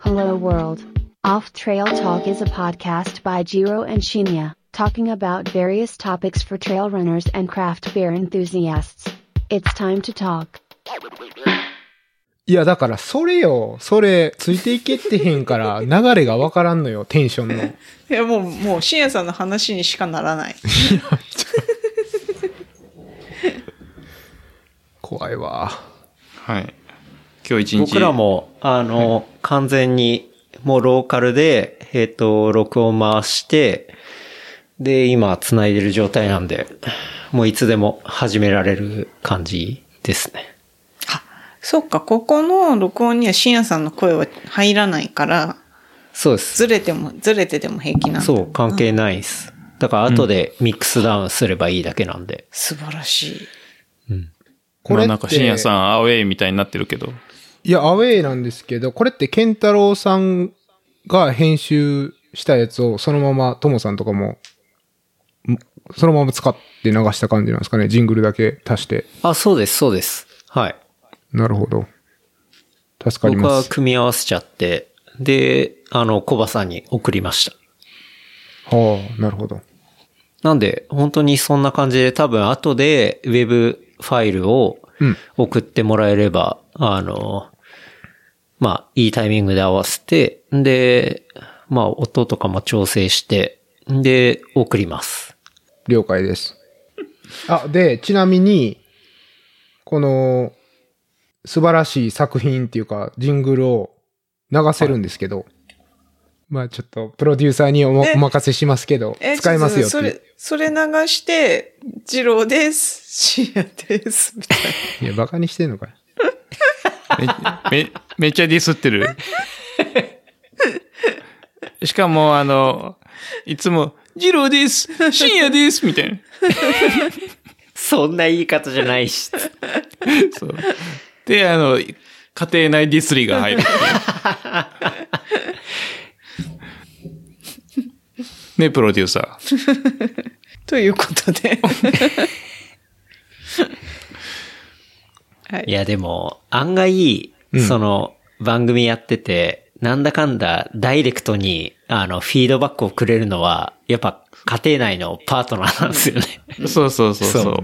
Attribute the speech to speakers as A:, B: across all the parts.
A: Hello World. Off Trail Talk is a podcast by Jiro and Shinya, talking about various topics for trail runners and craft beer enthusiasts. It's time to talk.
B: いや、だから、それよ、それ、ついていけってへん から、流れがわからんのよ、テンションの。
C: いや、もう、もう、深夜さんの話にしかならない。
B: 怖いわ。
D: はい。今日一日。
E: 僕ら。も、あの、完全に、もうローカルで、えっ、と、録音回して、で、今、繋いでる状態なんで、もういつでも始められる感じですね。
C: そっか、ここの録音には深夜さんの声は入らないから、
E: そうです。
C: ずれても、ずれてても平気なんだ
E: そう、関係ないです。だから、後でミックスダウンすればいいだけなんで。
C: 素晴らしい。
B: こ
D: こ
B: れっ
D: れ
B: て
D: なんか深夜さん、アウェイみたいになってるけど。
B: いや、アウェイなんですけど、これって、ケンタロウさんが編集したやつを、そのまま、トモさんとかも、んそのまま使って流した感じなんですかね、ジングルだけ足して。
E: あ、そうです、そうです。はい。
B: なるほど。助かり
E: 僕
B: ま
E: は
B: す。
E: 組み合わせちゃって、で、あの、コバさんに送りました。
B: はあ、なるほど。
E: なんで、本当にそんな感じで多分後で Web ファイルを
B: うん
E: 送ってもらえれば、あの、まあ、いいタイミングで合わせて、で、まあ、音とかも調整して、で、送ります。
B: 了解です。あ、で、ちなみに、この、素晴らしい作品っていうか、ジングルを流せるんですけど、まあちょっと、プロデューサーにおま
C: え
B: お任せしますけど、使いますよっ
C: ちょっと
B: て。
C: それ、それ流して、二郎です、深夜です、みたいな。
B: いや、バカにしてんのかよ。
D: め、め、めっちゃディスってる。しかも、あの、いつも、ジローです深夜ですみたいな。
E: そんな言い方じゃないし。
D: そう。で、あの、家庭内ディスリが入るっていう。ね、プロデューサー。
C: というこ とで。はい
E: いや、でも、案外、その、番組やってて、なんだかんだ、ダイレクトに、あの、フィードバックをくれるのは、やっぱ、家庭内のパートナーなんですよね。
D: そうそうそうそう。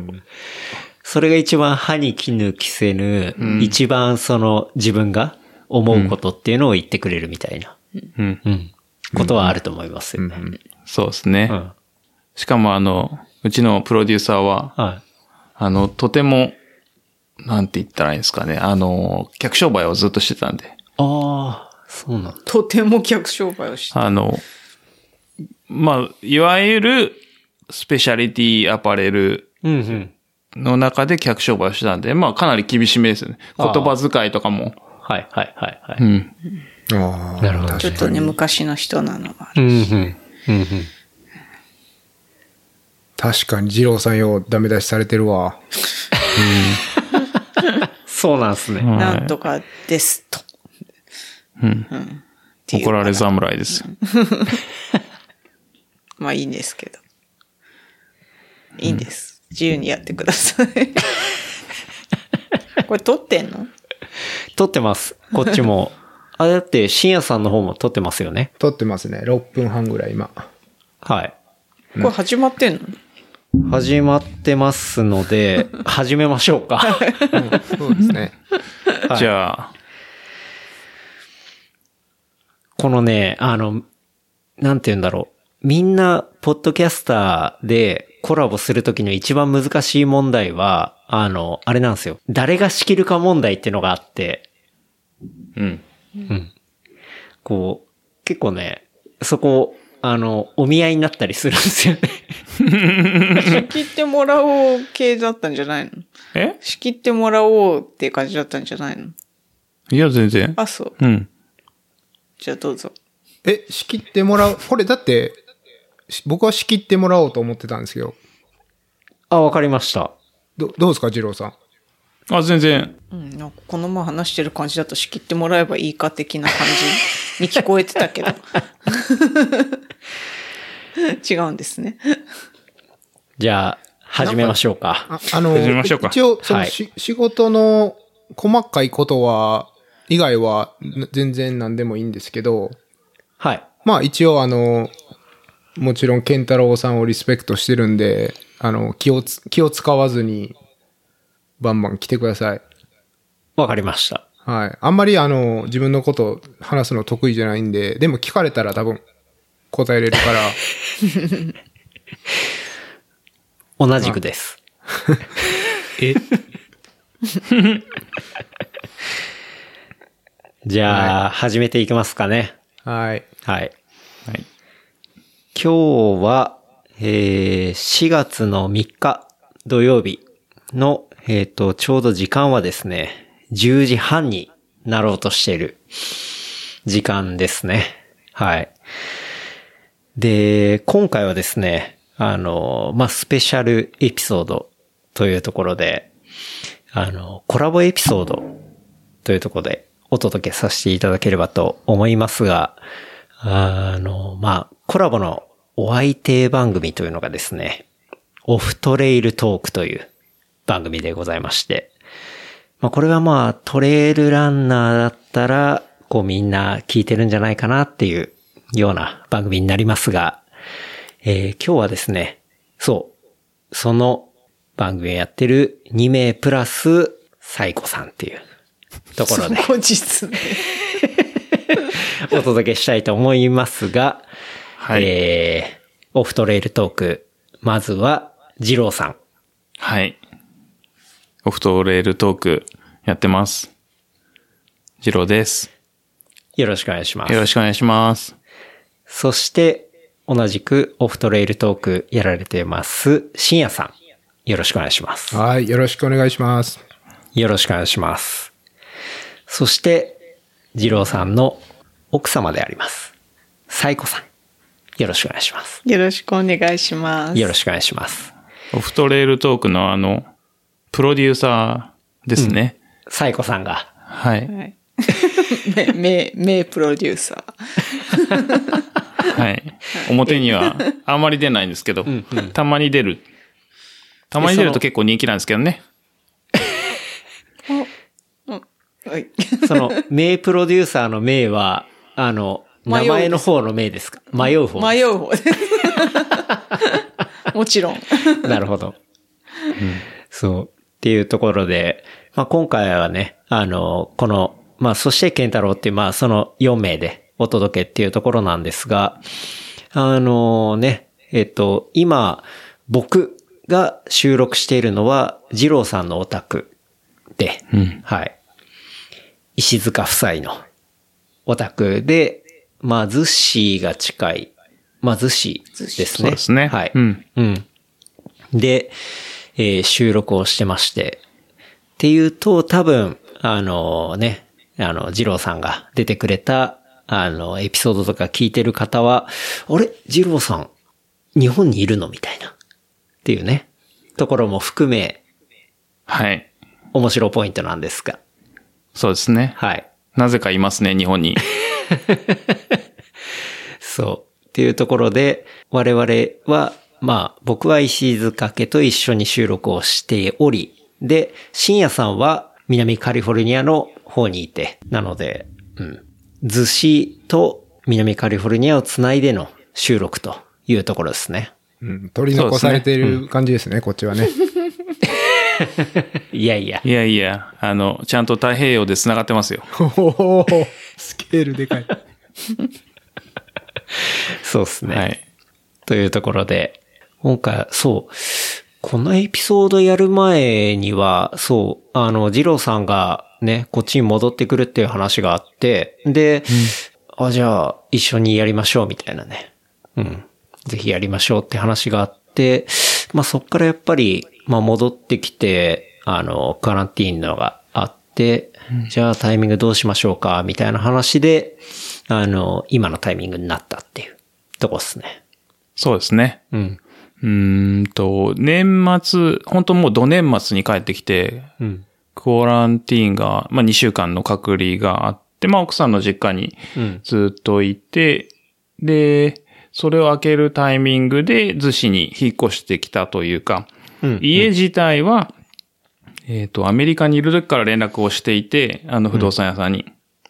E: それが一番歯に衣着せぬ、一番その自分が思うことっていうのを言ってくれるみたいな、
D: うん。
E: うん、ことはあると思いますよね。
D: そうですね。
E: うん
D: しかも、あの、うちのプロデューサーは、
E: は
D: あの、とても、なんて言ったらいいんですかね。あの、客商売をずっとしてたんで。
E: い。ああ、そうなんだ。
C: とても客商売をして。
D: あの、まあ、いわゆる、スペシャリティアパレル
E: うんうん。
D: の中で客商売をしてたんで、まあ、かなり厳しめですよね。言
E: あー
D: 葉遣いとかも。
E: はいはいはいは
D: う
E: い。
D: ん。
B: ああ、
E: なるほど
C: ちょっとね、昔の人なのは。
E: うんうん。うんうん。
B: 確かに、二郎さんよ、ダメ出しされてるわ。
E: そうなんですね。
C: なんとかですと。うん。うん、
D: 怒られ
C: ざ。
D: 侍ですよ。
C: まあいいんですけど。いいんです。自由にやってくださ い。これ撮ってんの
E: 撮ってます。こっち も。あ、だって、深夜さんの方も撮ってますよね。
B: 撮ってますね。6分半ぐらい、今。
E: はい。
C: これ始まってんの、
E: 始まってますので、始めましょうか。
B: そうですね。
D: じゃあ、
E: このね、あの、なんて言うんだろう。みんな、ポッドキャスターでコラボするときの一番難しい問題は、あの、あれなんですよ。誰が仕切るか問題っていうのがあって、
D: うん。
E: こう、結構ね、そこ、あの、お見合いになったりするんですよね。
C: 仕切ってもらおう系だったんじゃないの
D: え
C: 仕切ってもらおうっていう感じだったんじゃないの
D: いや、全然。
C: あ、そう。
D: うん。
C: じゃあどうぞ。
B: え、仕切ってもらう。これ、だって、し僕は仕切ってもらおうと思ってたんですけど、
E: あ、わかりました。
B: どどうですか、二郎さん。
D: あ、全然。
C: うん、なんかこのまま話してる感じだと仕切ってもらえばいいか的な感じに聞こえてたけど。 違うんですね。
E: じゃあ、始めましょうか。
B: ああの、
D: 始めましょうか
B: 一応、その、
E: はい
B: し仕事の細かいことは、以外は全然何でもいいんですけど、
E: はい。
B: まあ一応あの、もちろん健太郎さんをリスペクトしてるんで、あの、気をつ、気を使わずに、バンバン来てください。
E: わかりました。
B: はい。あんまりあの、自分のこと話すの得意じゃないんで、でも聞かれたら多分答えれるから、
E: 同じくです。
D: え
E: じゃあ、始めていきますかね。
B: はい。
E: はい。
D: はい。
E: 今日は、えー4月の3日土曜日の、えっ、と、ちょうど時間はですね、10時半になろうとしている時間ですね。はい。で、今回はですね、あの、まあ、スペシャルエピソードというところで、あの、コラボエピソードというところでお届けさせていただければと思いますが、あの、まあ、コラボのお相手番組というのがですね、オフトレイルトークという番組でございまして、まあ、これはまあ、トレイルランナーだったら、こうみんな聞いてるんじゃないかなっていうような番組になりますが、えー今日はですね、そう、その番組をやってる2名プラス、サイコさんっていうところで。
C: 後日ね。
E: お届けしたいと思いますが、
D: はい
E: えー、オフトレイルトーク、まずは、二郎さん。
D: はい。オフトレールトークやってます。ジローです。
E: よろしくお願いします。
D: よろしくお願いします。
E: そして、同じくオフトレイルトークやられてます、深夜さん。よろしくお願いします。
B: はい。よろしくお願いします。
E: よろしくお願いします。そして、二郎さんの奥様であります、サイコさん。よろしくお願いします。
C: よろしくお願いします。
E: よろしくお願いします。
D: オフトレールトークのあの、プロデューサーですね。
E: サイコさんが、
D: はい。
C: はい。 名、名、名プロデューサ
D: はい。表にはあんまり出ないんですけど、たまに出る。たまに出ると結構人気なんですけどね。
C: ー。はい。
E: そ の、名プロデューサーの名は、あの、
C: 迷う
E: 名前の方の名ですか迷う方。
C: 迷う方ですもちろん。
E: なるほど。そう。っていうところで、まあ、今回はね、あの、この、まあ、そして健太郎っていう、まあ、その4名でお届けっていうところなんですが、あのね、えっと、今、僕が収録しているのは、二郎さんのお宅で、
D: うん
E: はい。石塚夫妻のお宅で、まあ、逗子が近い、まあ、逗子ですね。
D: そうですね
E: はい。
D: うん
E: うん。で、えー収録をしてまして。っていうと、多分、あのね、あの、二郎さんが出てくれた、あの、エピソードとか聞いてる方は、あれ二郎さん、日本にいるのみたいな。っていうね、ところも含め、
D: はい。
E: 面白ポイントなんですが。
D: そうですね。
E: はい。
D: なぜかいますね、日本に。
E: そう。っていうところで、我々は、まあ、僕は石塚家と一緒に収録をしており、で、深夜さんは南カリフォルニアの方にいて、なので、うん。逗子と南カリフォルニアをつないでの収録というところですね。
B: うん。取り残されている感じですね、こっちはね。
E: いやいや。
D: いやいや、あの、ちゃんと太平洋で繋がってますよ。
B: おースケールでかい。
E: そうですね。
D: はい。
E: というところで、今回、そう、このエピソードやる前には、そう、あの、二郎さんがね、こっちに戻ってくるっていう話があって、で、あ、じゃあ、一緒にやりましょうみたいなね。うん。ぜひやりましょうって話があって、まあそっからやっぱり、まあ戻ってきて、あの、カランティーンのがあって、じゃあタイミングどうしましょうか、みたいな話で、あの、今のタイミングになったっていうとこっすね。
D: そうですね。
E: うん。
D: うーんと、年末、本当もう土年末に帰ってきて、
E: うん。
D: クオランティーンが、まあ2週間の隔離があって、まあ奥さんの実家に
E: うん。
D: ずっといて、で、それを開けるタイミングで逗子に引っ越してきたというか、
E: うん
D: 家自体は、えっ、と、アメリカにいる時から連絡をしていて、あの不動産屋さんに。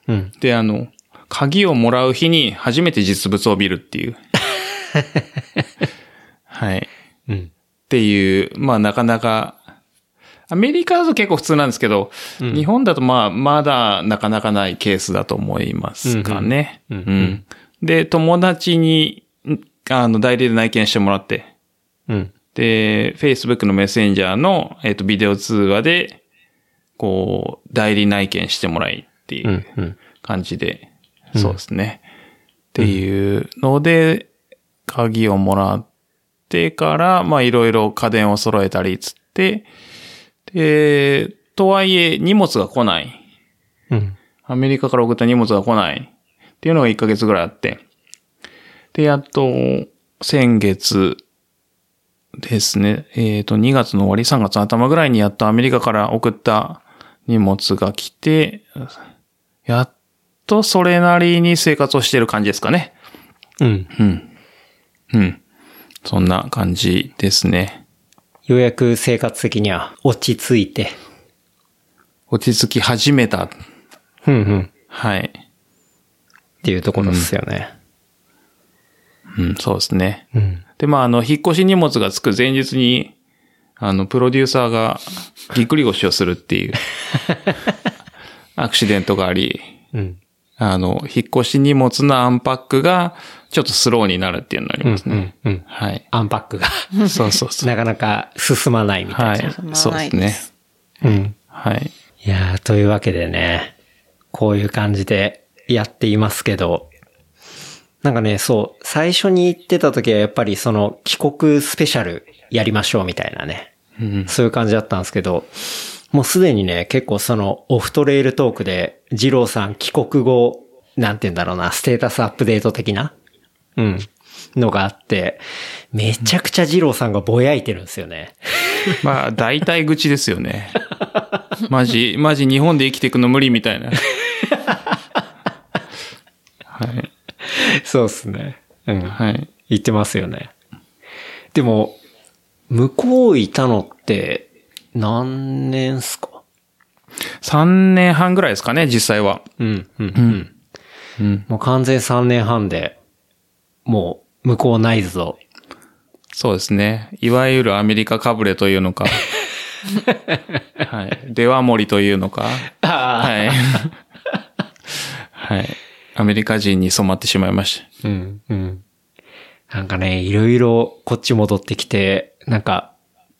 E: うん。
D: で、あの、鍵をもらう日に初めて実物を見るっていう。はい。
E: うん。
D: っていう、まあなかなか、アメリカだと結構普通なんですけど、
E: ん
D: 日本だとまあまだなかなかないケースだと思いますかね。
E: うんうん
D: うんで、友達に、んあの、代理で内見してもらって、
E: うん。。
D: で、Facebook のメッセンジャーの、えっ、と、ビデオ通話で、こう、代理内見してもらいっていううん
E: うん。
D: 感じで、そうですね。っていうので、鍵をもらってから、まあいろいろ家電を揃えたりつって、で、とはいえ荷物が来ない。
E: うん。
D: アメリカから送った荷物が来ない。っていうのが1ヶ月ぐらいあって。で、やっと、先月ですね。えっ、と、2月の終わり、3月の頭ぐらいにやっとアメリカから送った荷物が来て、やっとそれなりに生活をしてる感じですかね。
E: うん。
D: うん。うん。そんな感じですね。
E: ようやく生活的には落ち着いて。
D: 落ち着き始めた。
E: うんうん。っ
D: はい。
E: ていうところですよね。
D: うん、そうですね。
E: うん。
D: で、まあ、あの、引っ越し荷物がつく前日に、あの、プロデューサーがぎっくり腰をするって いう、アクシデントがあり、
E: うん。
D: あの、引っ越し荷物のアンパックが、ちょっとスローになるっていうのがあり
E: う
D: ま
E: ん
D: す
E: う
D: ね。
E: ん。うん。
D: はい。
E: アンパックが、
D: そうそう そう。
E: なかなか進まないみたいな。
D: は
C: 進。
D: い
C: ま
D: そう
C: な
D: で
C: い
D: す
C: で
D: ね。
C: す
E: うん。
D: はい。
E: いやー、というわけでね、こういう感じでやっていますけど、なんかね、そう、最初に言ってた時はやっぱりその帰国スペシャルやりましょうみたいなね、
D: うん。
E: そういう感じだったんですけど、もうすでにね、結構そのオフトレイルトークで、二郎さん帰国後、なんて言うんだろうな、ステータスアップデート的なうん。のがあって、めちゃくちゃ二郎さんがぼやいてるんですよね。
D: まあ、大体愚痴ですよね。 マジ、マジ日本で生きていくの無理みた いな。はい。
E: そうっすね。うん。
D: はい。
E: 言ってますよね。でも、向こういたのって何年っすか
D: 3年半ぐらいですかね、実際は。
E: うん、うん、うん。
D: うん。
E: もう完全3年半で、もう向こうないぞ。
D: そうですね。いわゆるアメリカかぶれというの か。はい。デワ盛りというのか。
E: あ
D: はい。はい。アメリカ人に染まってしまいまし
E: あ。うん、うん。なんかね、いろいろこっち戻ってきて、なんか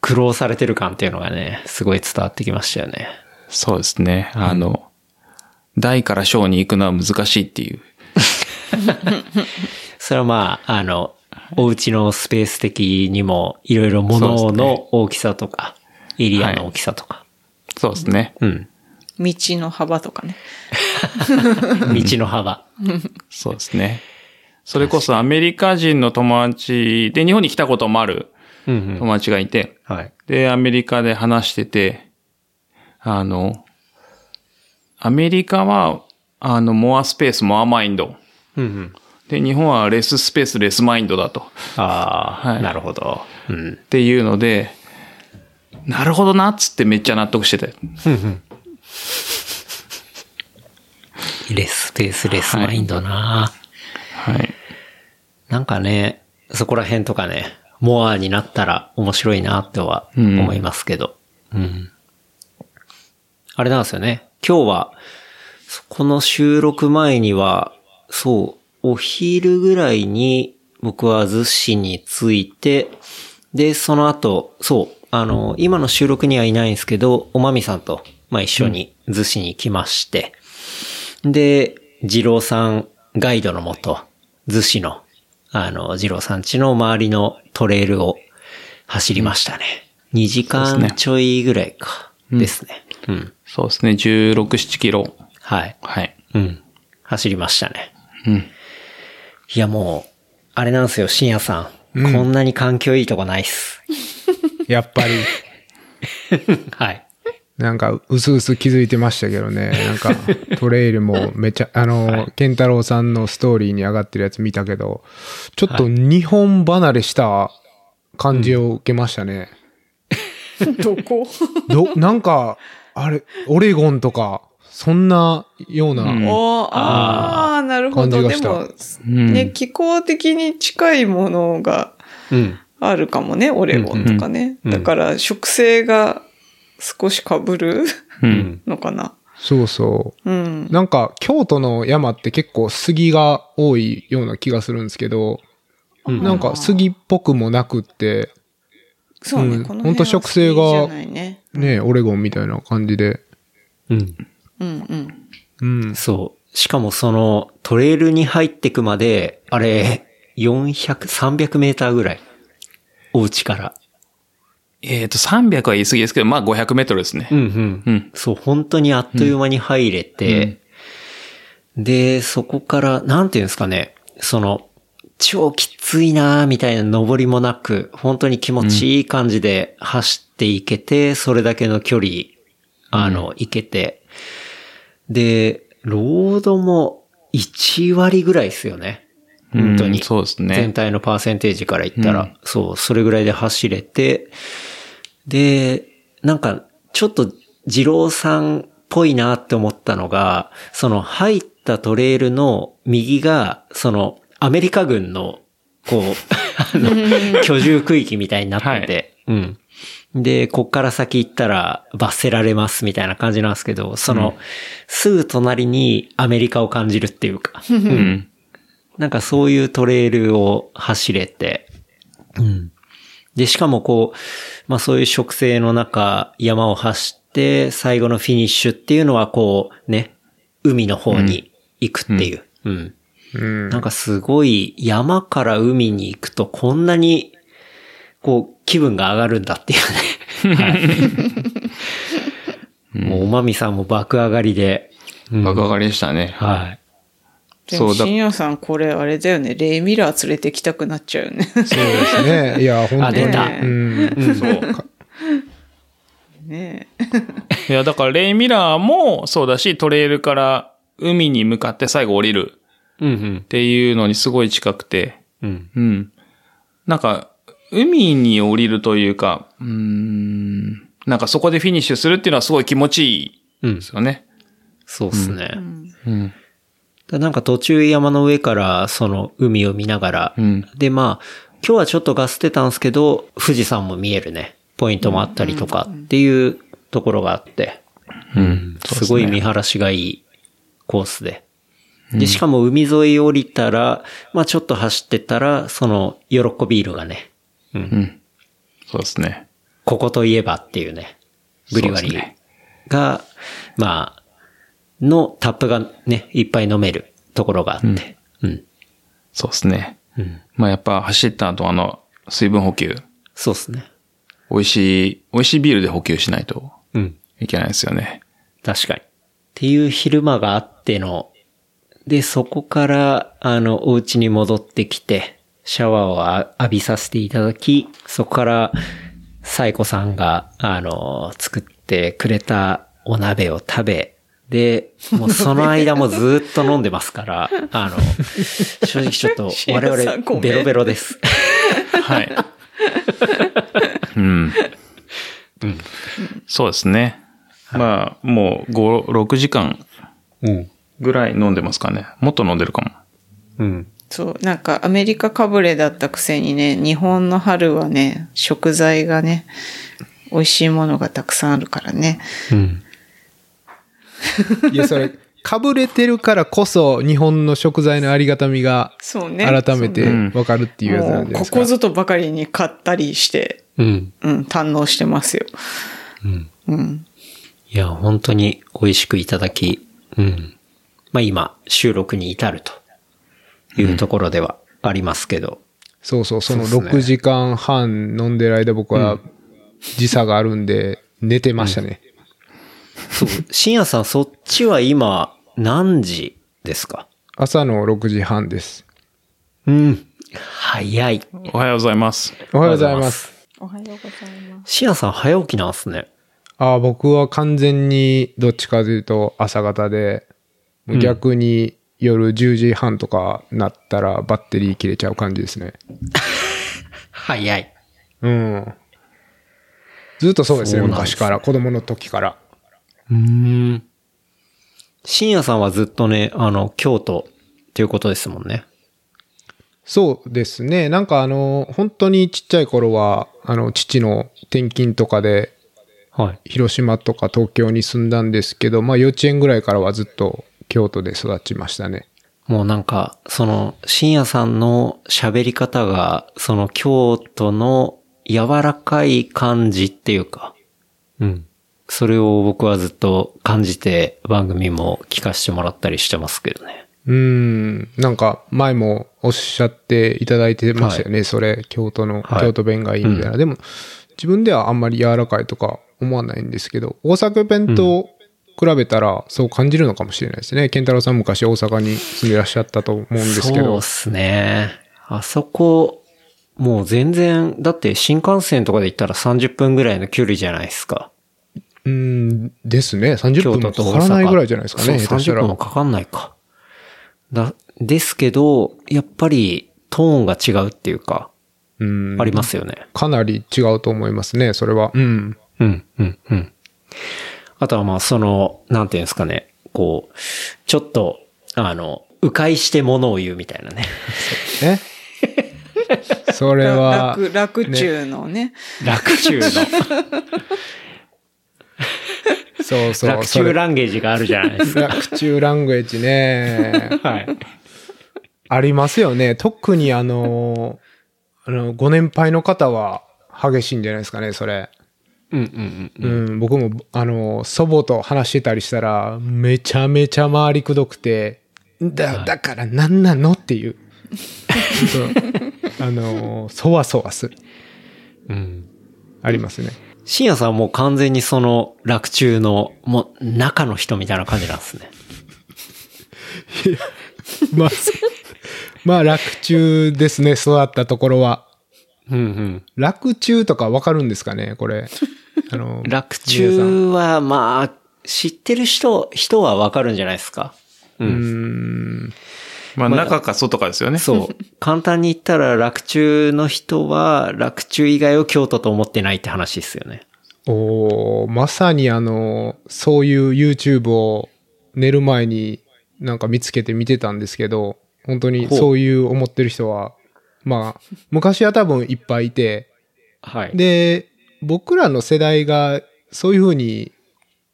E: 苦労されてる感っていうのがね、すごい伝わってきましたよね。
D: た。そうですね。あの、大から小に行くのは難しいっていう。
E: それはまあ、あの、お家のスペース的にも、いろいろ物
D: そうです
E: の
D: ね
E: 大きさとか、エリアの大きさとか。
D: そうですね。
E: うん。
C: 道の幅とかね。
E: 道の幅。
D: そうですね。それこそアメリカ人の友達で日本に来たこともある
E: うんうん。
D: 友達がいて、
E: はい。
D: で、アメリカで話してて、あの、アメリカは、あの、モアスペース、モアマインド。
E: うんうん。
D: で、日本はレススペース、レスマインドだと。
E: ああ、
D: はい
E: なるほど。うん。
D: っていうので、なるほどなっつってめっちゃ納得してて。
E: レスペース、レスマインドな、
D: はい。
E: なんかね、そこら辺とかね、モアになったら面白いなとは思いますけど。うん。あれなんですよね。今日は、そこの収録前には、そう、お昼ぐらいに僕は逗子に着いて、で、その後、そう、あの、今の収録にはいないんですけど、おまみさんと、まあ、一緒に逗子に来まして、で、二郎さんガイドのもと、逗子の、あの、二郎さん家の周りのトレイルを走りましたね。2時
D: そうで
E: 間
D: すね
E: ちょいぐらいか。ですね。うん。
D: そうですね。16、7キロ。
E: はい。
D: はい。
E: うん。走りましたね。
D: うん。
E: いやもう、あれなんですよ、深夜さん。こんなに環境いいとこないっす。
B: やっぱり、
E: はい。
B: なんか、うすうす気づいてましたけどね。なんか、トレイルもめちゃ、あの、ケンタロウさんのストーリーに上がってるやつ見たけど、ちょっと日本離れした感じを受けましたね。
C: どこ
B: ど、なんか、あれ、オレゴンとか、そんなような、
D: うん
C: おーああ、なるほど。
B: 感じ
C: で
B: がした
C: も、
D: うん
C: ね、気候的に近いものが
E: うん。
C: あるかもね、オレゴンとかね。
E: うんうん
C: だから、植生が少し被る
D: うん。
C: のかな。
B: そうそう。
C: うん。
B: なんか、京都の山って結構杉が多いような気がするんですけど、
E: うん
B: なんか杉っぽくもなくって、
C: そうね、
B: うん
C: この
B: ほん
C: 辺
B: と
C: は
B: 植生が
C: 好きじゃないね。
B: ね、オレゴンみたいな感じで。
E: うん。
C: うんう
B: う
C: ん。
B: ん。
E: そう。しかもそのトレイルに入ってくまで、あれ、400、300メーターぐらい。お家から。
D: えっ、と、300は言い過ぎですけど、まあ500メートルですね
E: う。ん
D: う
E: うん。
D: ん。
E: そう、本当にあっという間に入れて、で、そこから、なんていうんですかね、その、超きついなーみたいな登りもなく、本当に気持ちいい感じで走っていけて、それだけの距離、あの、いけて。で、ロードも1割ぐらいですよね。本当に。
D: うんそうですね
E: 全体のパーセンテージから言ったら、
D: うん
E: そう、それぐらいで走れて、で、なんか、ちょっと、二郎さんっぽいなって思ったのが、その入ったトレイルの右が、その、アメリカ軍の、こう、あの、居住区域みたいになってて、うん。で、こっから先行ったら罰せられますみたいな感じなんですけど、その、すぐ隣にアメリカを感じるっていうか、
D: うん。
E: なんかそういうトレイルを走れて、うん。で、しかもこう、まあそういう植生の中、山を走って、最後のフィニッシュっていうのはこう、ね、海の方に行くっていう。うん。
B: うん
E: なんかすごい、山から海に行くとこんなに、こう、気分が上がるんだっていうね。はい。 もう、おまみさんも爆上がりで。うん
D: 爆上がりでしたね。
E: はい。
C: でも、
D: そうだ
C: 深夜さん、これあれだよね。レイミラー連れてきたくなっちゃうよね。
B: そうですね。いや、
E: あ、
B: 本当
E: 出
B: に。
E: た。
C: ね
B: うん。
D: そう。
C: ね
D: いや、だからレイミラーもそうだし、トレイルから海に向かって最後降りる
E: うんうん
D: っ。ていうのにすごい近くて、
E: うん。
D: うん。なんか、海に降りるというか、うーん、なんかそこでフィニッシュするっていうのはすごい気持ちいい
E: うん
D: で。すよね。
E: そうですね。
D: うん。
E: だなんか途中山の上からその海を見ながら、
D: うん。
E: でまあ今日はちょっとガスてたんですけど富士山も見えるねポイントもあったりとかっていうところがあって、
D: うん。
E: すごい見晴らしがいいコースで。で、しかも海沿い降りたら、まあちょっと走ってたら、その、喜び色がね、
D: うん。そうですね。
E: ここといえばっていうね、ブリュワリ
D: そうです
E: ー
D: ね
E: が、まあ、のタップがね、いっぱい飲めるところがあって、うん。
D: そうですね。
E: うん。
D: まあやっぱ走った後あの、水分補給、
E: そうですね。
D: 美味しい、美味しいビールで補給しないと
E: うん。
D: いけないですよね。
E: 確かに。っていう昼間があっての、で、そこから、あの、お家に戻ってきて、シャワーをあ浴びさせていただき、そこから、サイコさんが、あの、作ってくれたお鍋を食べ、で、もうその間もずっと飲んでます から、あの、正直ちょっと
C: シエ
E: 我
C: ラさんごめん
E: 々ベロベロです。
D: はい。うん。そうですね。まあ、もう5、6時間
E: うん。
D: ぐらい飲んでますかね。もっと飲んでるかも。
E: うん。
C: そう、なんかアメリカかぶれだったくせにね、日本の春はね、食材がね、美味しいものがたくさんあるからね。
E: うん。
B: いや、それ、かぶれてるからこそ、日本の食材のありがたみが、
C: そうね。
B: 改めて
D: そうね
B: わかるっていうやつな
C: も
B: ん
C: う
B: じゃない
C: こ
B: ですか。
C: こぞとばかりに買ったりして、
E: うん。
C: うん、堪能してますよ。うん。
E: いや、本当に美味しくいただき、うん。まあ今、収録に至るというところではありますけど、
B: そうそう、その
E: そうっすね
B: 6時間半飲んでる間僕は時差があるんで、寝てましたね。
E: そう、深夜さん、そっちは今、何時ですか
B: 朝の6時半です。
E: うん。早い。
D: おはようございます。
B: おはようございます。
C: おはようございます。
E: 深夜さん、早起きなんすね。
B: ああ、僕は完全にどっちかというと朝方で、もう逆に夜10時半とかなったらバッテリー切れちゃう感じですね。
E: 早い。
B: うん。ずっとそうですね、
E: そうなんで
B: 昔
E: すね
B: から、子供の時から。
E: うーん。深夜さんはずっとね、あの、京都っていうことですもんね。
B: そうですね。なんかあの、本当にちっちゃい頃は、あの、父の転勤とかで、
E: はい。
B: 広島とか東京に住んだんですけど、まあ幼稚園ぐらいからはずっと京都で育ちましたね。
E: もうなんか、その、深夜さんの喋り方が、その京都の柔らかい感じっていうか、うん。それを僕はずっと感じて番組も聞かせてもらったりしてますけどね。
B: うーん。なんか前もおっしゃっていただいてましたよね。それ、京都の、
E: はい
B: 京都弁がいいみたいな。でも、自分ではあんまり柔らかいとか思わないんですけど、大阪弁と比べたらそう感じるのかもしれないですね。健太郎さん昔大阪に住んでらっしゃったと思うんですけ
E: そう
B: ど
E: で。すね。あそこ、もう全然、だって新幹線とかで行ったら30分ぐらいの距離じゃないですか。
B: うーん、ですね。
E: 京
B: 30分
E: 都
B: も
E: と大
B: か
E: 阪。
B: からないぐらいじゃないですかね。
E: そ
B: 下
E: う
B: 手した
E: 30
B: ら
E: 分もかかんないか。だ、ですけど、やっぱりトーンが違うっていうか、
B: うん
E: ありますよね。
B: かなり違うと思いますね、それは。うん。
E: うん、うん、うん。あとはまあ、その、なんていうんですかね、こう、ちょっと、あの、迂回してものを言うみた いなね。
B: ね。 それは、
C: 楽、楽中のね。
E: 楽中の、
B: そうそう、
E: 楽
B: それ
E: 中ランゲージがあるじゃな いですか。
B: 楽中ラングエッジね。
E: はい。
B: ありますよね。特にあの、あの、ご年配の方は激しいんじゃないですかね、それ。
E: うんうんうん。
B: うん、僕も、あの、祖母と話してたりしたら、めちゃめちゃ回りくどくて、だ、だからなんなのって いう。そうあの、そわそわする。
E: うん。
B: ありますね。
E: 深夜さんもう完全にその、楽中の、もう、中の人みたいな感じなんですね。
B: ま あ、そうまあ、楽中ですね、育ったところは。
E: うんうん。
B: 楽中とかわかるんですかね、これ。あ の、
E: 楽
B: 皆さん
E: 中は、まあ、知ってる人、人はわかるんじゃないですか。
B: うーん。
D: まあ、中か外かですよね。
E: そう。簡単に言ったら、楽中の人は、楽中以外を京都と思ってないって話ですよね。
B: おーまさにあの、そういう YouTube を寝る前になんか見つけて見てたんですけど、本当に
E: ほう
B: そういう思ってる人は、まあ、昔は多分いっぱいいて、
E: はい。
B: で、僕らの世代がそういうふうに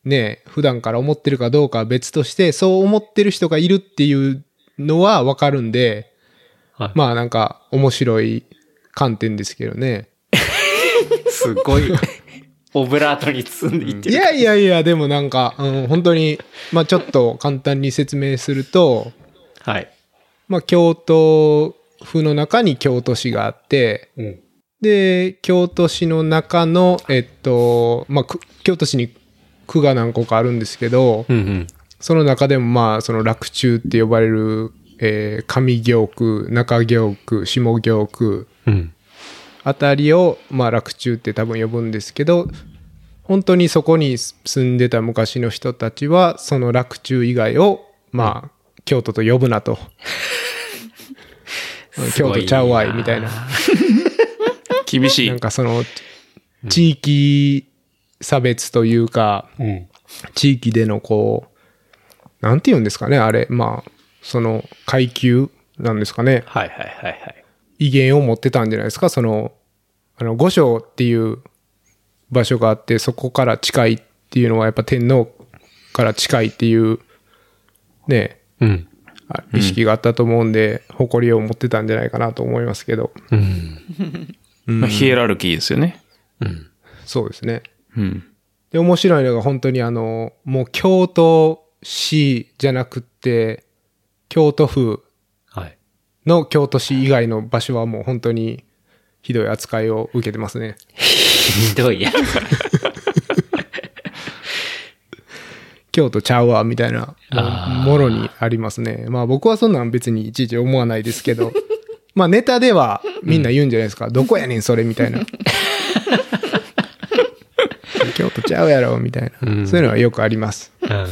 B: ね、普段から思ってるかどうかは別として、そう思ってる人がいるっていうのはわかるんで、
E: はい
B: まあなんか面白い観点ですけどね。
E: すごい、オブラートに包んでいって
B: い
E: る。
B: やいやいや、でもなんか、うん、本当に、まあちょっと簡単に説明すると、
E: はい。
B: まあ京都府の中に京都市があって、
E: うん。
B: で、京都市の中の、えっと、まあ、く京都市に区が何個かあるんですけど、
E: うんうん。
B: その中でもまあ、その楽中って呼ばれる、えー上行区、中行区、下行区
E: うん。
B: あたりを、まあ、楽中って多分呼ぶんですけど、本当にそこに住んでた昔の人たちは、その楽中以外を、まあ、京都と呼ぶなと。京都ちゃうわい、みたいな。
D: 厳しい
B: なん。かその、地域差別というか、
E: うん。
B: 地域でのこう、なんて言うんですかね、あれ。まあ、その階級なんですかね。
E: はいはいはいはい。
B: 威厳を持ってたんじゃないですか。その、あの、五章っていう場所があって、そこから近いっていうのはやっぱ天皇から近いっていう、ね、
E: うん。
B: あ意識があったと思うんで、誇りを持ってたんじゃないかなと思いますけど。
E: うん。
D: まあヒエラルキーですよね。
E: うん。
B: そうですね。
D: うん。
B: で、面白いのが本当にあの、もう京都市じゃなくって、京都府
E: はい。
B: の京都市以外の場所はもう本当にひどい扱いを受けてますね。
E: ひどいや。
B: 京都ちゃうわ、みたいな、もうもろにありますね。まあ僕はそんなん別にいちいち思わないです けど、まあネタではみんな言うんじゃないですか。どこやねん、それ、みたいな。 京都ちゃうやろ、みたいな。そういうのはよくあります。
E: うん。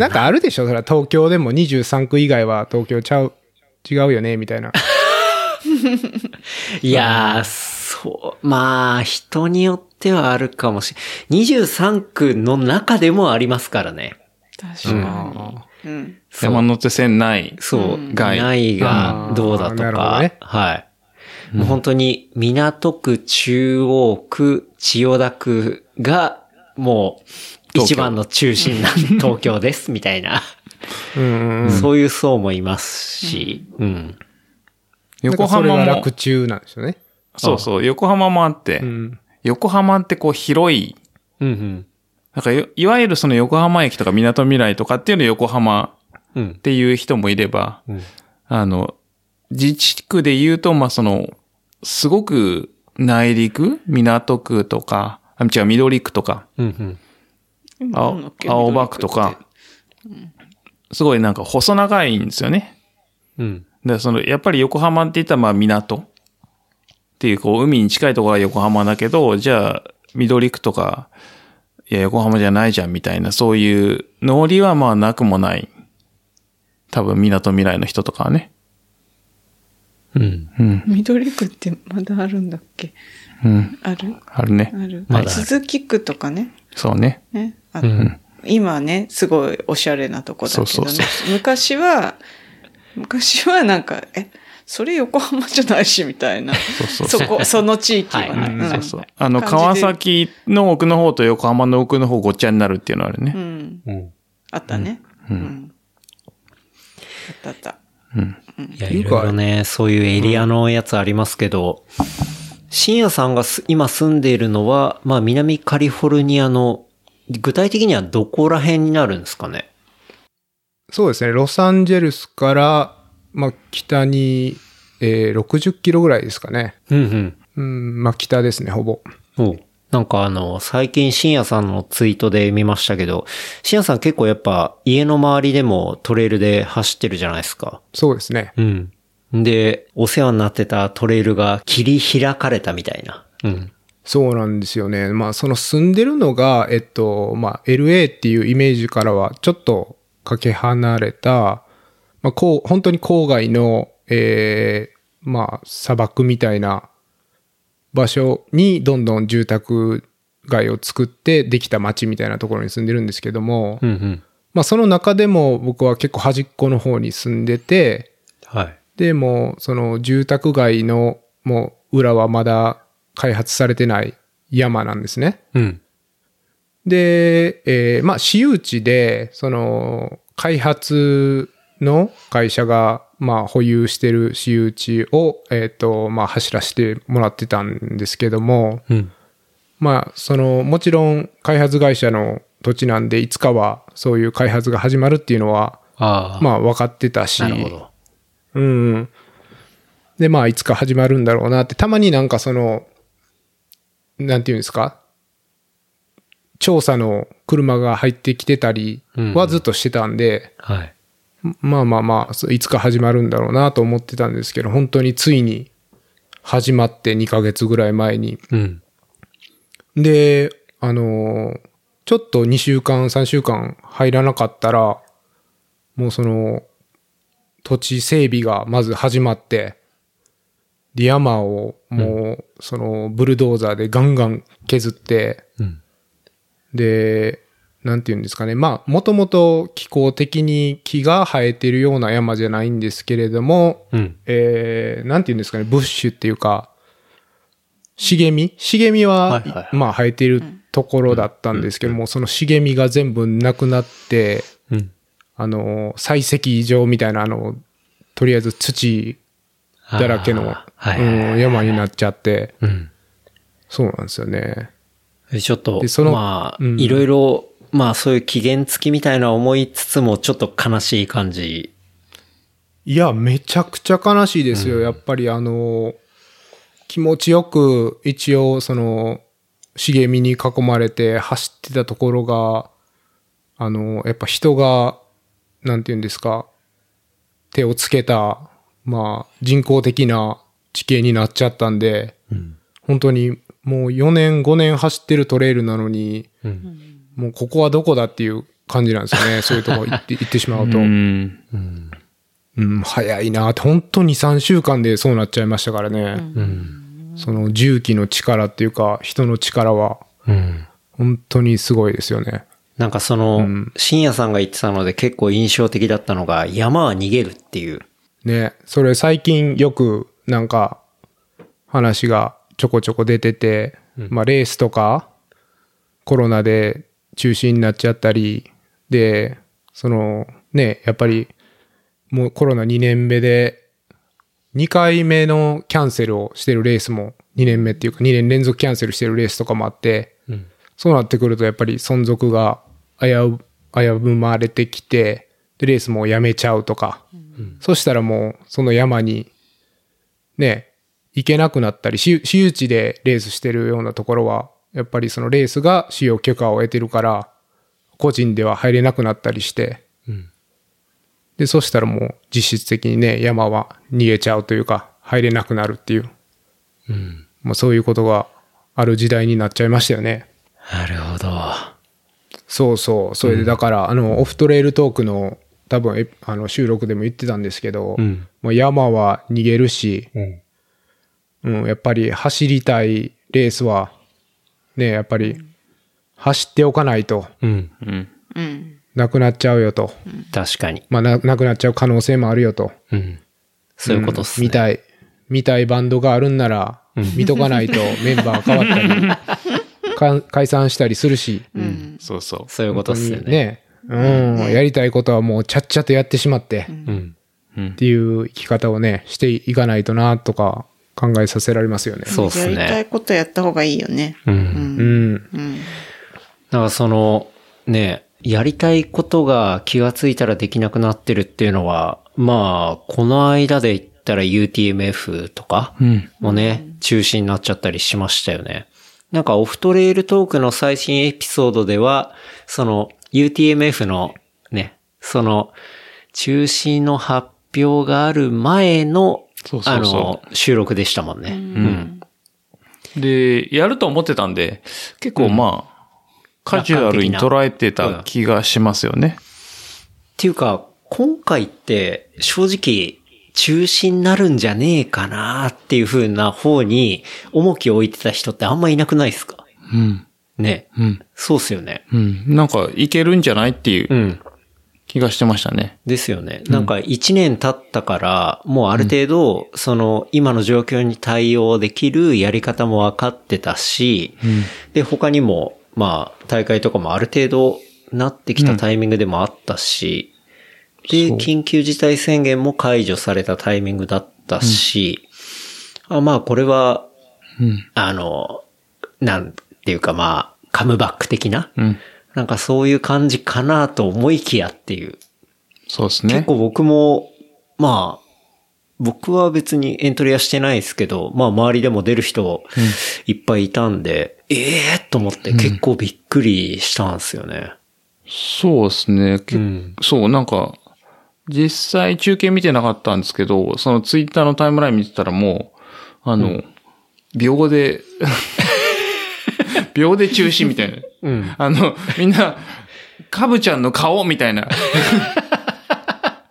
B: なんかあるでしょそれは東京でも23区以外は東京ちゃう、違うよねみたいな。
E: いやー、そう。まあ、人によってはあるかもしれん。23区の中でもありますからね。
C: 確
D: う
C: か
D: ん
C: に。うん。
E: そう
D: 山手線ない。
E: そうう、
D: ん
E: ないがどうだ
B: あ
E: と
B: ーなるほ
E: か、
B: どね
E: はい。もう本当に港区、中央区、千代田区がもう
D: 東京
E: 一番の中心なんで東京ですみたいな、
B: うんうん。
E: そういう層もいますし、うん。
D: 横浜
B: なんかそれが
D: も
B: 楽、中なんですよね。
D: そうそう、横浜もあって
B: う、ん。
D: 横浜ってこう広い、
E: うん
D: なんかよいわゆるその横浜駅とか港未来とかっていうの横浜
E: うん。う
D: っ
E: ん。
D: ていう人もいれば、
E: うん
D: あの、自治区で言うと、まあ、その、すごく内陸港区とか、あ違う、緑区とか、
E: うんうん。
D: 青
C: なんだっけ
D: 青葉区とか、すごいなんか細長いんですよね。
E: うん。
D: で、その、やっぱり横浜って言ったら、まあ、港っていう、こう、海に近いところが横浜だけど、じゃあ、緑区とか、いや、横浜じゃないじゃん、みたいな、そういう、ノリはまあ、なくもない。多分、港未来の人とかはね。
E: うん。
D: うん、
C: 緑区ってまだあるんだっけ
D: うん、
C: ある
D: あるね。
C: ある。
E: まだある
C: 鈴木区とかね。
D: そうね。
C: ね。あ
E: う
C: の
E: ん。
C: 今ね、すごいおしゃれなとこだけどね。
D: そうそうそ
C: 昔は、昔はなんか、え、それ横浜じゃないし、みたいな。
D: そうそう
C: そこ、その地域はね。
E: はいううん
C: ん
D: そうそう。あの、
C: 感じで
D: 川崎の奥の方と横浜の奥の方ごっちゃになるっていうのはある
C: う
D: ね。
C: ん。
E: うん。
C: あったね。うんん。あったあった。
D: うん。
E: いや、
B: てい
E: いう
B: か
E: ろいろね、そういうエリアのやつありますけど、深夜さんがす今住んでいるのは、まあ南カリフォルニアの、具体的にはどこら辺になるんですかね
B: そうですね。ロサンゼルスから、まあ、北に、えー、60キロぐらいですかね。
E: うん
B: うん、まあ、北ですね、ほぼ。
E: うん。おうなんかあの、最近深夜さんのツイートで見ましたけど、深夜さん結構やっぱ家の周りでもトレイルで走ってるじゃないですか。
B: そうですね。
E: うん。で、お世話になってたトレイルが切り開かれたみたいな。うん。
B: そうなんですよね。まあ、その住んでるのが、えっと、まあ、LA っていうイメージからはちょっとかけ離れた、まあ、こう、本当に郊外の、えーまあ、砂漠みたいな場所にどんどん住宅街を作ってできた街みたいなところに住んでるんですけども、
E: うんうん。
B: まあ、その中でも僕は結構端っこの方に住んでて、
E: はい。
B: でもうその住宅街のもう裏はまだ開発されてない山なんですね。
E: うん。
B: で、えーまあ私有地でその開発の会社がまあ保有してる私有地を、えっとまあ、走らせてもらってたんですけども、
E: うん。
B: まあそのもちろん開発会社の土地なんでいつかはそういう開発が始まるっていうのは
E: ああ。
B: まあ分かってたし、
E: なるほど。
B: うんうん。で、まあ、いつか始まるんだろうなって、たまになんかその、なんていうんですか、調査の車が入ってきてたりはずっとしてたんで、
E: はい。
B: まあまあまあ、そういつか始まるんだろうなと思ってたんですけど、本当についに始まって2ヶ月ぐらい前に。
E: うん。
B: で、あのーちょっと2週間、3週間入らなかったら、もうその、土地整備がまず始まって、で、山をもう、その、ブルドーザーでガンガン削って、
E: うん。
B: で、なんて言うんですかね。まあ、もともと気候的に木が生えてるような山じゃないんですけれども、
E: うん。
B: えー、なんて言うんですかね、ブッシュっていうか、茂み茂みは、
E: はいはいはい
B: まあ生えているところだったんですけども、その茂みが全部なくなって、
E: うん。
B: あの、採石場みたいな、あの、とりあえず土だらけの、
E: あーはいはいはい
B: うん山になっちゃって、
E: うん。
B: そうなんですよね。
E: でちょっと
B: でそ、の
E: まあ、
B: うん
E: いろいろ、まあそういう期限付きみたいな思いつつも、ちょっと悲しい感じ。
B: いや、めちゃくちゃ悲しいですよ。やっぱりあの、気持ちよく一応その、茂みに囲まれて走ってたところが、あの、やっぱ人が、なんて言うんですか、手をつけた、まあ、人工的な地形になっちゃったんで、
E: うん。
B: 本当にもう4年、5年走ってるトレイルなのに、
E: うん。
B: もうここはどこだっていう感じなんですよね。そういうとこ行って行ってしまうと。
D: うん。
E: うん。
B: うん、早いなって、本当に3週間でそうなっちゃいましたからね。
E: うん。
B: その重機の力っていうか、人の力は、
E: うん。
B: 本当にすごいですよね。
E: なんかその、
B: うん
E: 深夜さんが言ってたので結構印象的だったのが、山は逃げるっていう。
B: ね、それ最近よくなんか話がちょこちょこ出てて、まあレースとかコロナで中止になっちゃったり、で、そのね、やっぱりもうコロナ2年目で2回目のキャンセルをしてるレースも2年目っていうか2年連続キャンセルしてるレースとかもあって、そうなってくるとやっぱり存続が危う、危ぶまれてきて、で、レースもやめちゃうとか、そしたらもうその山にね、行けなくなったり、私私有地でレースしてるようなところは、やっぱりそのレースが使用許可を得てるから、個人では入れなくなったりして、で、そしたらもう実質的にね、山は逃げちゃうというか、入れなくなるっていう、まあそういうことがある時代になっちゃいましたよね。
E: なるほど。
B: そうそう。それでだから、あの、オフトレイルトークの多分えあの収録でも言ってたんですけど、
E: ん
B: もう山は逃げるし、
E: ん
B: うんやっぱり走りたいレースは、ね、やっぱり走っておかないと
E: うん。
D: うん。
C: うん。
B: なくなっちゃうよと。
E: 確かに。
B: まあな、なくなっちゃう可能性もあるよと。
E: うん。そういうことっすね。
B: 見たい、見たいバンドがあるんなら、見とかないとメンバー変わったり、か解散したりするし。
C: うん。
D: そうそう。
E: そういうことっすよね。
B: ね。うん、やりたいことはもうちゃっちゃとやってしまって、っ
E: うん。
D: うん。
B: ていう生き方をね、していかないとなとか考えさせられますよね。
E: そうっす
C: やりたい
E: ね。
C: ことやった方がいいよね。
E: う。
C: うん。
B: うんん。
C: うん。
E: なんかその、ね、やりたいことが気がついたらできなくなってるっていうのは、まあ、この間で言ったら UTMF とか
D: うん。
E: もね、中止になっちゃったりしましたよね。なんかオフトレイルトークの最新エピソードでは、その UTMF のね、その中止の発表がある前の、
D: そうそうそう
E: あの、収録でしたもんね。うん。
D: で、やると思ってたんで、結構まあ、カジュアルに捉えてた気がしますよね。
E: っていうか、今回って正直中止になるんじゃねえかなっていう風な方に重きを置いてた人ってあんまいなくないですか
D: うん。
E: ね。
D: うん。
E: そうっすよね。。
D: うん。なんか、いけるんじゃないっていううん気がしてましたね。
E: ですよね。なんか一年経ったから、もうある程度、その今の状況に対応できるやり方も分かってたし、で、他にも、まあ、大会とかもある程度なってきたタイミングでもあったし、で、緊急事態宣言も解除されたタイミングだったし、あまあ、これは、
D: うん。
E: あの、なんていうかまあ、カムバック的な、
D: うん。
E: なんかそういう感じかなと思いきやっていう。
D: そうですね。
E: 結構僕も、まあ、僕は別にエントリーはしてないですけど、まあ周りでも出る人いっぱいいたんで、ええー、と思って結構びっくりしたんですよね。
D: そうですね。け
E: うん
D: そう、なんか、実際中継見てなかったんですけど、そのツイッターのタイムライン見てたらもう、あの、秒で、 秒で中止みたいな。
E: うん。
D: あの、みんな、カブちゃんの顔みたい な。
E: か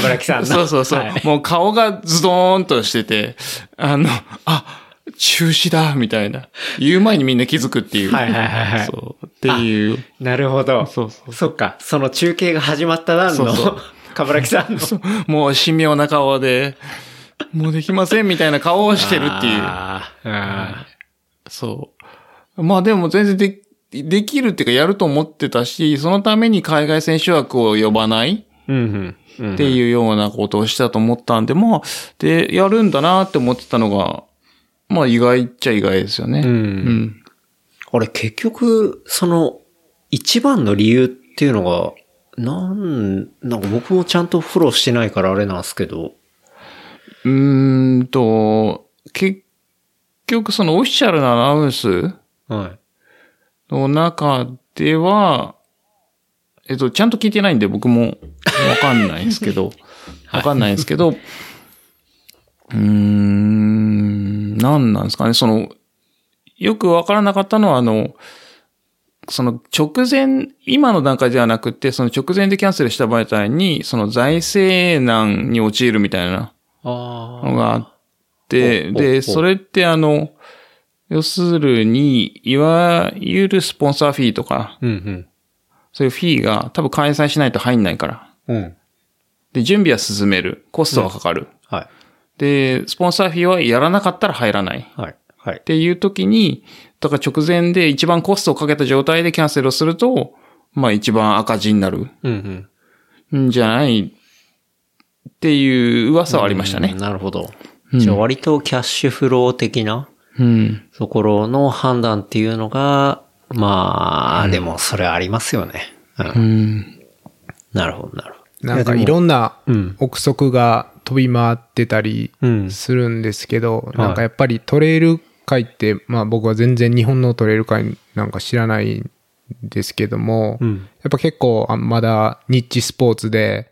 E: ぶらきさん
D: そうそうそう。もう顔がズドーンとしてて、あの、あ、中止だ、みたいな。言う前にみんな気づくっていう。
E: はいはいはいはい
D: そう。っていう。
E: なるほど。
D: そうそう
E: そっか。その中継が始まった段
D: そうそう
E: の、かぶらきさんの。
D: もう 神妙な顔で、もうできませんみたいな顔をしてるっていう。
E: あーあ
D: そう。まあでも全然で、できるっていうかやると思ってたし、そのために海外選手枠を呼ばない
E: ー。うんうん。うん
D: っていうようなことをしたと思ったんで、まあ、で、やるんだなって思ってたのが、まあ意外っちゃ意外ですよね。
E: うん
D: うん。
E: あれ結局、その、一番の理由っていうのが、なん、なんか僕もちゃんとフォローしてないからあれなんですけど。
D: うーんと、結局そのオフィシャルなアナウンス
E: は
D: の中では、えっと、ちゃんと聞いてないんで僕もわかんないんですけど、わかんないんですけど、うーん、なんなんですかね、その、よくわからなかったのは、あの、その直前、今の段階ではなくて、その直前でキャンセルした場合に、その財政難に陥るみたいな、
E: い。あ
D: のがあって、
E: ほうほうほ
D: で、
E: う
D: それってあの、要するに、いわゆるスポンサーフィーとか
E: うん
D: そういうフィーが多分開催しないと入んないから。
E: うん。
D: で、準備は進める。コストはかかる。
E: はい。
D: で、スポンサーフィーはやらなかったら入らない。っ
E: はい。はい。
D: ていう時に、だから直前で一番コストをかけた状態でキャンセルをすると、まあ一番赤字になる
E: うんうん。
D: んじゃないっていう噂はありました
E: う
D: ね
E: ん。なるほど。じゃあ割とキャッシュフロー的な
D: うん。
E: ところの判断っていうのが、まあ、でもそれありますよね。うん。
D: うん。
E: なるほど、なるほ
B: なんかいろんな
E: うん
B: 憶測が飛び回ってたり
E: ど。うん。
B: するんですけど、
E: い
B: なんかやっぱりトレイル界って、まあ僕は全然日本のトレイル界なんか知らないんですけども、
E: うん。
B: やっぱ結構あまだニッチスポーツで、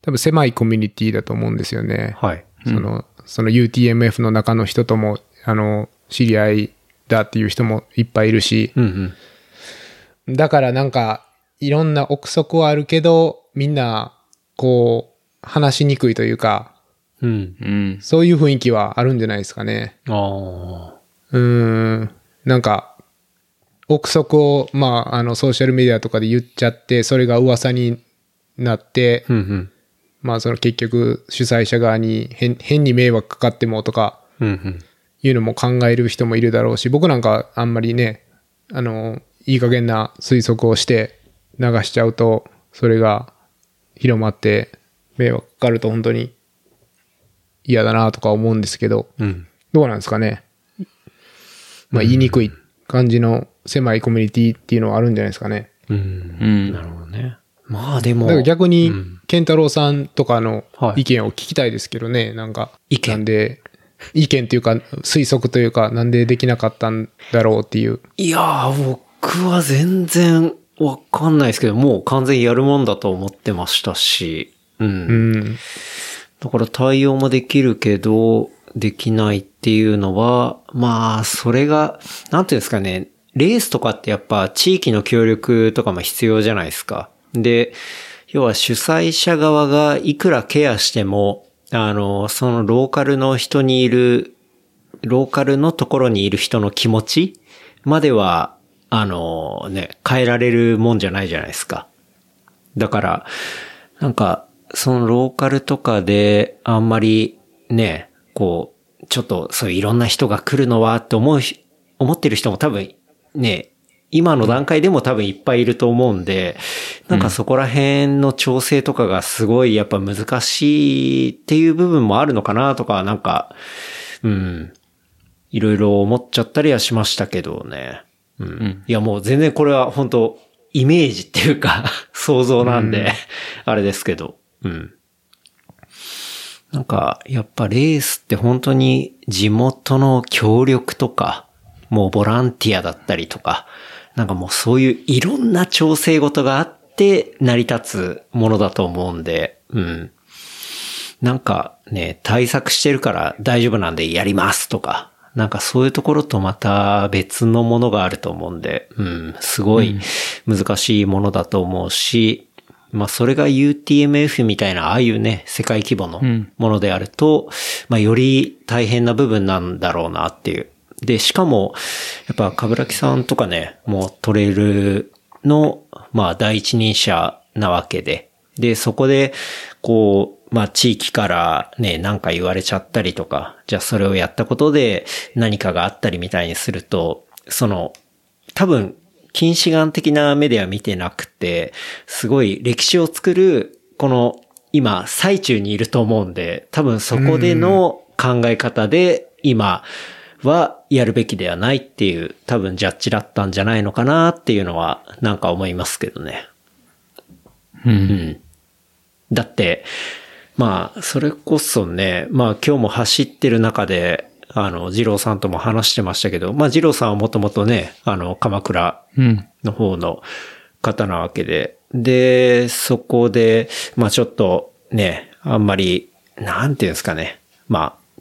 B: 多分狭いコミュニティだと思うんですよね。
E: はい。
B: その、その UTMF の中の人とも、あの、知り合いだっていう人もいっぱいいるし、
E: うんうん。
B: だからなんか、いろんな憶測はあるけど、みんな、こう、話しにくいというか、
E: うん。
D: うん。
B: そういう雰囲気はあるんじゃないですかね。
E: あ
B: うーん。なんか、憶測を、まあ、あの、ソーシャルメディアとかで言っちゃって、それが噂になって
E: あ。、うん
B: まあ、その結局、主催者側に変変に迷惑かかってもとか、
E: うん。うんうん。
B: いうのも考える人もいるだろうし、僕なんかあんまりね、あの、いい加減な推測をして流しちゃうと、それが広まって迷惑かかると本当に嫌だなとか思うんですけど、
E: うん。
B: どうなんですかね。まあ言いにくい感じの狭いコミュニティっていうのはあるんじゃないですかね。
E: うん。
D: うん。
E: なるほどね。まあでも
B: だか、ら逆に
E: うん、
B: 健太郎さんとかの
E: はい
B: 意見を聞きたいですけどね、なんか。
E: 意見
B: なんで、意見というか、推測というか、なんでできなかったんだろうっていう。
E: いやー、僕は全然わかんないですけど、もう完全にやるもんだと思ってましたし、うん。
B: うん。
E: だから対応もできるけど、できないっていうのは、まあ、それが、なんていうんですかね、レースとかってやっぱ地域の協力とかも必要じゃないですか。で、要は主催者側がいくらケアしても、あの、そのローカルの人にいる、ローカルのところにいる人の気持ちまでは、あのね、変えられるもんじゃないじゃないですか。だから、なんか、そのローカルとかで、あんまりね、こう、ちょっとそういういろんな人が来るのはって思うひ、思ってる人も多分、ね、今の段階でも多分いっぱいいると思うんで、なんかそこら辺の調整とかがすごいやっぱ難しいっていう部分もあるのかなとか、なんか、うん、いろいろ思っちゃったりはしましたけどね。うん。いや、もう全然これは本当イメージっていうか、 想像なんで、あれですけど。うん。なんか、やっぱレースって本当に地元の協力とか、もうボランティアだったりとか、なんかもうそういういろんな調整事があって成り立つものだと思うんで、うん。なんかね、対策してるから大丈夫なんでやりますとか、なんかそういうところとまた別のものがあると思うんで、うん、すごい難しいものだと思うし、まあそれが UTMF みたいな、ああいうね、世界規模のものであると、まあより大変な部分なんだろうなっていう。で、しかも、やっぱ、かぶらきさんとかね、もうトレイルの、まあ、第一人者なわけで。で、そこで、こう、まあ、地域からね、なんか言われちゃったりとか、じゃあそれをやったことで何かがあったりみたいにすると、その、多分、近視眼的な目では見てなくて、すごい歴史を作る、この、今、最中にいると思うんで、多分そこでの考え方で、今はやるべきではないっていう、多分ジャッジだったんじゃないのかなっていうのは、なんか思いますけどね。うん。だって、まあ、それこそね、まあ今日も走ってる中で、あの、二郎さんとも話してましたけど、まあ二郎さんはもともとね、あの、鎌倉
D: うん。
E: の方の方なわけで、で、そこで、まあちょっとね、あんまり、なんていうんですかね、まあ、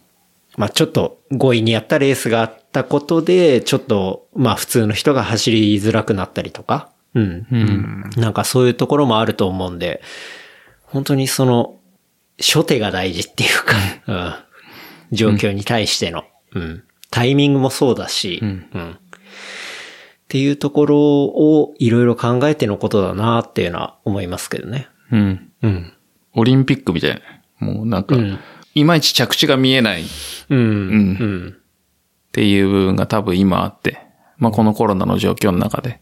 E: まあちょっと5位にやったレースがあったことで、ちょっと、まあ普通の人が走りづらくなったりとか、うん。なんかそういうところもあると思うんで、本当にその、初手が大事っていうか、うん、状況に対しての、うん、タイミングもそうだし、うん。ってっていうところをいろいろ考えてのことだなっていうのは思いますけどね。
D: うん。
E: うん。
D: オリンピックみたいな。もうなんか、
E: うん
D: いまいち着地が見えないっ
E: うん。
D: ん
E: うん。
D: ていう部分が多分今あって、まあこのコロナの状況の中で。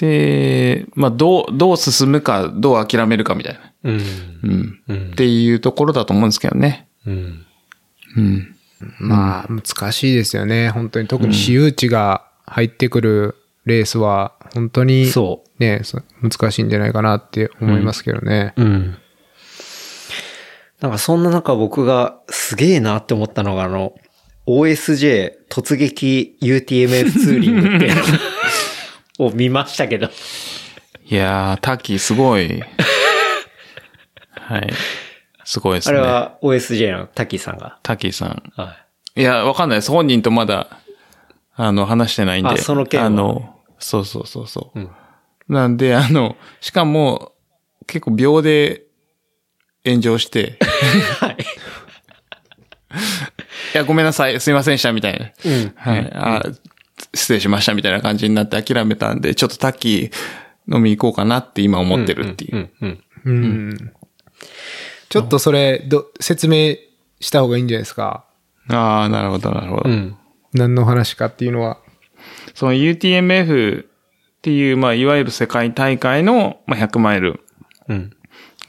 D: で、まあどう、どう進むか、どう諦めるかみたいな。
E: うん。
D: うん。
E: うん
D: っ。ていうところだと思うんですけどね。
E: うん。
D: うん。
B: まあ、難しいですよね。本当に。特に私有地が入ってくるレースは、本当に、
E: そう
B: ね、そ難しいんじゃないかなって思いますけどね。
E: うん。なんかそんな中僕がすげえなって思ったのがあの、OSJ 突撃 UTMF ツーリングっていう のを見ましたけど。
D: いやー、タキすご い。はい。すごいです
E: あ
D: ね。
E: れは OSJ のタキさんが。
D: タキさん。
E: はい
D: や、わかんないです。本人とまだ、あの、話してないんで。
E: あその件は
D: あの、そうそうそうそう。
E: うん
D: なんで、あの、しかも、結構秒で炎上して、
E: い。 はい。
D: いや、ごめんなさい、すいませんでした、みたいな。
E: うん。
D: はい。あ、失礼しました、みたいな感じになって諦めたんで、ちょっとタッキー飲み行こうかなって今思ってるっていう。
E: んうん。
B: うん。ちょっとそれど、説明した方がいいんじゃないですか。
D: ああ、なるほど、なるほど。
E: うん。
B: 何の話かっていうのは。
D: その UTMF っていう、まあ、いわゆる世界大会の、まあ、100マイル
E: うん。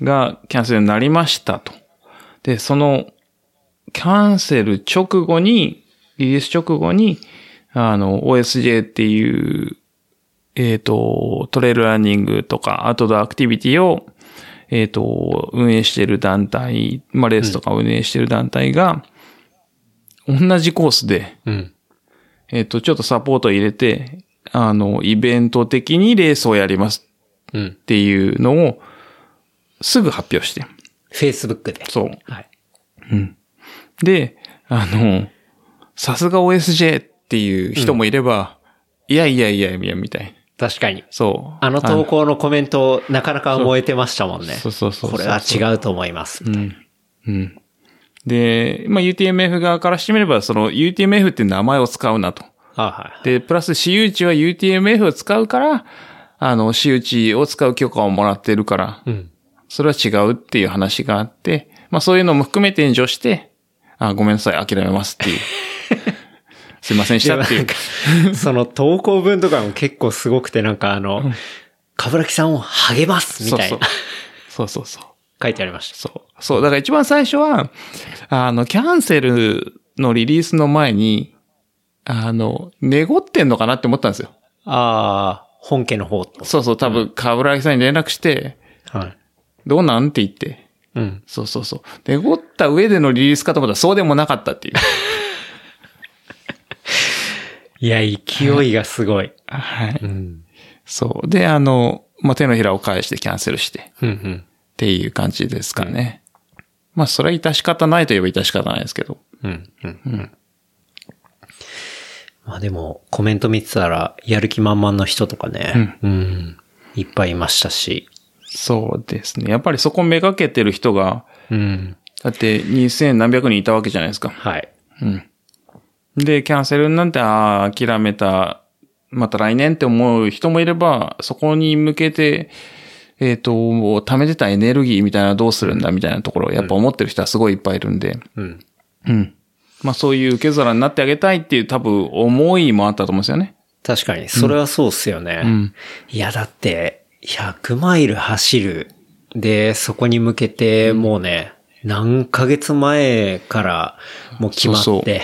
D: がキャンセルになりましたと。で、その、キャンセル直後に、リリース直後に、あの、OSJ っていう、えっ、と、トレイルランニングとか、アウトドアアクティビティを、えっ、と、運営している団体、まあ、レースとかを運営している団体が、同じコースで、
E: うん。
D: えっ、と、ちょっとサポートを入れて、あの、イベント的にレースをやります
E: うん
D: っ。ていうのを、すぐ発表して。
E: Facebook で。
D: そう。
E: はい。
D: で、あの、さすが OSJ っていう人もいれば、いやいやいやいや、みたいな。
E: 確かに。
D: そう。
E: あの投稿のコメント、なかなか燃えてましたもんね。
D: そうそうそうそう
E: これは違うと思います。
D: うん。で、まあ、UTMF 側からしてみれば、その UTMF って名前を使うなと。
E: はいはい。
D: で、プラス私有地は UTMF を使うから、あの、私有地を使う許可をもらってるから、
E: うん。
D: それは違うっていう話があって、まあそういうのも含めて炎上して、あ、ごめんなさい、諦めます っていう。すいませんでしたっていう。
E: その投稿文とかも結構すごくて、なんかあの、かぶらきさんを励ますみ
D: そう
E: たい
D: そ
E: な
D: う。そうそうそう。
E: 書いてありました。
D: そう。そう。だから一番最初は、あの、キャンセルのリリースの前に、あの、寝ごってんのかなって思ったんですよ。
E: ああ、本家の方と。
D: そうそう、多分、かぶらさんに連絡して、
E: はい。
D: どうなんって言って。
E: うん。
D: そうそうそう。寝ごった上でのリリースかと思ったら、そうでもなかったっていう。
E: いや、勢いがすごい。
D: はい。
E: うん。
D: そう。で、あの、まあ、手のひらを返してキャンセルして。
E: うんうん。
D: っていう感じですかね。まあ、それは致し方ないといえば致し方ないですけど。
E: うん。うん。まあでも、コメント見てたら、やる気満々の人とかね。うん。いっぱいいましたし。
D: そうですね。やっぱりそこめがけてる人が、
E: うん。
D: だって2000何百人いたわけじゃないですか。
E: はい。
D: うん。で、キャンセルになんて、ああ、諦めた、また来年って思う人もいれば、そこに向けて、えっ、と、貯めてたエネルギーみたいなのどうするんだみたいなところをやっぱ思ってる人はすごいいっぱいいるんで。
E: うん。
D: うん。まあそういう受け皿になってあげたいっていう多分思いもあったと思うんですよね。
E: 確かに、それはそうっすよね。
D: ん
E: いや、だって、100マイル走る。で、そこに向けて、もうね、何ヶ月前から、もう決ま
D: そう
E: っ
D: そ
E: て、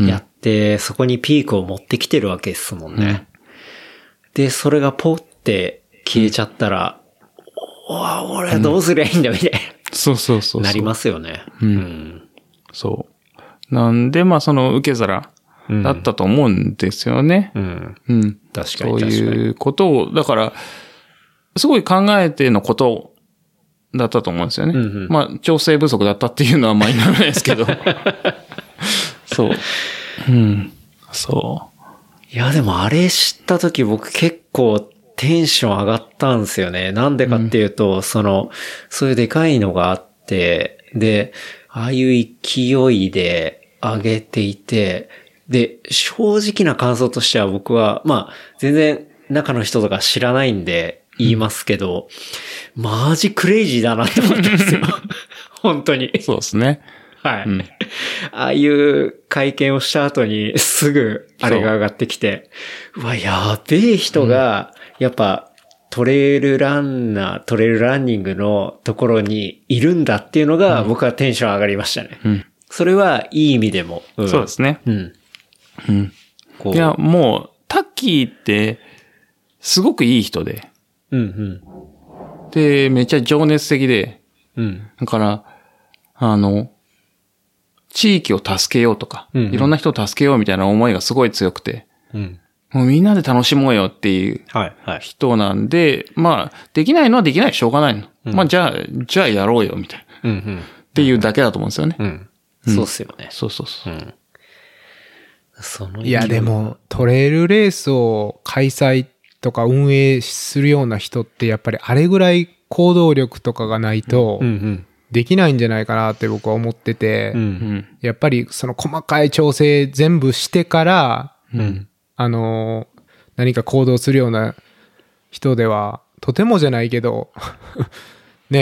E: やって、そこにピークを持ってきてるわけですもんね。で、それがポって消えちゃったら、おわ、俺どうすりゃいいんだ、みたい
D: そうそうそうそう
E: な、なりますよね。うん。
D: そう。なんで、まあ、その受け皿だったと思うんですよね。
E: うん。
D: うん。
E: 確か
D: そ
E: に、
D: う
E: 確かに。
D: いうことを、だから、すごい考えてのことだったと思うんですよね。
E: んうん
D: まあ、調整不足だったっていうのはまあ言わないです けど。そう。うん。そ
E: いや、でもあれ知った時僕結構テンション上がったんですよね。なんでかっていうと、その、そういうでかいのがあって、で、ああいう勢いで上げていて、で、正直な感想としては僕は、まあ、全然中の人とか知らないんで言いますけど、マジクレイジーだなって思ったん ですよ。本当に。
D: そうですね。
E: はい。
D: うん
E: ああいう会見をした後にすぐあれが上がってきて、うわ、やべえ人が、やっぱトレイルランナー、トレイルランニングのところにいるんだっていうのが僕はテンション上がりましたね。
D: うん
E: それはいい意味でも。ん
D: そうですね。
E: うん。
D: うん。
E: こう。
D: いや、もう、タッキーって、すごくいい人で、
E: うんうん。
D: で、めっちゃ情熱的で、
E: うん。
D: だから、あの、地域を助けようとか、
E: うんうん
D: いろんな人を助けようみたいな思いがすごい強くて、
E: うん。
D: もうみんなで楽しもうよっていう
E: はい、はい。
D: 人なんで、まあ、できないのはできない、しょうがないの。
E: ん
D: まあ、じゃあ、じゃあやろうよ、みたいな。
E: うん
D: っていうだけだと思うんですよね。
E: うん。うん。そうっすよね。
D: そうそうそうう。
E: ん。その勢
B: いや、で。も、トレイルレースを開催とか運営するような人って、やっぱりあれぐらい行動力とかがないと
E: う、ん
B: できないんじゃないかなって僕は思ってて、
E: うん。う。
D: うんん。
B: やっぱりその細かい調整全部してから、
E: うん。
B: あのー何か行動するような人では、とてもじゃないけど、 ね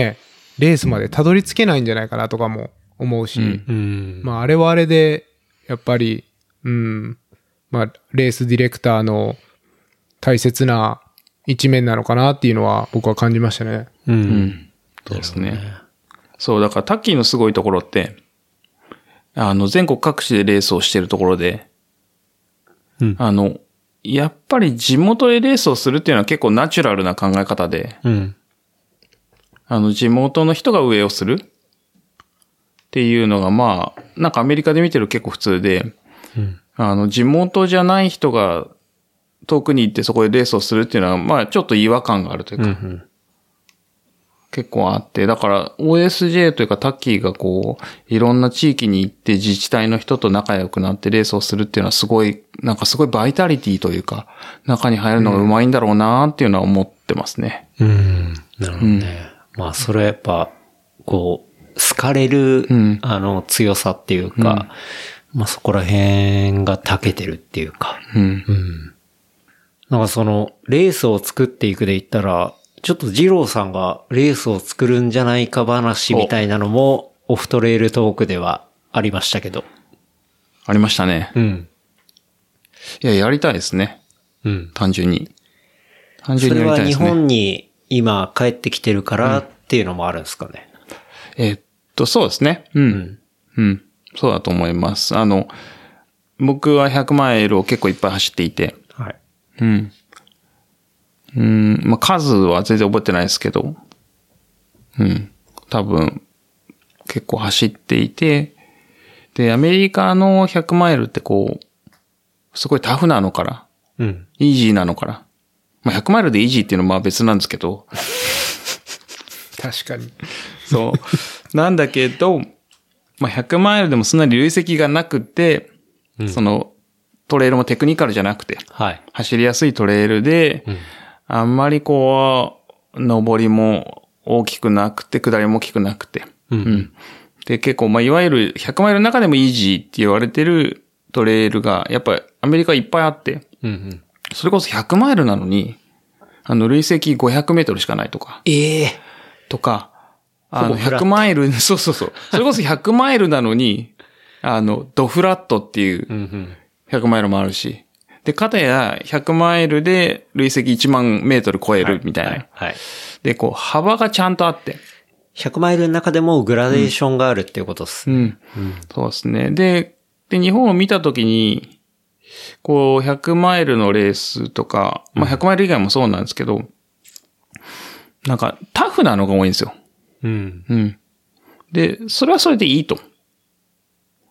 B: え、レースまでたどり着けないんじゃないかなとかも思うし、
D: うん
E: うん。
B: まあ、あれはあれで、やっぱり、うん、まあ、レースディレクターの大切な一面なのかなっていうのは僕は感じましたね。
D: う
E: う。
D: んん。そうですね。そう、だからタッキーのすごいところって、あの、全国各地でレースをしてるところで、
E: うん
D: あの、やっぱり地元でレースをするっていうのは結構ナチュラルな考え方で、
E: うん。
D: あの、地元の人が上をするっていうのが、まあ、なんかアメリカで見てる結構普通で、
E: うん
D: あの、地元じゃない人が遠くに行ってそこでレースをするっていうのは、まあ、ちょっと違和感があるという
E: う
D: か、
E: ん。
D: 結構あって、だから OSJ というかタッキーがこう、いろんな地域に行って自治体の人と仲良くなってレースをするっていうのはすごい、なんかすごいバイタリティというか、中に入るのがうまいんだろうなっていうのは思ってますね。
E: うん。なるほどね。まあ、それはやっぱ、こう、好かれる
D: うん、
E: あの、強さっていうか、まあ、そこら辺が長けてるっていうか。
D: うん。
E: うん。なんかその、レースを作っていくで言ったら、ちょっと二郎さんがレースを作るんじゃないか話みたいなのも、オフトレールトークではありましたけど。
D: ありましたね。
E: うん。
D: いや、やりたいですね。
E: うん。
D: 単純に。単
E: そ
D: 純に
E: れ
D: やりた
E: は
D: いで
E: 日
D: すね。
E: 本に今帰ってきてるからっていうのもあるんですかね。
D: えっと、そうですね。う。
E: うんん。
D: うん。そうだと思います。あの、僕は100マイルを結構いっぱい走っていて、
E: はい。
D: うん。うん、まあ、数は全然覚えてないですけど、うん。多分、結構走っていて、で、アメリカの100マイルってこう、すごいタフなのから、
E: うん。
D: イージーなのから。まあ、100マイルでイージーっていうのはまあ別なんですけど、
B: 確かに。
D: そう。なんだけど、まあ、100マイルでもそんなに累積がなくて、その、トレイルもテクニカルじゃなくて、
E: はい。
D: 走りやすいトレイルで、
E: ん
D: あんまりこう、上りも大きくなくて、下りも大きくなくて。
E: うん
D: で、結構、まあ、いわゆる100マイルの中でもイージーって言われてるトレイルが、やっぱアメリカいっぱいあって、
E: うんうん。
D: それこそ100マイルなのに、あの、累積500メートルしかないとか、
E: ええ
D: とか、あ
E: ほぼ
D: の、
E: フラット
D: 100マイル、 そうそうそう。それこそ100マイルなのに、あの、ドフラットっていう、
E: うんうん。
D: 100マイルもあるし。で、かたや100マイルで累積1万メートル超えるみたいな。
E: はい。はい。
D: で、こう、幅がちゃんとあって。
E: 100マイルの中でもグラデーションがあるっていうことです
D: う。ん。そうですね。で、で、日本を見たときに、こう、100マイルのレースとか、まあ、100マイル以外もそうなんですけど、なんか、タフなのが多いんですよ。
E: うん。
D: うん。で、それはそれでいいと。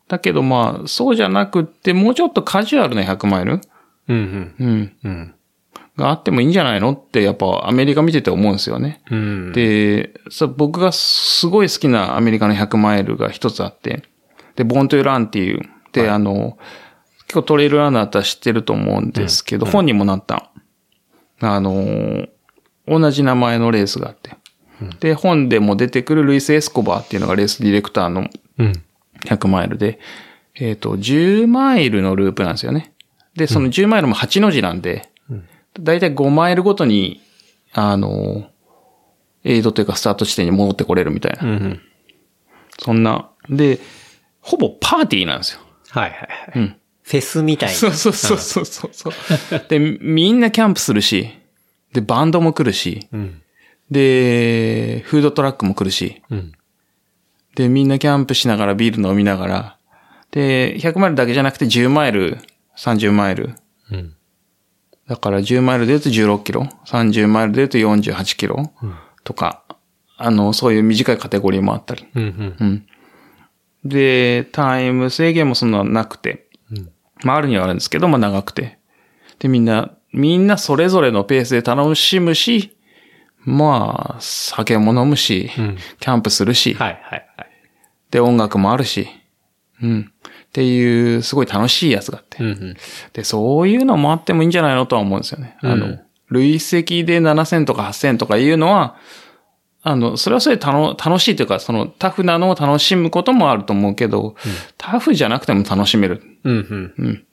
D: だけど、まあ、そうじゃなくって、もうちょっとカジュアルな100マイル
E: うんうん。
D: うん。
E: うん。
D: があってもいいんじゃないのって、やっぱアメリカ見てて思うんですよね。
E: うん。
D: で、さ僕がすごい好きなアメリカの100マイルが一つあって、で、ボーントゥーランっていう、で、あの、結構トレイルランナーだったら知ってると思うんですけど、本にもなった、あの、同じ名前のレースがあって、で、本でも出てくるルイス・エスコバーっていうのがレースディレクターの
E: うん。
D: 100マイルで、えっ、と、10マイルのループなんですよね。で、その10マイルも8の字なんで、だいたい5マイルごとに、あの、エイドというかスタート地点に戻ってこれるみたいな。
E: うんうん。
D: そんな。で、ほぼパーティーなんですよ。
E: はいはいはい。
D: うん。
E: フェスみたいな。
D: そうそうそうそうそうそう。 で、みんなキャンプするし、で、バンドも来るし、
E: うん。
D: で、フードトラックも来るし、
E: うん。
D: で、みんなキャンプしながらビール飲みながら、で、100マイルだけじゃなくて10マイル、30マイル。
E: うん。
D: だから10マイルで言うと16キロ、30マイルで言うと48キロとか、あの、そういう短いカテゴリーもあったり。
E: うんうん。
D: うん。で、タイム制限もそんななくて。
E: うん
D: まあ、あるにはあるんですけど、まあ長くて。で、みんな、みんなそれぞれのペースで楽しむし、まあ、酒も飲むし、
E: ん
D: キャンプするし、
E: はいはいはい。
D: で、音楽もあるし、うん。っていう、すごい楽しいやつがあって。
E: うんうん。
D: で、そういうのもあってもいいんじゃないのとは思うんですよね。あの、累積で7000とか8000とかいうのは、あの、それはそれで楽楽しいというか、そのタフなのを楽しむこともあると思うけど、タフじゃなくても楽しめる。
E: うん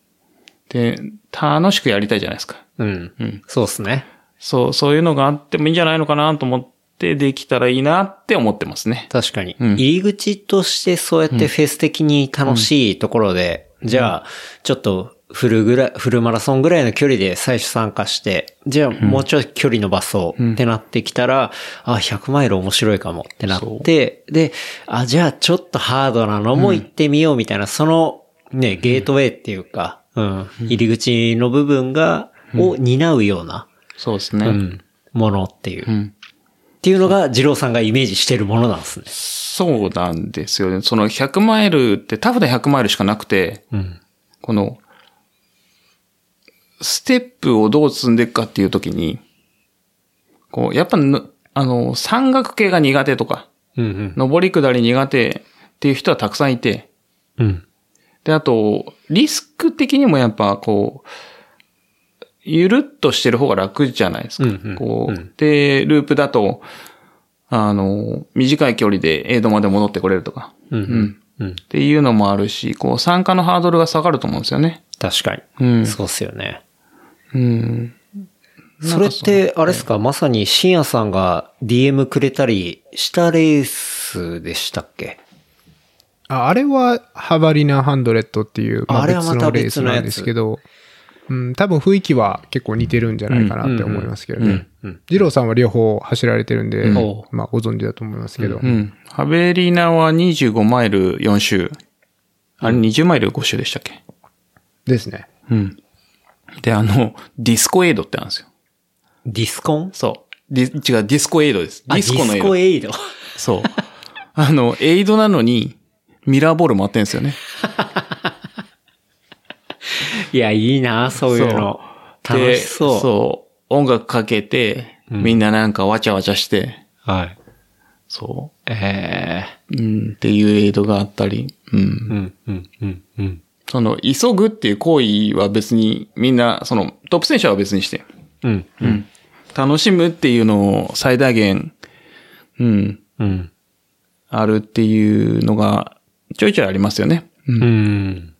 D: で、楽しくやりたいじゃないですか。
E: うん。うん。そうっすね。
D: そう、そういうのがあってもいいんじゃないのかなと思って、できたらいいなって思ってますね。
E: 確かに。
D: うん
E: 入り口としてそうやってフェス的に楽しいところで、じゃあ、ちょっとフルぐらい、フルマラソンぐらいの距離で最初参加して、じゃあもうちょい距離伸ばそうってなってきたら、あ、100マイル面白いかもってなって、で、あ、じゃあちょっとハードなのも行ってみようみたいな、そのね、ゲートウェイっていうか、うん、入り口の部分が、を担うような、
D: そうですね。
E: うん、ものっていう。
D: うん
E: っていうのが、二郎さんがイメージしてるものなんですね。
D: そうなんですよね。その100マイルってタフで100マイルしかなくて、
E: うん。
D: この、ステップをどう積んでいくかっていうときに、こう、やっぱぬ、あの、山岳系が苦手とか、
E: うんうん。
D: 上り下り苦手っていう人はたくさんいて、
E: うん。
D: で、あと、リスク的にもやっぱこう、ゆるっとしてる方が楽じゃないですか。
E: うんうん
D: こ
E: うん
D: う、で、ループだと、あの、短い距離でエイドまで戻ってこれるとか、
E: うんうん。うん。
D: っていうのもあるし、こう、参加のハードルが下がると思うんですよね。
E: 確かに。
D: うん。
E: そうっすよね。
D: うん。
E: それって、あれっすか、まさに、深夜さんが DM くれたりしたレースでしたっけ
B: ああれは、ハバリナハンドレットっていう、ま
E: あ
B: あ、
E: れは
B: 別
E: ま
B: の
E: た
B: レー
E: 別
B: ス
E: のやつ
B: なんですけど、うん、多分雰囲気は結構似てるんじゃないかなって思いますけどね。
E: うん。
B: 二郎さんは両方走られてるんで、
E: うん
B: まあご存知だと思いますけど。
D: うん。ハベリナは25マイル4周。あれ20マイル5周でしたっけ
B: ですね。
D: うん。で、あの、ディスコエイドってあるんですよ。
E: ディスコン
D: そう。ディ違う、ディスコエイドです。デ
E: あ
D: ィスコのエ
E: ディ
D: イ
E: スコ
D: ド。
E: エイド。
D: そう。あの、エイドなのに、ミラーボール回ってんですよね。
E: いや、いいなそういうの。
D: で
E: 楽しそう。
D: そう。音楽かけて、みんななんかわちゃわちゃして、
E: はい。
D: そ
E: え
D: う。うん、っていうエイドがあったり。うん
E: ー。うん、うん、うん、うん。
D: その、急ぐっていう行為は別に、みんな、その、トップ選手は別にして、
E: うん、
D: 楽しむっていうのを最大限、うん、
E: うん。
D: あるっていうのが、ちょいちょいありますよね。うん
E: うん。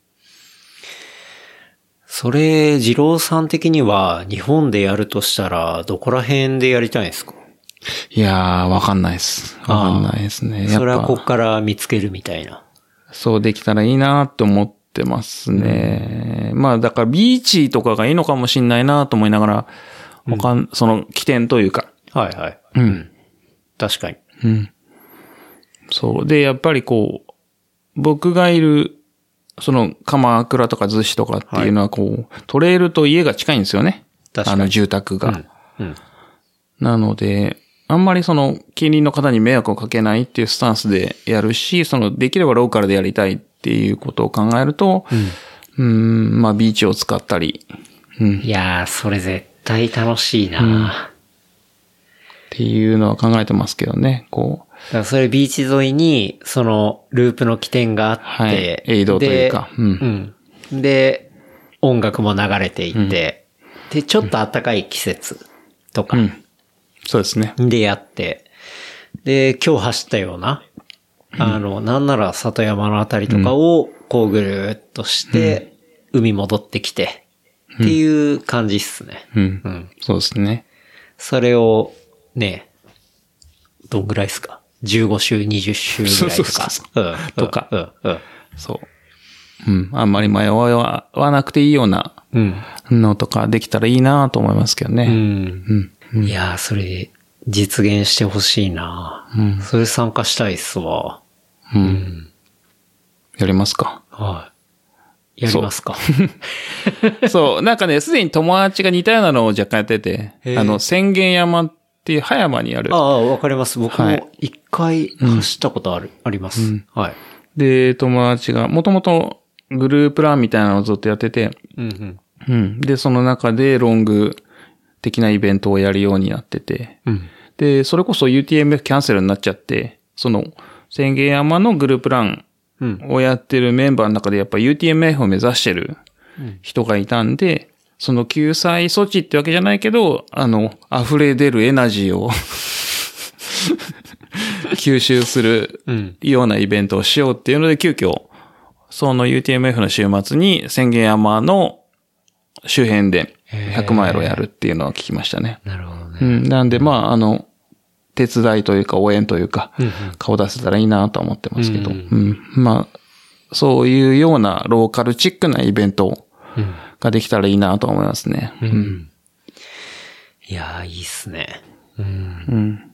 E: それ、二郎さん的には、日本でやるとしたら、どこら辺でやりたいんですか
D: いやー、わかんないっす。わかんないですね。やっぱ
E: それはこっから見つけるみたいな。
D: そうできたらいいなって思ってますね。まあ、だから、ビーチとかがいいのかもしんないなと思いながら、わかん、その、起点というか、
E: はいはい。
D: うん。
E: 確かに。
D: うん。そう。で、やっぱりこう、僕がいる、その、鎌倉とか逗子とかっていうのは、こう、トレイルと家が近いんですよね。
E: 確かに
D: あの、住宅が。
E: うん。
D: なので、あんまりその、近隣の方に迷惑をかけないっていうスタンスでやるし、その、できればローカルでやりたいっていうことを考えると、うん、ん、まあ、ビーチを使ったり、うん、っ
E: いやー、それ絶対楽しいな、
D: ていうのは考えてますけどね、こう。
E: だからそれビーチ沿いに、その、ループの起点があって、
D: はいエイドというか
E: で
D: うん
E: うんで、音楽も流れていて、で、ちょっと暖かい季節とか
D: う、ん。そうですね。
E: でやって、で、今日走ったような、あの、なんなら里山のあたりとかを、こうぐるーっとして、海戻ってきて、っていう感じっすね。
D: うん
E: う。ん。
D: そうですね。
E: それを、ね、どんぐらいっすか ?15 週、20週ぐらい
D: そう
E: と
D: そう
E: か
D: そ。
E: うん
D: とか
E: うん。うん。
D: そう。うん。あんまり迷わなくていいような
E: うん。
D: のとかできたらいいなと思いますけど
E: う
D: ね。
E: ん。
D: うん。
E: いやー、それ、実現してほしいな、
D: うん
E: それ参加したいっすわ。
D: うん。
E: うん。
D: やります か。
E: はい。やりますか。
D: そう。なんかね、すでに友達が似たようなのを若干やってて、
E: へー
D: あの、宣言山っていう葉山にある
E: あ。あ、わかります。僕
D: はい
E: も一回走ったことある、あります。
D: うん
E: はい。
D: で、友達が、もともとグループランみたいなのをずっとやってて、
E: うんう
D: う
E: ん。
D: ん。で、その中でロング的なイベントをやるようになってて、
E: うん。
D: で、それこそ UTMF キャンセルになっちゃって、その、宣言山のグループラン
E: うん。
D: をやってるメンバーの中でやっぱ UTMF を目指してる人がいたんで、その救済措置ってわけじゃないけど、あの、溢れ出るエナジーを 吸収する
E: うん。
D: ようなイベントをしようっていうので、急遽、その UTMF の週末に宣言山の周辺で100マイルをやるっていうのは聞きましたね。
E: なるほど
D: う
E: ね。
D: ん。なんで、まあ、あの、手伝いというか応援というか、顔出せたらいいなとは思ってますけど、
E: う
D: うんん。まあ、そういうようなローカルチックなイベント
E: うん。
D: ができたらいいなとは思いますね。う。
E: うんん。いやー、いいっすね。うん。
D: うん。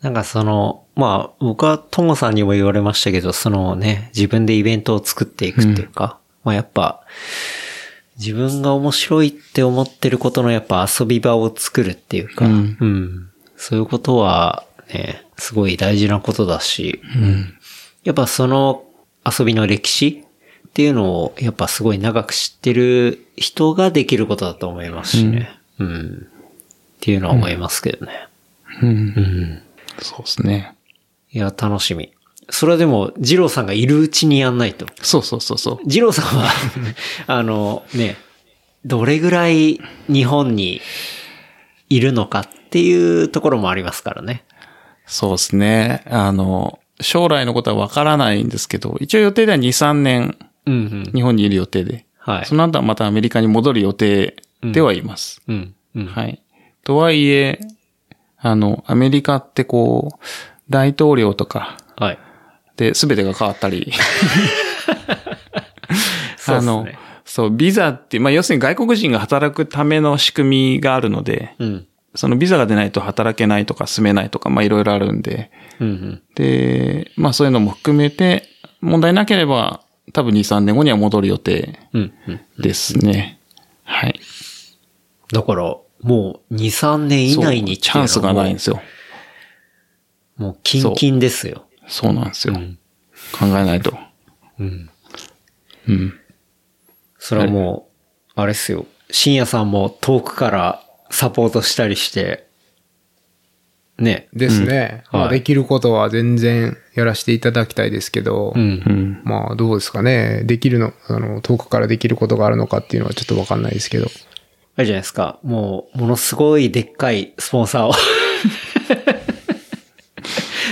E: なんかその、まあ、僕はともさんにも言われましたけど、そのね、自分でイベントを作っていくっていうか、まあやっぱ、自分が面白いって思ってることのやっぱ遊び場を作るっていうか、うん、そういうことはね、すごい大事なことだし、やっぱその遊びの歴史っていうのをやっぱすごい長く知ってる人ができることだと思いますしね、うん、っていうのは思いますけどね。
D: うん。
E: うん
D: そうですね。
E: いや、楽しみ。それはでも、二郎さんがいるうちにやんないと。
D: そうそうそうそう。
E: 二郎さんは、あの、ね、どれぐらい日本にいるのかっていうところもありますからね。
D: そうですね。あの、将来のことはわからないんですけど、一応予定では2、3年
E: うんうん。
D: 日本にいる予定で、
E: はい
D: そ。の後はまたアメリカに戻る予定ではいます。
E: うん。うん。
D: はい。とはいえ、あの、アメリカってこう、大統領とか
E: はい。
D: で全てが変わったり、
E: そうです
D: の
E: ね。、
D: そう、ビザって、まあ要するに外国人が働くための仕組みがあるので、
E: うん。
D: そのビザが出ないと働けないとか住めないとか、まあいろいろあるんで、
E: うんうん。
D: で、まあそういうのも含めて、問題なければ、多分2、3年後には戻る予定
E: うん。うん。
D: ですね。はい。
E: だから、もう2、3年以内に
D: そうチャンスがないんです
E: よ。
D: よ。
E: もう、キンキンですよ。
D: そうなんですよ。
E: ん
D: 考えないと。
E: うん。
D: うん。
E: それはもう、あれっすよ。深夜さんも遠くからサポートしたりして、ね。
B: ですね。
E: うん
B: まあ
E: はい
B: できることは全然やらせていただきたいですけど、
E: ん
D: う。ん。
B: まあどうですかね。できるの、あの、遠くからできることがあるのかっていうのはちょっとわかんないですけど。
E: あれじゃないですか。もう、ものすごいでっかいスポンサーを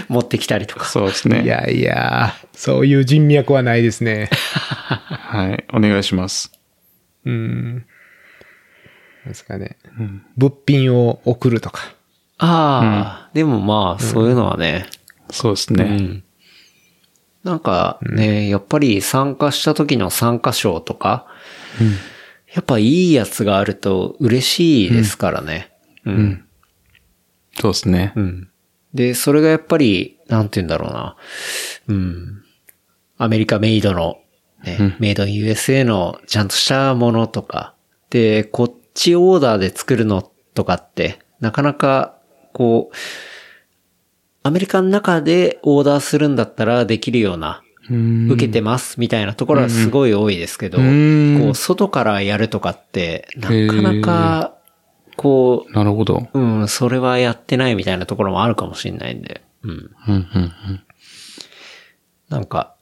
E: 持ってきたりとか。
D: そうですね。
B: いやいや、そういう人脈はないです ね。
D: はい。お願いします。
B: うん。なんですかね。物品を送るとか。
E: ああ、でもまあ、そういうのはね。
D: そうです
E: う
D: ね。
E: ん。なんかね、やっぱり参加した時の参加賞とか、やっぱいいやつがあると嬉しいですからね。うん
D: そうですね
E: う。ん。で、それがやっぱり、なんて言うんだろうな。うん。アメリカメイドの、ね
D: うん
E: メイドイン USA のちゃんとしたものとか。で、こっちオーダーで作るのとかって、なかなか、こう、アメリカの中でオーダーするんだったらできるような、
D: うん
E: 受けてますみたいなところはすごい多いですけど、
D: うん
E: こう、外からやるとかって、なかなか、こう、
D: なるほど。
E: うん、それはやってないみたいなところもあるかもしれないんで。うん。
D: うん、うん、
E: なんか、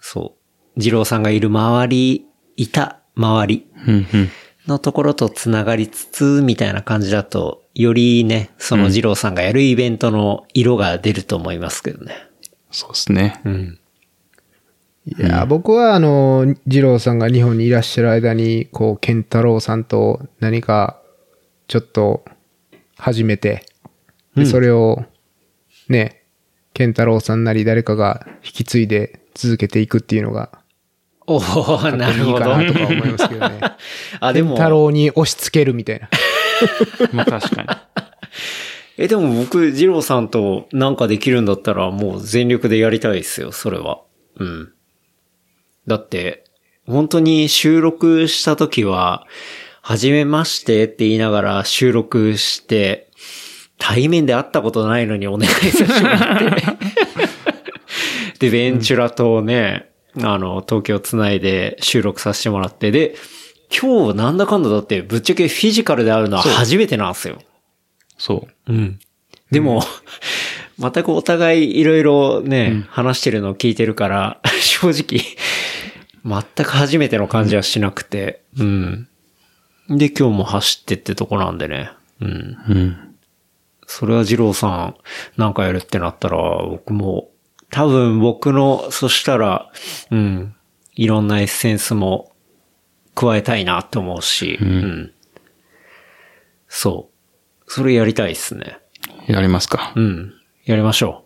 E: そう。二郎さんがいる周り、いた周り
D: うん。うん、うん。
E: のところとつながりつつ、みたいな感じだと、よりね、その二郎さんがやるイベントの色が出ると思いますけどね。
D: そうですね。
E: うん。
B: いやー、僕はあの、二郎さんが日本にいらっしゃる間に、こう、健太郎さんと何か、ちょっと、始めて、でそれを、ね、健太郎さんなり誰かが引き継いで続けていくっていうのが、
E: おおなる
B: いい
E: ほ
B: か
E: ど。
B: なとか 思いますけどね。
E: あ、 で
B: 健
E: も、
B: 太郎に押し付けるみたいな。
D: まあ確かに。
E: え、でも僕、二郎さんとなんかできるんだったら、もう全力でやりたいですよ、それは。うん。だって、本当に収録した時は、はじめましてって言いながら収録して、対面で会ったことないのにお願いさせてもらって。で、ベンチュラとね、あの、東京つないで収録させてもらって、で、今日なんだかんだだって、ぶっちゃけフィジカルで会うのは初めてなんですよ。
D: そう。
E: うん。で も、全くお互いいろいろね、話してるのを聞いてるから、 正直、全く初めての感じはしなくて、うん。で、今日も走ってってとこなんでね。うん。
D: うん。
E: それは二郎さんなんかやるってなったら、僕も、多分僕の、そしたら、うん、いろんなエッセンスも加えたいなと思うし、うん。そう。それやりたいですね。
D: やりますか
E: う。ん。やりましょ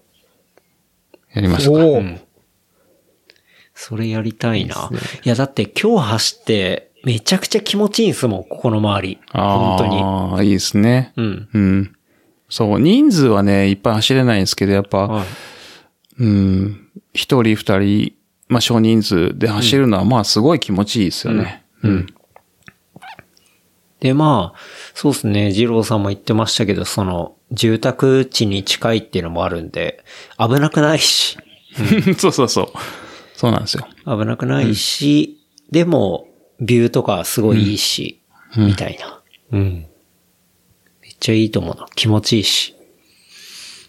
D: やりまし
B: お
D: たか。
B: お、
E: う。うん。それやりたいな。いや、だって今日走って、めちゃくちゃ気持ちいいんすもん、ここの周り。
D: あ
E: 本当に。
D: あー、いいですね。
E: うん。
D: うん。そう、人数はね、いっぱい走れないんですけど、やっぱ、
E: はい。
D: うん、一人二人、まあ少人数で走るのは、まあすごい気持ちいいですよね。うん。
E: で、まあ、そうですね、二郎さんも言ってましたけど、その、住宅地に近いっていうのもあるんで、危なくないし、
D: そうそうそう。そうなんですよ。
E: 危なくないし、でも、ビューとかすごいいいし、みたいな。うん。めっちゃいいと思うな。気持ちいいし。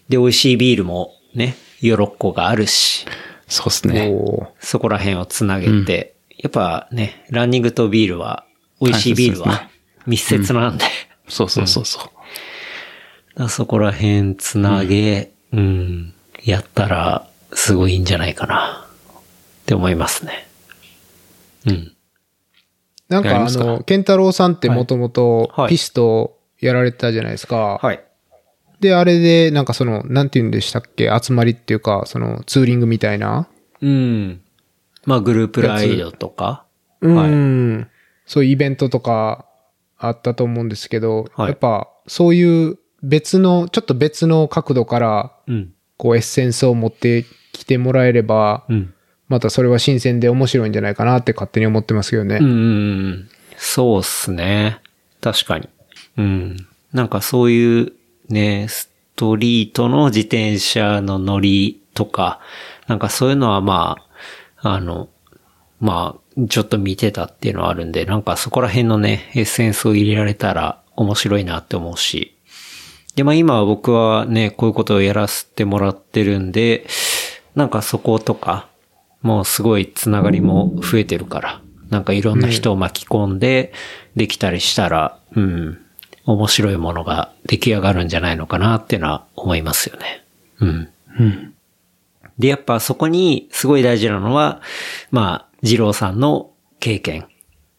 E: で、美味しいビールもね、ヨロッコがあるし、
D: そうですね。
B: おー
E: そこら辺をつなげて、やっぱね、ランニングとビールは、美味しいビール
D: 大切
E: は密接なんで、
D: そうそうそうそう。
E: だからそこら辺つなげ、うん、やったら、すごいいいんじゃないかな、って思いますね。うん。
B: なん
D: やり
B: か
D: ま
B: あ
D: すか
B: の、健太郎さんってもともと
E: はい
B: ピストやられてたじゃないですか。
E: はい。
B: で、あれで、なんかその、なんて言うんでしたっけ、集まりっていうか、その、ツーリングみたいな。
E: うん。まあ、グループライドとか。
B: うん。そういうイベントとかあったと思うんですけど、
E: はい
B: やっぱ、そういう別の、ちょっと別の角度から、
E: うん。
B: こう、エッセンスを持ってきてもらえれば、
E: うん。
B: またそれは新鮮で面白いんじゃないかなって勝手に思ってますけどね。
E: うんうんうん。そうっすね。確かに。うん。なんかそういうね、ストリートの自転車の乗りとか、なんかそういうのはまあ、あの、まあ、ちょっと見てたっていうのはあるんで、なんかそこら辺のね、エッセンスを入れられたら面白いなって思うし。で、まあ今は僕はね、こういうことをやらせてもらってるんで、なんかそことか、もうすごいつながりも増えてるから、なんかいろんな人を巻き込んでできたりしたら、うん、面白いものが出来上がるんじゃないのかなってのは思いますよね。うん。で、やっぱそこにすごい大事なのは、まあ、二郎さんの経験。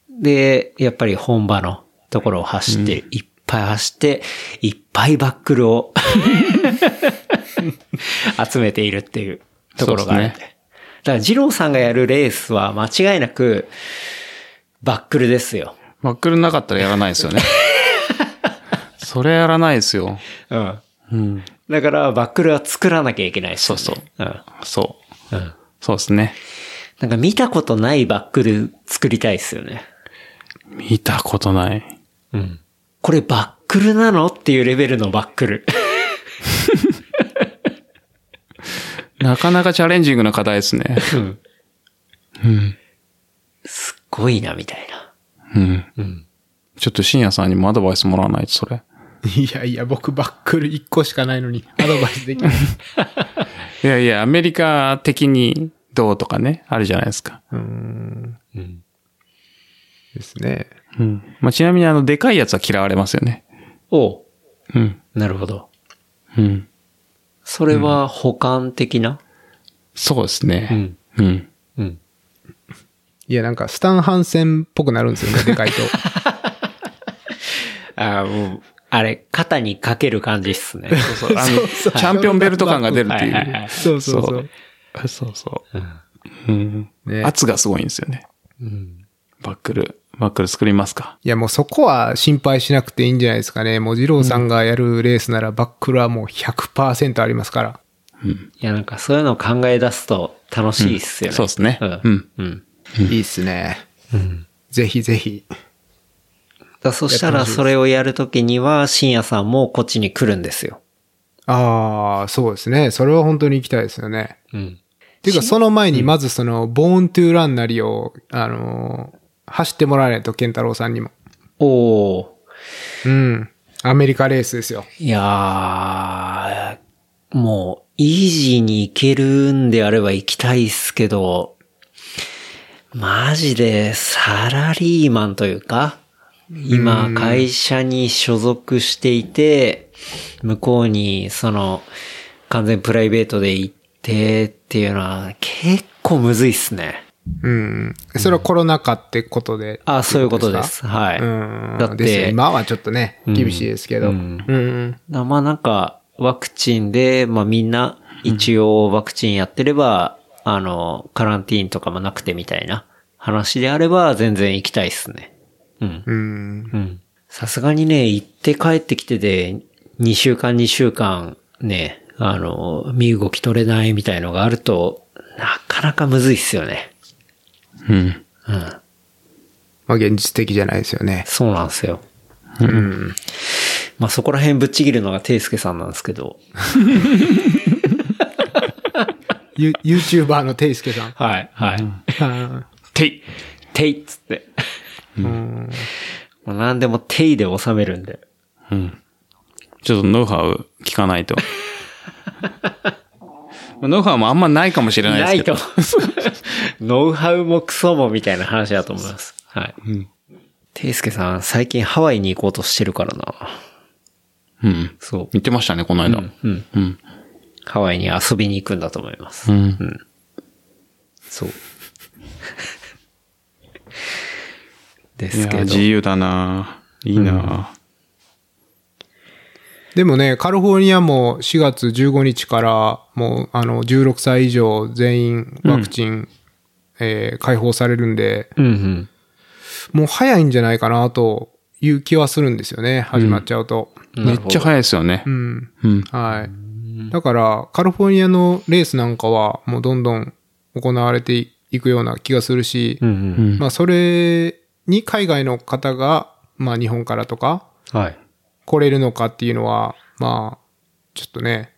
E: で、やっぱり本場のところを走って、いっぱい走って、いっぱいバックルを集めているっていうところがあるんで。
D: そうです
E: だから二郎さんがやるレースは間違いなく、バックルですよ。
D: バックルなかったらやらないですよ ね。それやらないですよ。
E: うん。
D: うん。
E: だから、バックルは作らなきゃいけないですよね、
D: そう
E: そう。
D: そう。
E: うん。うん。
D: そうですね。
E: なんか見たことないバックル作りたいですよね。
D: 見たことない。
E: うん。これバックルなのっていうレベルのバッ クル。
D: なかなかチャレンジングな課題ですね。
E: うん。
D: うん。
E: すっごいな、みたいな。
D: うん。
E: うん。
D: ちょっと深夜さんにもアドバイスもらわないと、それ。
B: いやいや、僕バックル1個しかないのに、アドバイスできない。
D: いやいや、アメリカ的にどうとかね、あるじゃないですか。
B: うん。
E: うん。
B: ですね。
D: うん。まあ、ちなみにあの、でかいやつは嫌われますよね。
E: おう
D: うん。
E: なるほど。
D: うん。
E: それは補完的な
D: そうですね。
E: うん。
D: うん。
E: うん。
B: いや、なんか、スタンハンセンっぽくなるんですよね、 でかいと。
E: ああ、もう、あれ、肩にかける感じっすね。
D: そうそう。あの、チャンピオンベルト感が出るってい
E: はいはいは
D: う
E: い。
B: そうそうそう。
D: そう。そうそう。うん。
B: ね
D: 圧がすごいんですよね。
E: うん
D: バックル、バックル作りますか。
B: いや、もうそこは心配しなくていいんじゃないですかね。もう、二郎さんがやるレースなら、バックルはもう100%ありますから。
D: うん。
E: いや、なんかそういうのを考え出すと楽しいっすよね。
D: そうですね。
E: うん
D: うん。
E: うん。
B: いいっすね。ぜひぜひ。
E: だそしたらそれをやるときには、深夜さんもこっちに来るんですよ。
B: ああ、そうですね。それは本当に行きたいですよね。
E: うん。
B: っていうか、その前に、まずその、ボーントゥーランなりを、あのー走ってもらわないと、健太郎さんにも。
E: おー。
B: うん。アメリカレースですよ。
E: いやー、もう、イージーに行けるんであれば行きたいっすけど、マジでサラリーマンというか、今、会社に所属していて、向こうに、その、完全プライベートで行ってっていうのは、結構むずいっすね。
B: うん。それはコロナ禍ってことで。
E: あ、そういうことで
B: か
E: す。はい。
B: うん。
E: だって
B: ですよ今はちょっとね、厳しいですけど。う
E: うんん。
B: うん。
E: だまあなんか、ワクチンで、まあみんな、一応ワクチンやってれば、あの、カランティーンとかもなくてみたいな話であれば、全然行きたいっすね。うん。
B: うん。
E: うん。さすがにね、行って帰ってきてで、2週間2週間、ね、あの、身動き取れないみたいのがあると、なかなかむずいっすよね。
D: うん。
E: うん。
B: まあ、現実的じゃないですよね。
E: そうなんですよ。
B: うん。
E: まあそこら辺ぶっちぎるのがていすけさんなんですけど。
B: ユ YouTuber のテイスケさん。
E: はい、はい。
B: あ
D: てい。
E: ていっつって。
B: ーうん。
E: もう何でも手いで収めるんで。
D: うん。ちょっとノウハウ聞かない と。ノウハウもあんまないかもしれないです
E: ない
D: けど。
E: と思う。ノウハウもクソもみたいな話だと思います。はい。
D: うん。
E: ていすけさん、最近ハワイに行こうとしてるからな。
D: うん。
E: そ
D: 見てましたね、この
E: う。う
D: 間。
E: ん。うん。
D: うん。
E: ハワイに遊びに行くんだと思います。
D: うん
E: そう。で
D: い
E: す
D: や
E: け
D: ー、
E: ど
D: 自。由だなーいいな
B: でもね、カリフォルニアも4月15日から、もう、あの、16歳以上全員ワクチン、えー解放されるんで、
E: うんうん。
B: もう早いんじゃないかなという気はするんですよね。始まっちゃうと。
D: ーめっちゃ早いですよね
B: う。ん。
D: うん。
B: はい。だから、カリフォルニアのレースなんかは、もうどんどん行われていくような気がするし、
E: うん
D: う
E: うん。
D: ん。
B: まあ、それに海外の方が、まあ、日本からとか
E: はい。
B: 来れるのかっていうのは、まあ、ちょっとね、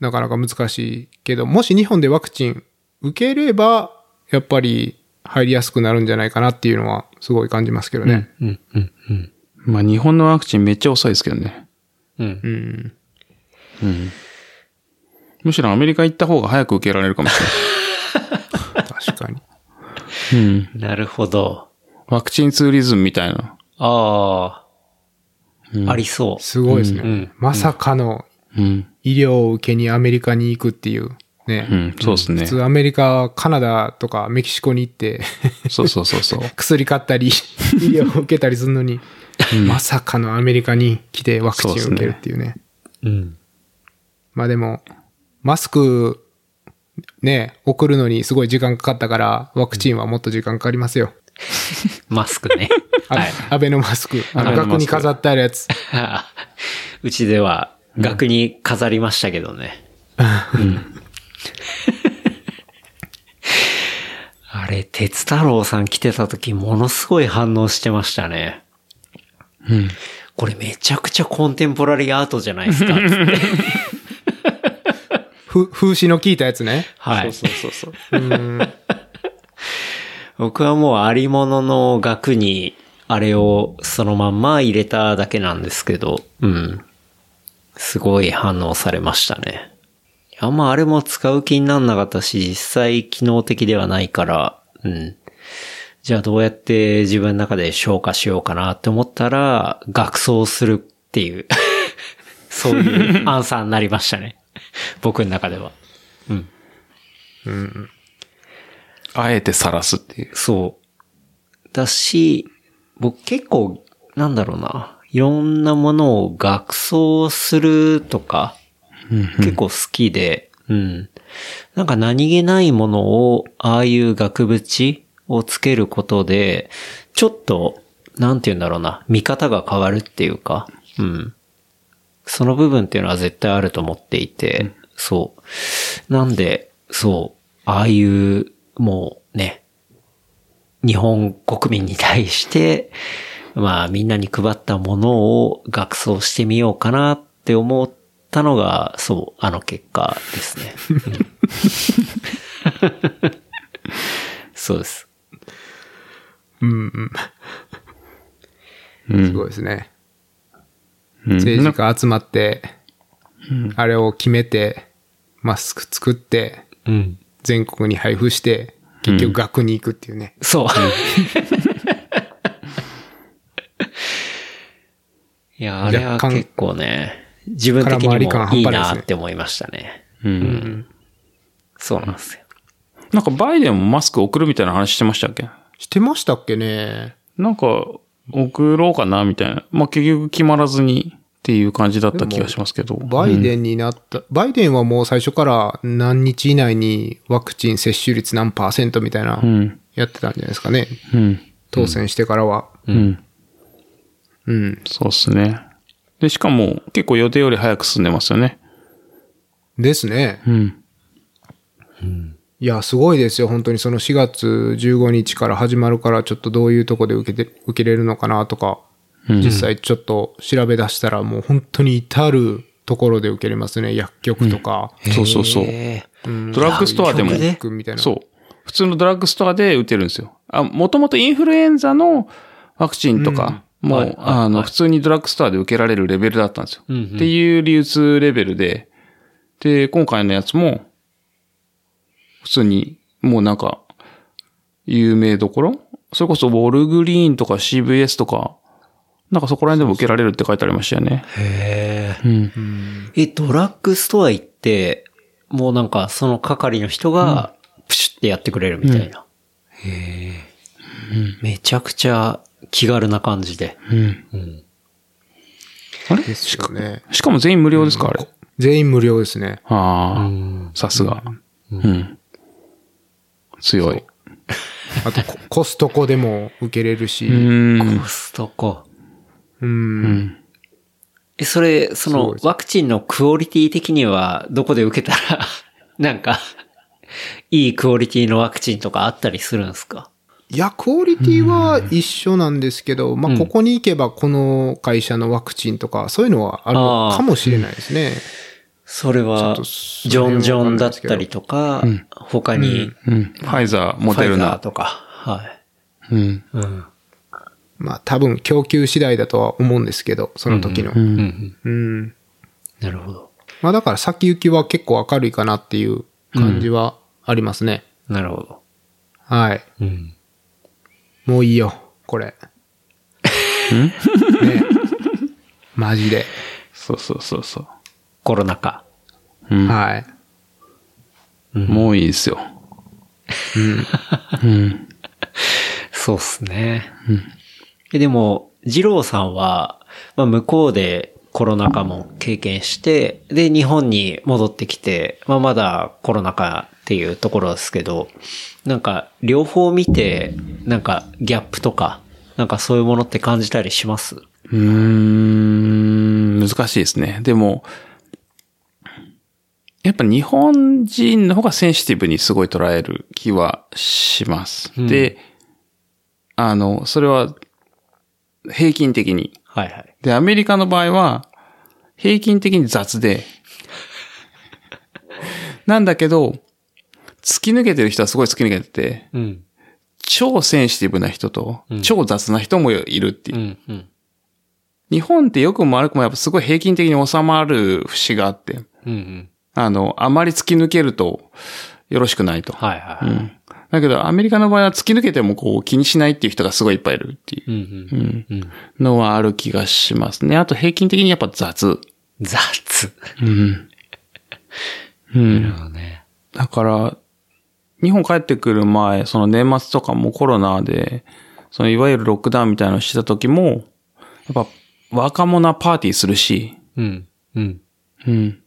B: なかなか難しいけど、もし日本でワクチン受ければ、やっぱり入りやすくなるんじゃないかなっていうのは、すごい感じますけどね。
E: うんうんうん。
D: まあ、日本のワクチンめっちゃ遅いですけどね。
E: うん。
B: うん
D: むしろアメリカ行った方が早く受けられるかもし
B: 確かに。
D: れない。うん。
E: なるほど。
D: ワクチンツーリズムみたいな。
E: あ
D: うん
E: あ、ありそ
B: すごいですね。
E: うんうん
B: まさかの
D: うん。
B: 医療を受けにアメリカに行くっていう。ね。
D: うん。そうですね
B: 普。通アメリカ、カナダとかメキシコに行って、
D: そうそうそう そう。
B: 薬買 ったり、医療を受けたりするのに、まさかのアメリカに来てワクチンを受けるっていうね。
E: う。うん。
B: まあでも、マスク、ね、送るのにすごい時間かかったから、ワクチンはもっと時間かかりますよ。
E: マスクね。
B: あ
E: はい。
B: アベノマスク。あの、
D: アベノマスク
B: 額に飾ってあるやつ。
E: あ うちでは、額に飾りましたけどね。うんあれ、鉄太郎さん来てた時、ものすごい反応してましたね。
D: うん。
E: これめちゃくちゃコンテンポラリーアートじゃないですか。
B: ふ風刺の効いたやつね。
E: はい。
D: そうそうそう。
E: 僕はもうありものの額に、あれをそのまんま入れただけなんですけど、うん。すごい反応されましたね。あんまあれも使う気になんなかったし、実際機能的ではないから、うん。じゃあどうやって自分の中で消化しようかなって思ったら、学装するっていう、 そういうアンサーになりましたね。僕の中では。
D: あえて晒すっていう。
E: そだし、僕結構、なんだろうな、いろんなものを学装するとか、結構好きで、うん。なんか何気ないものを、ああいう額縁をつけることで、ちょっと、なんて言うんだろうな、見方が変わるっていうか、うん。その部分っていうのは絶対あると思っていて、そう。なんで、そう、ああいう、もうね、日本国民に対して、まあみんなに配ったものを学装してみようかなって思ったのが、そう、あの結果ですね。うん そうです。
B: うん
D: う
B: うんん。すごいですね。
D: うん
B: 政治家集まって、あれを決めて、マスク作って、
E: うん。
B: 全国に配布して、結局学に行くっていうね。
E: そう。いや、あれは
B: 若干
E: 結構ね、自分的
B: 空回
E: に
B: り感
E: もいい
B: 半端ないです
E: な
B: ね
E: って思いましたね。
D: うん。
E: そうなんですよ。
D: なんかバイデンもマスク送るみたいな話してましたっけ
B: してましたっけね。
D: なんか、送ろうかなみたいな。まあ、結局決まらずにっていう感じだった気がしますけど。
B: バイデンになった、バイデンはもう最初から何日以内にワクチン接種率何パーセントみたいな
D: う、ん。
B: やってたんじゃないですかね。
D: うん。
B: 当選してからは。
D: うん。
B: うん。
D: そうっすね。で、しかも、結構予定より早く進んでますよね。
B: ですね。
D: うん。
B: いや、すごいですよ。本当にその4月15日から始まるから、ちょっとどういうとこで受けて、受けれるのかなとか、実際ちょっと調べ出したら、もう本当に至るところで受けれますね。薬局とか、
D: そうそうそう。
E: えー
D: ドラッグストアでも
E: あ。薬局で
B: 薬みたいな。
D: そう。普通のドラッグストアで打てるんですよ。あ、もともとインフルエンザのワクチンとか、もう、あの、普通にドラッグストアで受けられるレベルだったんですよ。
E: んうん
D: っていう流通レベルで、で、今回のやつも、普通に、もうなんか、有名どころそれこそウォルグリーンとか CVS とか、なんかそこら辺でも受けられるって書いてありましたよね。
E: へー
D: うん。
E: え、ドラッグストア行って、もうなんかその係の人が、プシュってやってくれるみたいな。へえ。めちゃくちゃ気軽な感じで。
D: うん。あれ
B: ですよね。
D: しかも全員無料ですか、あれ。
B: 全員無料ですね。
D: ああ。
E: うん。
D: さすが。うん。強い。
B: あとコ、 コストコでも受けれるし、
D: う
E: コ
D: ん。
E: ストコ。
B: うん
D: うん。
E: え、それ、そ
B: すごい
E: の
B: で、す
E: ワクチンのクオリティ的には、どこで受けたら、 なんか、いいクオリティのワクチンとかあったりするんですか
B: いや、クオリティは一緒なんですけど、まあ、ここに行けばこの会社のワクチンとか、そういうのはあるのかもしれないですね。
E: それは、
B: ちょっと
E: ジ
B: そ
E: ョン・ジョンだっ
B: れ
E: た
B: はわ
E: りとか、他に、
D: うん。ファイザー、モ
E: フ
D: テ
E: ァ
D: ル
E: イザー
D: ナ。
E: とか、はい。
D: うん。
E: うん。
B: まあ、多分供給次第だとは思うんですけど、その時の。うん
E: うんうん。なるほど。
B: まあ、だから先行きは結構明るいかなっていう感じはありますね。
E: なるほど。
B: はい。
E: うん。
B: もういいよ、これ。ねマジで。
D: そうそうそうそ
E: コロナ禍。
D: う。うん。
B: はい。
D: もういいですよ。うん。
E: そうっすね。えでも、二郎さんは、まあ、向こうでコロナ禍も経験して、で、日本に戻ってきて、まあ、まだコロナ禍っていうところですけど、なんか、両方見て、なんか、ギャップとか、なんかそういうものって感じたりします
D: うん。うーん。難しいですね。でも、やっぱ日本人の方がセンシティブにすごい捉える気はします。
E: ん
D: で、あの、それは平均的に。
E: はいはい。
D: で、アメリカの場合は、平均的に雑で、 なんだけど、突き抜けてる人はすごい突き抜けてて、
E: うん。
D: 超センシティブな人と、超雑な人もいるっていうう。
E: ん、うん。
D: 日本ってよくも悪くもやっぱすごい平均的に収まる節があって、
E: うん、うん。
D: あの、あまり突き抜けるとよろしくないと。
E: はいはい。
D: うん。だけど、アメリカの場合は突き抜けてもこう気にしないっていう人がすごいいっぱいいるってい
E: うん、う
D: う、
E: ん。
D: うん、のはある気がしますね。あと平均的にやっぱ雑。
E: 雑。
D: うん。うん。
E: なるほどね。
D: だから、日本帰ってくる前、その年末とかもコロナで、そのいわゆるロックダウンみたいなのをしてた時も、やっぱ若者パーティーするし、
E: うん。うん。
D: うん。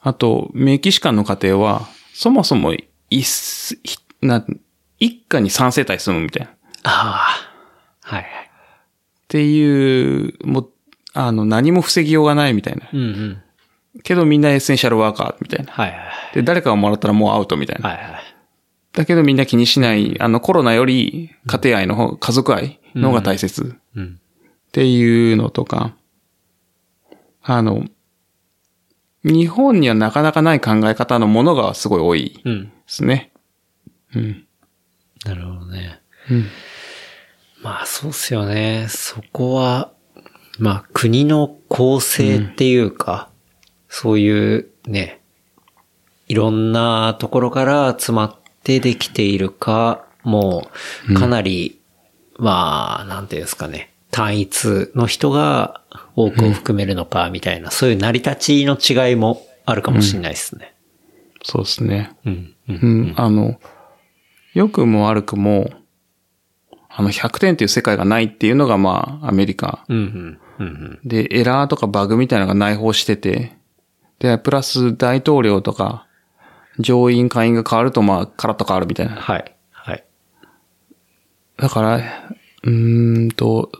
D: あと、メキシカンの家庭は、そもそも一世、ひな一家に三世帯住むみたいな。っ
E: ああ。はいはい。
D: ていう、もう、あの、何も防ぎようがないみたいな。
E: うんうん。
D: けどみんなエッセンシャルワーカーみたいな。
E: はいはい。
D: で、誰かがもらったらもうアウトみたいな。
E: はいはい。
D: だけどみんな気にしない、あの、コロナより家庭愛の方、家族愛の方が大切。
E: うん。
D: っていうのとか、あの、日本にはなかなかない考え方のものがすごい多いで
E: うん。
D: すね。うん。
E: なるほどね。
D: うん。
E: まあそうっすよね。そこは、まあ国の構成っていうか、そういうね、いろんなところから詰まってできているか、もうかなり、まあ、なんていうんですかね、単一の人が多くを含めるのか、みたいな、そういう成り立ちの違いもあるかもしれないですね。
D: そうですね。
E: うん。うん
D: うん。あの、良くも悪くも、あの、100点っていう世界がないっていうのが、まあ、アメリカ。
E: うん。うん。うん。
D: で、エラーとかバグみたいなのが内包してて、で、プラス大統領とか、上院、下院が変わると、まあ、カラッと変わるみたいな。
E: はい。はい。
D: だから、うーんと、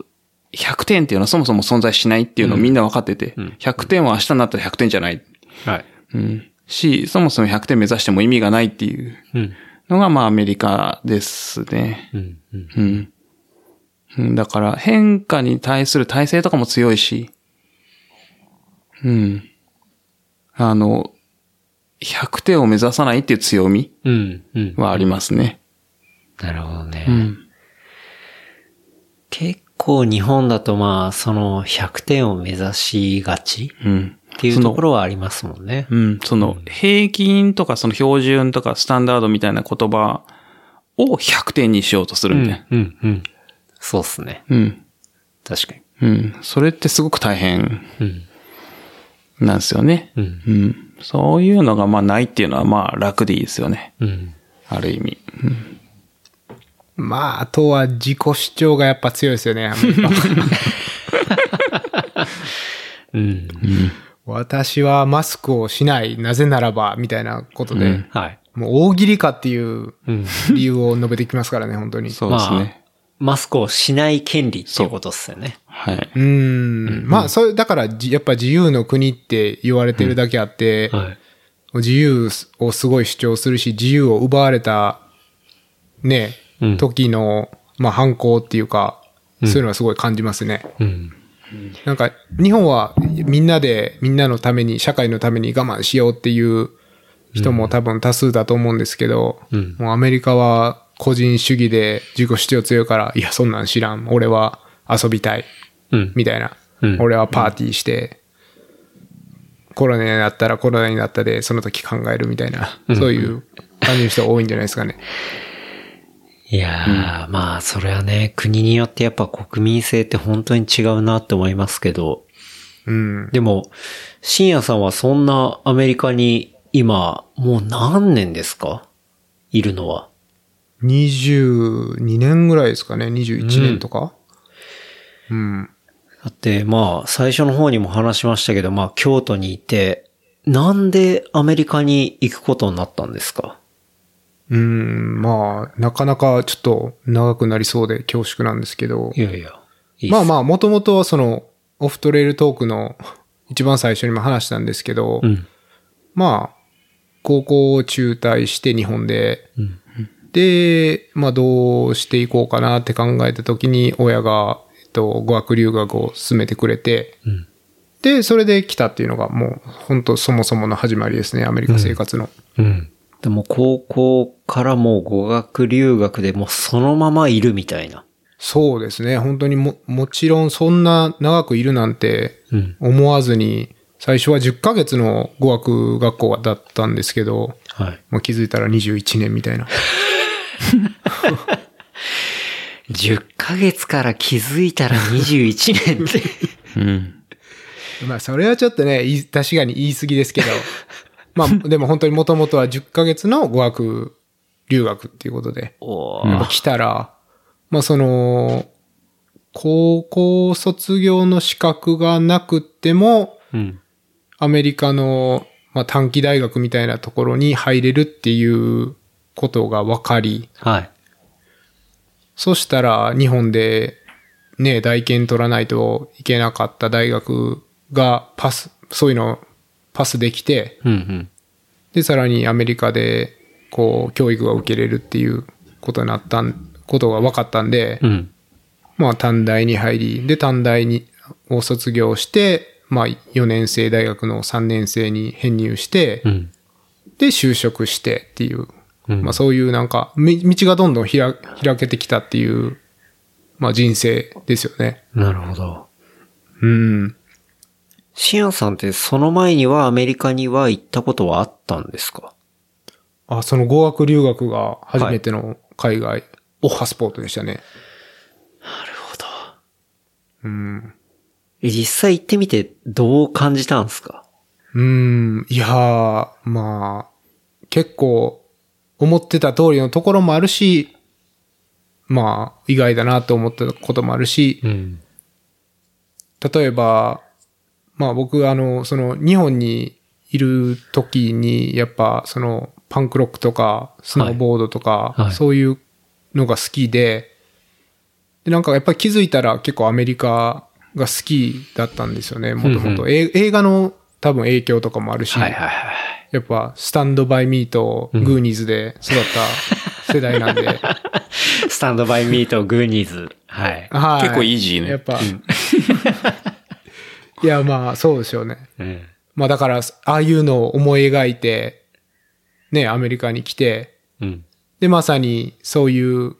D: 100点っていうのはそもそも存在しないっていうのをみんな分かってて、100点は明日になったら100点じゃない。
E: はい。
D: うん。し、そもそも100点目指しても意味がないっていう
E: うん。
D: のが、まあアメリカですね。
E: うん。うん。
D: うん。うんだから変化に対する体制とかも強いし、うん。あの、100点を目指さないっていう強み
E: うん。うん。
D: はありますね。
E: なるほどね。
D: うん。
E: 結構日本だとまあ、その100点を目指しがち
D: うん。
E: っていうところはありますもんね。
D: うん、その、平均とかその標準とかスタンダードみたいな言葉を100点にしようとする
E: う
D: みたい
E: ん
D: な。、
E: うん、うん。そうっすね。
D: うん。
E: 確かに。
D: うん。それってすごく大変
E: うん、
D: なんですよね
E: う。ん、
D: うん。そういうのがまあないっていうのはまあ楽でいいですよね。
E: うん。
D: ある意味。
B: まあ、あとは自己主張がやっぱ強いですよね、アメリカ
E: うん、
B: 私はマスクをしない、なぜならば、みたいなことで、
D: うん
E: はい。
B: もう大喜利かっていう
E: うん。
B: 理由を述べてきますからね、本当に。
D: そうですね。
E: マスクをしない権利っていうことっすよね。
D: はい。
B: うーん。まあ、それ、だからじ、やっぱ自由の国って言われてるだけあって、
E: はい。
B: 自由をすごい主張するし、自由を奪われた、ね、
E: うん
B: 時の、まあ、反抗っていうか、そういうのはすごい感じますね。
E: うん。
B: なんか、日本はみんなで、みんなのために、社会のために我慢しようっていう人も多分多数だと思うんですけど、
E: うん
B: もうアメリカは個人主義で自己主張強いから、いや、そんなん知らん。俺は遊びたい。
E: うん。
B: みたいな。
E: うん
B: 俺はパーティーして、コロナになったらコロナになったで、その時考えるみたいな、そういう感じの人が多いんじゃないですかね。
E: いやー、まあ、それはね、国によってやっぱ国民性って本当に違うなって思いますけど、
B: うん。
E: でも、深夜さんはそんなアメリカに今、もう何年ですかいるのは。
B: 22年ぐらいですかね。21年とか。うん。
E: だって、まあ、最初の方にも話しましたけど、まあ、京都にいて、なんでアメリカに行くことになったんですか
B: うん、まあ、なかなかちょっと長くなりそうで恐縮なんですけど。
E: いやいや。いいっす
B: まあまあ、もともとその、オフトレイルトークの一番最初にも話したんですけど、
E: うん。
B: まあ、高校を中退して日本で、
E: うん。
B: で、まあどうしていこうかなって考えた時に親が、えっと、語学留学を進めてくれて、
E: うん
B: で、それで来たっていうのがもう本当そもそもの始まりですね、アメリカ生活の。
E: うん。でも、高校からもう語学留学でもうそのままいるみたいな。
B: そうですね、本当にも、もちろんそんな長くいるなんて
E: うん。
B: 思わずに、最初は10ヶ月の語学学校だったんですけど、
E: はい。
B: まあ、気づいたら21年みたいな。
E: 10ヶ月から気づいたら21年って。
D: うん。
B: まあ、それはちょっとね、言い確かに言い過ぎですけど、 まあ、でも本当にもともとは10ヶ月の語学留学っていうことで、
E: お
B: やっ
E: ー
B: ぱ来たら、まあその、高校卒業の資格がなくても、
E: うん。
B: アメリカの、まあ、短期大学みたいなところに入れるっていうことが分かり、
E: はい。
B: そしたら日本でね、大研取らないといけなかった大学がパス、そういうのパスできて、
E: うんうん。
B: で、さらにアメリカでこう、教育が受けれるっていうことになったん、ことが分かったんで、
E: うん。
B: まあ短大に入り、で短大に、を卒業して、まあ4年生大学の3年生に編入して、
E: うん。
B: で就職してっていう、
E: うん
B: まあそういうなんか、み道がどんどんひら開けてきたっていう、まあ人生ですよね。
E: なるほど。
B: うん。
E: シアンさんってその前にはアメリカには行ったことはあったんですか
B: あ、その語学留学が初めての海外、おパスポートでしたね。
E: なるほど。
B: うん。
E: え、実際行ってみてどう感じたんですか
B: うん。いやー、まあ、結構、思ってた通りのところもあるし、まあ、意外だなと思ったこともあるし、
E: ん。
B: 例えば、まあ僕、あの、その、日本にいる時に、やっぱ、その、パンクロックとか、スノーボードとか、
E: はいはい
B: そういうのが好きで、で、なんかやっぱり気づいたら結構アメリカが好きだったんですよね、もとも
E: うんう
B: と。え映画の多分影響とかもあるし、
E: はいはいはい。
B: やっぱ、スタンドバイミーとグーニーズで育 った世代なんで、
E: スタンドバイミーとグーニーズ。はい。
B: はい
D: 結構イージーね
B: やっぱ、 いや、まあ、そうですよね。
E: うん。
B: まあだから、ああいうのを思い描いて、ね、アメリカに来て、
E: うん。
B: で、まさにそういう、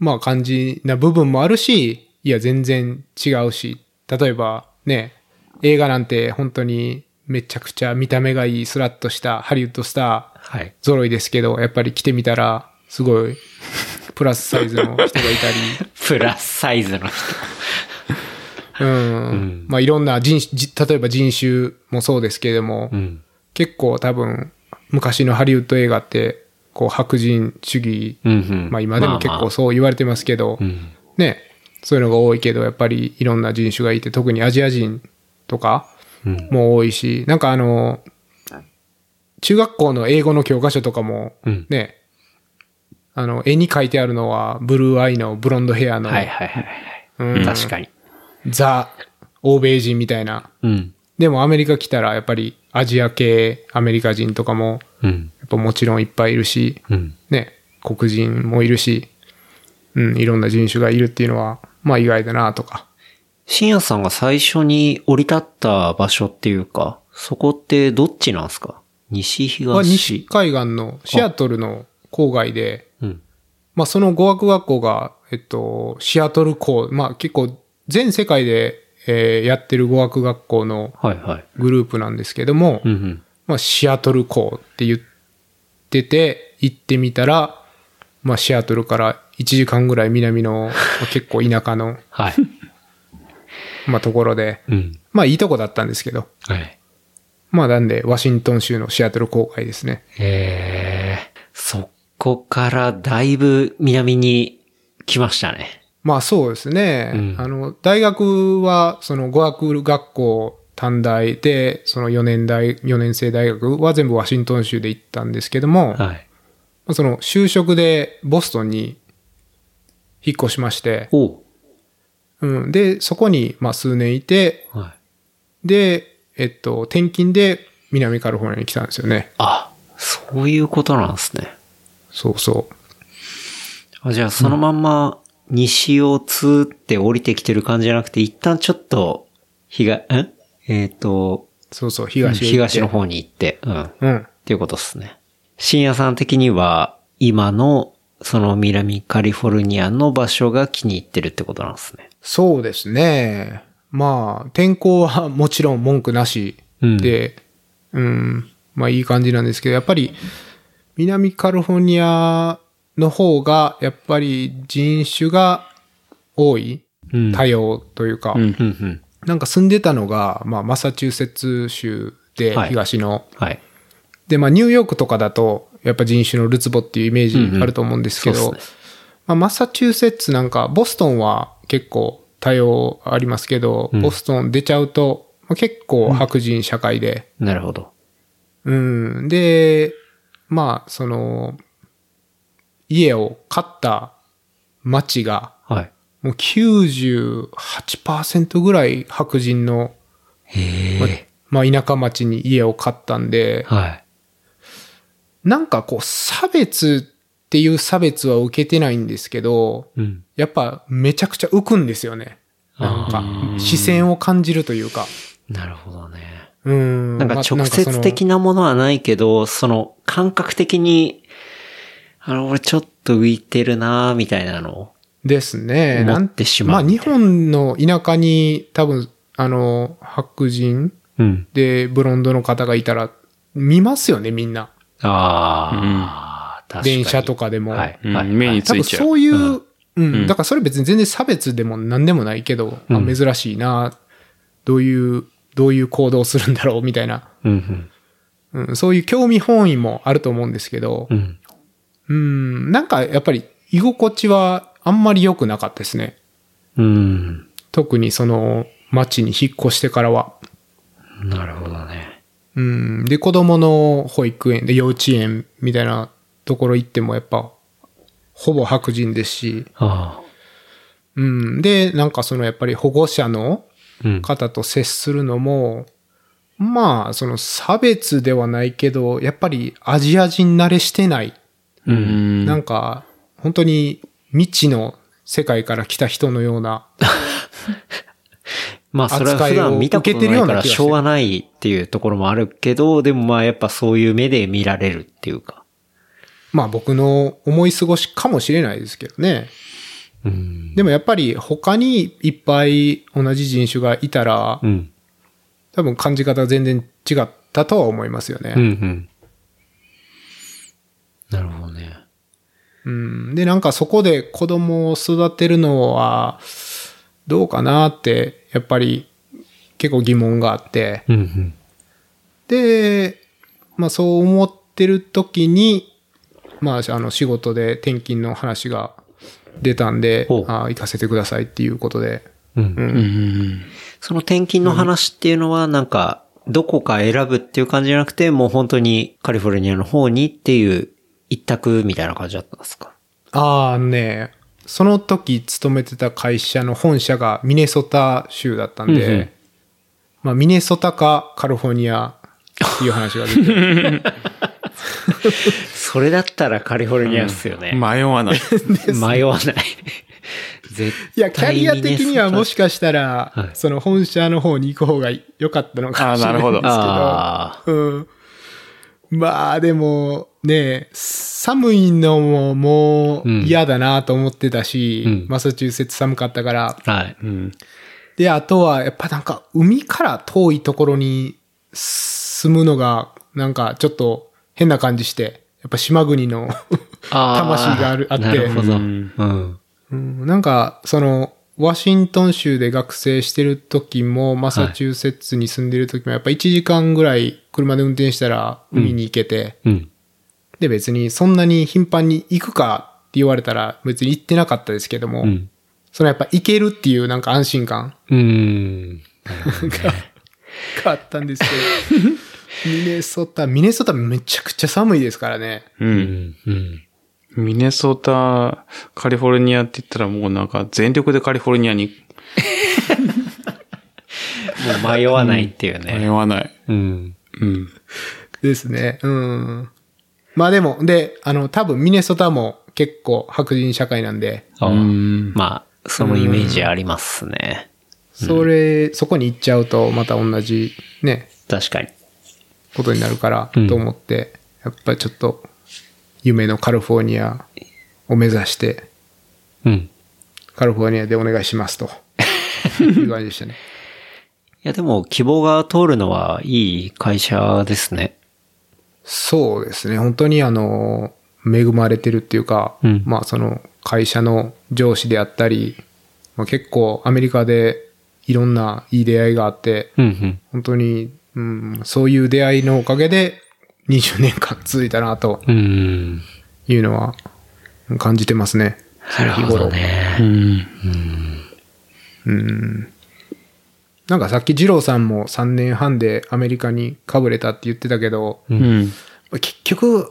B: まあ感じな部分もあるし、いや、全然違うし、例えばね、映画なんて本当にめちゃくちゃ見た目がいいスラッとしたハリウッドスター
E: はい。
B: 揃いですけど、やっぱり来てみたら、すごい、プラスサイズの人がいたり、
E: プラスサイズの人。
B: うん、まあいろんな人種、じ例えば人種もそうですけれども、
E: うん。
B: 結構多分昔のハリウッド映画ってこう白人主義、
E: うんうん。
B: まあ今でも結構
E: そ
B: そう言われてますけど、
E: ん
B: ねそういうのが多いけどやっぱりいろんな人種がいて特にアジア人とか
E: うん
B: も多いし、なんかあの中学校の英語の教科書とかも
E: うん
B: ね、あの絵に書いてあるのはブルーアイのブロンドヘアの、
E: はいはいはい。
B: うん
E: 確かに。
B: ザ欧米人みたいな
E: うん。
B: でもアメリカ来たらやっぱりアジア系アメリカ人とかも
E: うん。
B: やっぱもちろんいっぱいいるし、
E: うん。
B: ね、黒人もいるし、うん、いろんな人種がいるっていうのは、まあ意外だなとか。
E: 深夜さんが最初に降り立った場所っていうか、そこってどっちなんですか西
B: まあ
E: 東。
B: 西海岸のシアトルの郊外で、
E: うん。
B: まあその語学学校が、えっと、シアトル校、まあ結構全世界で、えーやってる語学学校の
E: はいはい。
B: グループなんですけども、
E: うんうん。
B: まあシアトル校って言ってて、行ってみたら、まあシアトルから1時間ぐらい南の、まあ結構田舎の、
E: はい。
B: まあところで、
E: うん。
B: まあいいとこだったんですけど。
E: はい。
B: まあなんで、ワシントン州のシアトル郊外ですね。
E: えー、そこからだいぶ南に来ましたね。
B: まあそうですね。
E: うん
B: あの、大学は、その語学学校短大で、その4年大、4年生大学は全部ワシントン州で行ったんですけども、ま
E: はい。
B: あその就職でボストンに引っ越しまして、
E: おう
B: うん、で、そこにまあ数年いて、
E: はい。
B: で、えっと、転勤で南カリフォルニアに来たんですよね。
E: あ、そういうことなんですね。
B: そうそう。
E: あじゃあそのまんま西をツーって降りてきてる感じじゃなくて、一旦ちょっと、東、んえっ、と、
B: そうそう、
E: うん
B: 東へ行って
E: 東の。方に行って、うん。っ
B: うん。
E: ていうことですね。深夜さん的には、今の、その南カリフォルニアの場所が気に入ってるってことなんですね。
B: そうですね。まあ、天候はもちろん文句なし
E: うん
B: で、うん、まあいい感じなんですけど、やっぱり南カリフォルニアの方が、やっぱり人種が多い、
E: うん
B: 多様というか、
D: うん。
E: うんうん。
B: なんか住んでたのが、まあマサチューセッツ州で
E: はい
B: 東の、
E: はい。
B: で、まあニューヨークとかだと、やっぱ人種のルツボっていうイメージあると思うんですけど、
E: うんうんそうっ
B: まあ、マサチューセッツなんか、ボストンは結構多様ありますけど、ボストン出ちゃうと、まあ結構白人社会で、
E: なるほど。
B: うん、で、まあ、その、家を買った町が、
E: はい。
B: もう98%ぐらい白人の、
E: へ
B: まあ、田舎町に家を買ったんで、
E: え。はい。
B: なんかこう、差別っていう差別は受けてないんですけど、
E: うん。
B: やっぱめちゃくちゃ浮くんですよね。なんか、視線を感じるというか。
E: なるほどね。
B: うん。
E: なんか
B: ま
E: 直接的
B: な
E: なものはないけど、その感覚的に、あの、俺ちょっと浮いてるなみたいなのを。
B: んかそのですね。
E: 思
B: な
E: っ
B: ん
E: てしまう
B: まあ日本の田舎に多分、あの、白人
E: うん。
B: でブロンドの方がいたら、見ますよね、みんな。
E: ああ、確かに。
B: 電車とかでも。
E: はい。
D: うん
E: はい。
D: 目に
B: 多
D: つい
B: 分
D: ちゃう。
B: そういう、うん、
D: ん
B: だからそれ別に全然差別でも何でもないけど、あ
E: うん
B: 珍しいな、どういう、どういう行動するんだろうみたいな、
E: うんうん。
B: うん、そういう興味本位もあると思うんですけど
E: う、ん。
B: うん、なんかやっぱり居心地はあんまり良くなかったですね。
E: うん。
B: 特にその町に引っ越してからは。
E: なるほどね。
B: うん、で、子供の保育園で幼稚園みたいなところ行ってもやっぱ、ほぼ白人ですし、
E: ああ。
B: うん、で、なんかそのやっぱり保護者の
E: うん。
B: 方と接するのも、まあ、その差別ではないけど、やっぱりアジア人慣れしてない。
D: うん
B: なんか、本当に未知の世界から来た人のような、
E: まあそれは普段見たことないからしょうがないっていうところもあるけど、でもまあやっぱそういう目で見られるっていうか。
B: まあ僕の思い過ごしかもしれないですけどね。
E: うん。
B: でもやっぱり他にいっぱい同じ人種がいたら
E: う、ん。
B: 多分感じ方全然違ったとは思いますよね。
E: うんうん。なるほどね。
B: うん。で、なんかそこで子供を育てるのは、どうかなって、やっぱり結構疑問があって。
E: うんうん。
B: で、まあそう思ってる時に、まああの仕事で転勤の話が出たんで
E: ほう、
B: あ行かせてくださいっていうことで。
E: うんその転勤の話っていうのはなんか、どこか選ぶっていう感じじゃなくて、もう本当にカリフォルニアの方にっていう一択みたいな感じだったんですか
B: ああね、その時勤めてた会社の本社がミネソタ州だったんで、
E: うんうん
B: まあミネソタかカリフォルニアっていう話が出 て。
E: それだったらカリフォルニアっすよね。
D: 迷わない。
E: 迷わない。絶
B: いや、キャ
E: 対
B: リア的にはもしかしたら、
E: はい
B: その本社の方に行く方が良かったのかもしれないんですけど。
E: あ
B: うん、まあ、でも、ね、寒いのももう
E: うん
B: 嫌だなと思ってたし、
E: うん
B: マサチューセッツ寒かったから。
E: はい。
D: うん
B: で、あとは、やっぱなんか、海から遠いところに住むのが、なんかちょっと変な感じして、やっぱ島国の 魂があるあって
E: なるほど。
D: う
E: うんん。
B: うんなんか、その、ワシントン州で学生してる時も、マサチューセッツに住んでる時も、やっぱ1時間ぐらい車で運転したら海に行けて、
E: うん。
B: で別にそんなに頻繁に行くかって言われたら別に行ってなかったですけども、
E: うん。
B: そのやっぱ行けるっていうなんか安心感
E: うん。
B: があったんですけ ど、ミネソタ、ミネソタめちゃくちゃ寒いですからね。
D: う。
E: うんん。うん。
D: ミネソタ、カリフォルニアって言ったらもうなんか全力でカリフォルニアに
E: もう迷わないっていう
D: 迷
E: ね。
D: わない。
E: うん。
D: うん。
B: ですね。うん。まあでも、で、あの、多分ミネソタも結構白人社会なんで、
E: あ
D: ん
E: まあ、そのイメージありますね。
B: それ、そこに行っちゃうと、また同じね、
E: 確かに。
B: ことになるから、
E: うん
B: と思って、やっぱりちょっと、夢のカリフォルニアを目指して、
E: うん。
B: カリフォルニアでお願いし ますと。いう感じでしたね。
E: いや、でも、希望が通るのはいい会社ですね。
B: そうですね。本当にあの、恵まれてるっていうか、
E: うん
B: まあその会社の上司であったり、まあ、結構アメリカでいろんないい出会いがあって、
E: うん、
B: 本当に、うん、そういう出会いのおかげで20年間続いたなと
E: うん。うん。
B: いうのは感じてますね。
E: なるほどね。
D: うん。
B: うん。なんかさっき二郎さんも3年半でアメリカにかぶれたって言ってたけど、
D: うん。
B: 結局、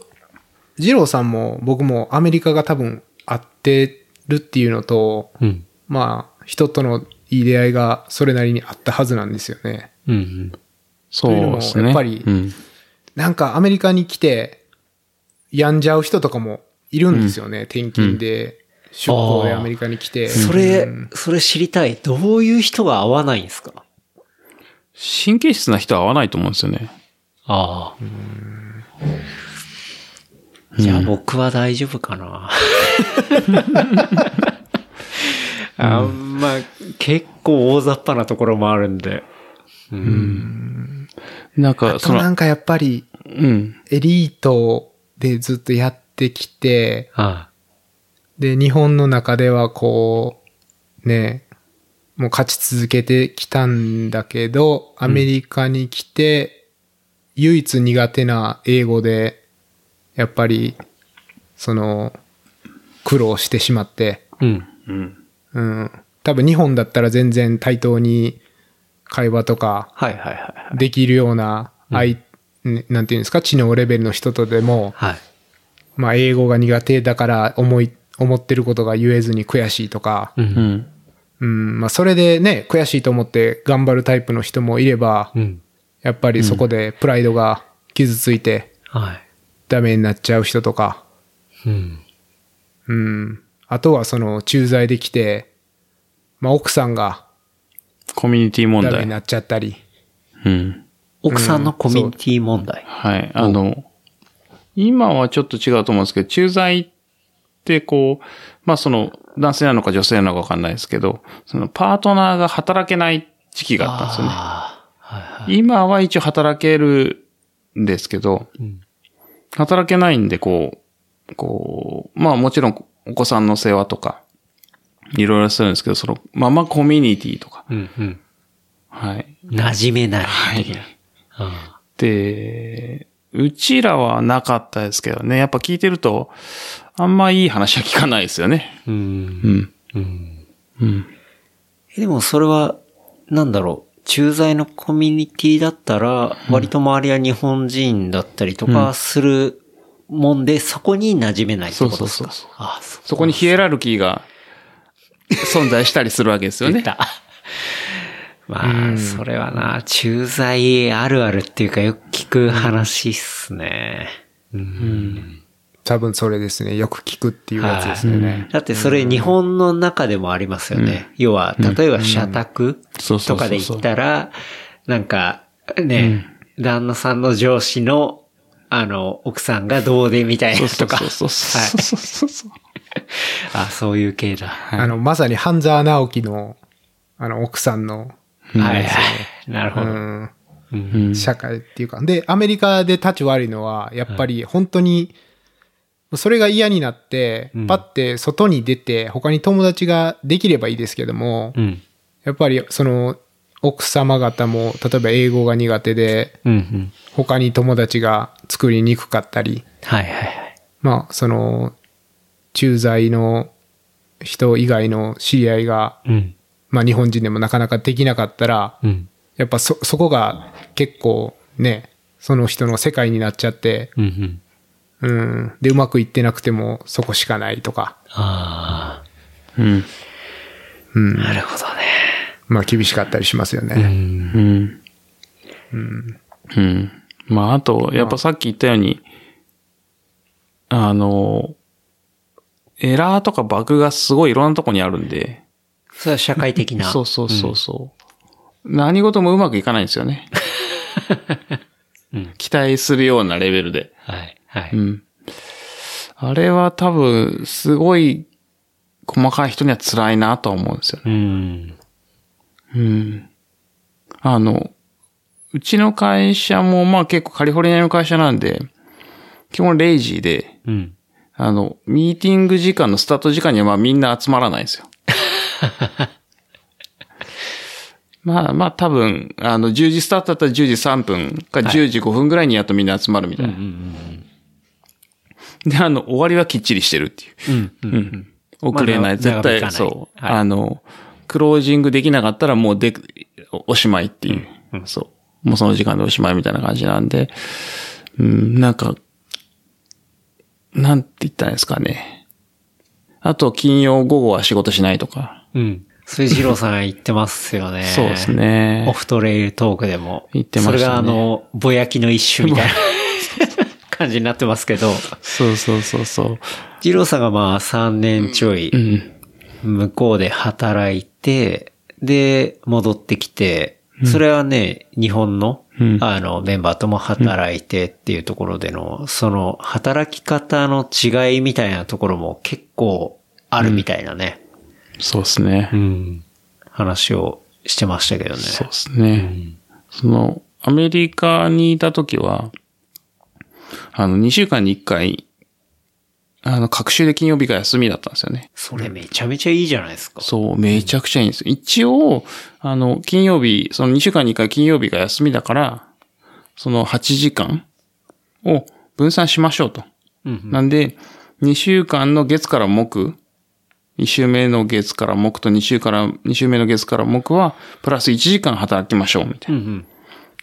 B: 二郎さんも僕もアメリカが多分合ってるっていうのと、
E: うん。
B: まあ、人とのいい出会いがそれなりにあったはずなんですよね。
E: うん。
D: そうです
B: とい
D: ね。
B: うのもやっぱり
D: うん。
B: なんかアメリカに来て、病んじゃう人とかもいるんですよね。転勤で、出向でアメリカに来て。
E: それ、それ知りたい。どういう人が合わないんですか
D: 神経質な人は合わないと思うんですよね。
E: ああ。じゃあ僕は大丈夫かな。 あんま、結構大雑把なところもあるんで。
D: なん
B: あ
D: か、そ
B: とな
D: の、
B: んかやっぱり、
D: うん。
B: エリートでずっとやってきて、
E: あ
B: で、日本の中ではこう、ね、もう勝ち続けてきたんだけど、アメリカに来て、唯一苦手な英語で、やっぱり、その、苦労してしまって、
E: あうん。
D: うん。
B: うん。多分日本だったら全然対等に会話とか
E: はいはいはい。
B: できるような、あいねなんていうんですか、知能レベルの人とでも、
E: はい。
B: まあ、英語が苦手だから思い、思ってることが言えずに悔しいとか、
E: う。
D: うんん。
B: うん、まあ、それでね、悔しいと思って頑張るタイプの人もいれば、
E: うん。
B: やっぱりそこでプライドが傷ついて
E: はい。
B: ダメになっちゃう人とか、
E: うん。
B: うん、あとはその駐在できて、まあ、奥さんが
D: コミュニティ問
B: ダメに
D: 題。
B: なっちゃったり、
D: うん。
E: 奥さんのコミュニティ問題。
D: はい。あの、今はちょっと違うと思うんですけど、駐在ってこう、まあその、男性なのか女性なのかわかんないですけど、そのパートナーが働けない時期があったんですよね。
E: ああ。はいはい。
D: 今は一応働けるんですけど、
E: うん
D: 働けないんで、こう、こう、まあもちろんお子さんの世話とか、いろいろするんですけど、その、ママコミュニティとか、
E: うんうん。
D: はい。
E: 馴染めない。
D: はい。
E: あ
D: で、うちらはなかったですけどね、やっぱ聞いてると、あんまいい話は聞かないですよね。
E: あうん
D: う。ん。
E: うん
D: うん。
E: えでもそれは、なんだろう、駐在のコミュニティだったら、割と周りは日本人だったりと
D: う
E: か
D: ん
E: するもんで、そこに馴染めないってことです
D: そうそう
E: か
D: そう
E: あ、そ
D: そこにヒエラルキーが存在したりするわけですよ
E: う
D: ね
E: 出。た。 まあ、それはな、駐在あるあるっていうかよく聞く話っすね。
B: 多分それですね、よく聞くっていうやつですね。
D: ね
E: だってそれ日本の中でもありますよね。要は、例えば社宅
D: そうそうそうそう
E: とかで行ったら、なんかね、旦那さんの上司の、あの、奥さんがどうでみたいなとか。
D: そうそうそうそうそうそう。
E: あ、そういう系だ。は
B: あの、まさに半沢直樹の、あの、奥さんの、
E: いはい。なるほ
B: う
E: ど。
B: ん、
D: うん
B: 社会っていうか。で、アメリカで立ち悪いのは、やっぱり本当に、それが嫌になって、
E: うん
B: パッて外に出て、他に友達ができればいいですけども、
E: うん。
B: やっぱりその、奥様方も、例えば英語が苦手で、
E: うんうん。
B: 他に友達が作りにくかったり、
E: はいはいはい。
B: まあ、その、駐在の人以外の知り合いが、
E: うん。
B: まあ日本人でもなかなかできなかったら、
E: うん。
B: やっぱそ、そこが結構ね、その人の世界になっちゃって、
E: うんうん。
B: うん。で、うまくいってなくてもそこしかないとか、
E: あ
D: うん。
B: うん
E: あ。。なるほどね。
B: まあ厳しかったりしますよ
E: う
B: ね。
E: ん。
D: うん。うん。まあ、あと、やっぱさっき言ったように、あの、エラーとかバグがすごいいろんなとこにあるんで、
E: それは社会的な。
D: そうそうそうそう。何事もうまくいかないんですよね。期待するようなレベルで。
E: はいは
D: う
E: い。
D: ん。あれは多分、すごい、細かい人には辛いなとは思うんですよね。
E: うん。
D: うん。あの、うちの会社もまあ結構カリフォルニアの会社なんで、基本0時で、
E: うん。
D: あの、ミーティング時間のスタート時間にはまあみんな集まらないんですよ。 まあまあ多分、あの、10時スタートだったら10時3分か10時5分ぐらいにやっとみんな集まるみたいな。で、あの、終わりはきっちりしてるっていう。
E: うん。うん。
D: 遅れない。
E: まだ
D: 絶対、
E: 長引かない
D: そう、
E: はい
D: あの、クロージングできなかったらもうで、おおしまいっていう、そう。もうその時間でおしまいみたいな感じなんで、うん、なんか、なんて言ったんですかね。あと、金曜午後は仕事しないとか。。
E: うん。末次郎さんが言ってますよね
D: そうです。ね。
E: オフトレイルトークでも。
D: 言ってましたね
E: それがあの、ぼやきの一種み たいな感じになってますけど、
D: そうそうそうそう。
E: 次郎さんがまあ3年ちょい、
D: うん。
E: 向こうで働いて、で、戻ってきて、それはね、日本の
D: うん、
E: あの、メンバーとも働いてっていうところでの、その、働き方の違いみたいなところも結構あるみたいなね、
D: そうですね。
E: うん話をしてましたけどね。
D: そうですね。その、アメリカにいた時は、あの、2週間に1回、あの、各週で金曜日が休みだったんですよね。
E: それめちゃめちゃいいじゃないですか。
D: そう、めちゃくちゃいいんです。一応、あの、金曜日、その2週間に1回金曜日が休みだから、その8時間を分散しましょうと。
E: うん
D: なんで、2週間の月から木、2週目の月から木と2週から、2週目の月から木は、プラス1時間働きましょう、みたいな。
E: うんうん。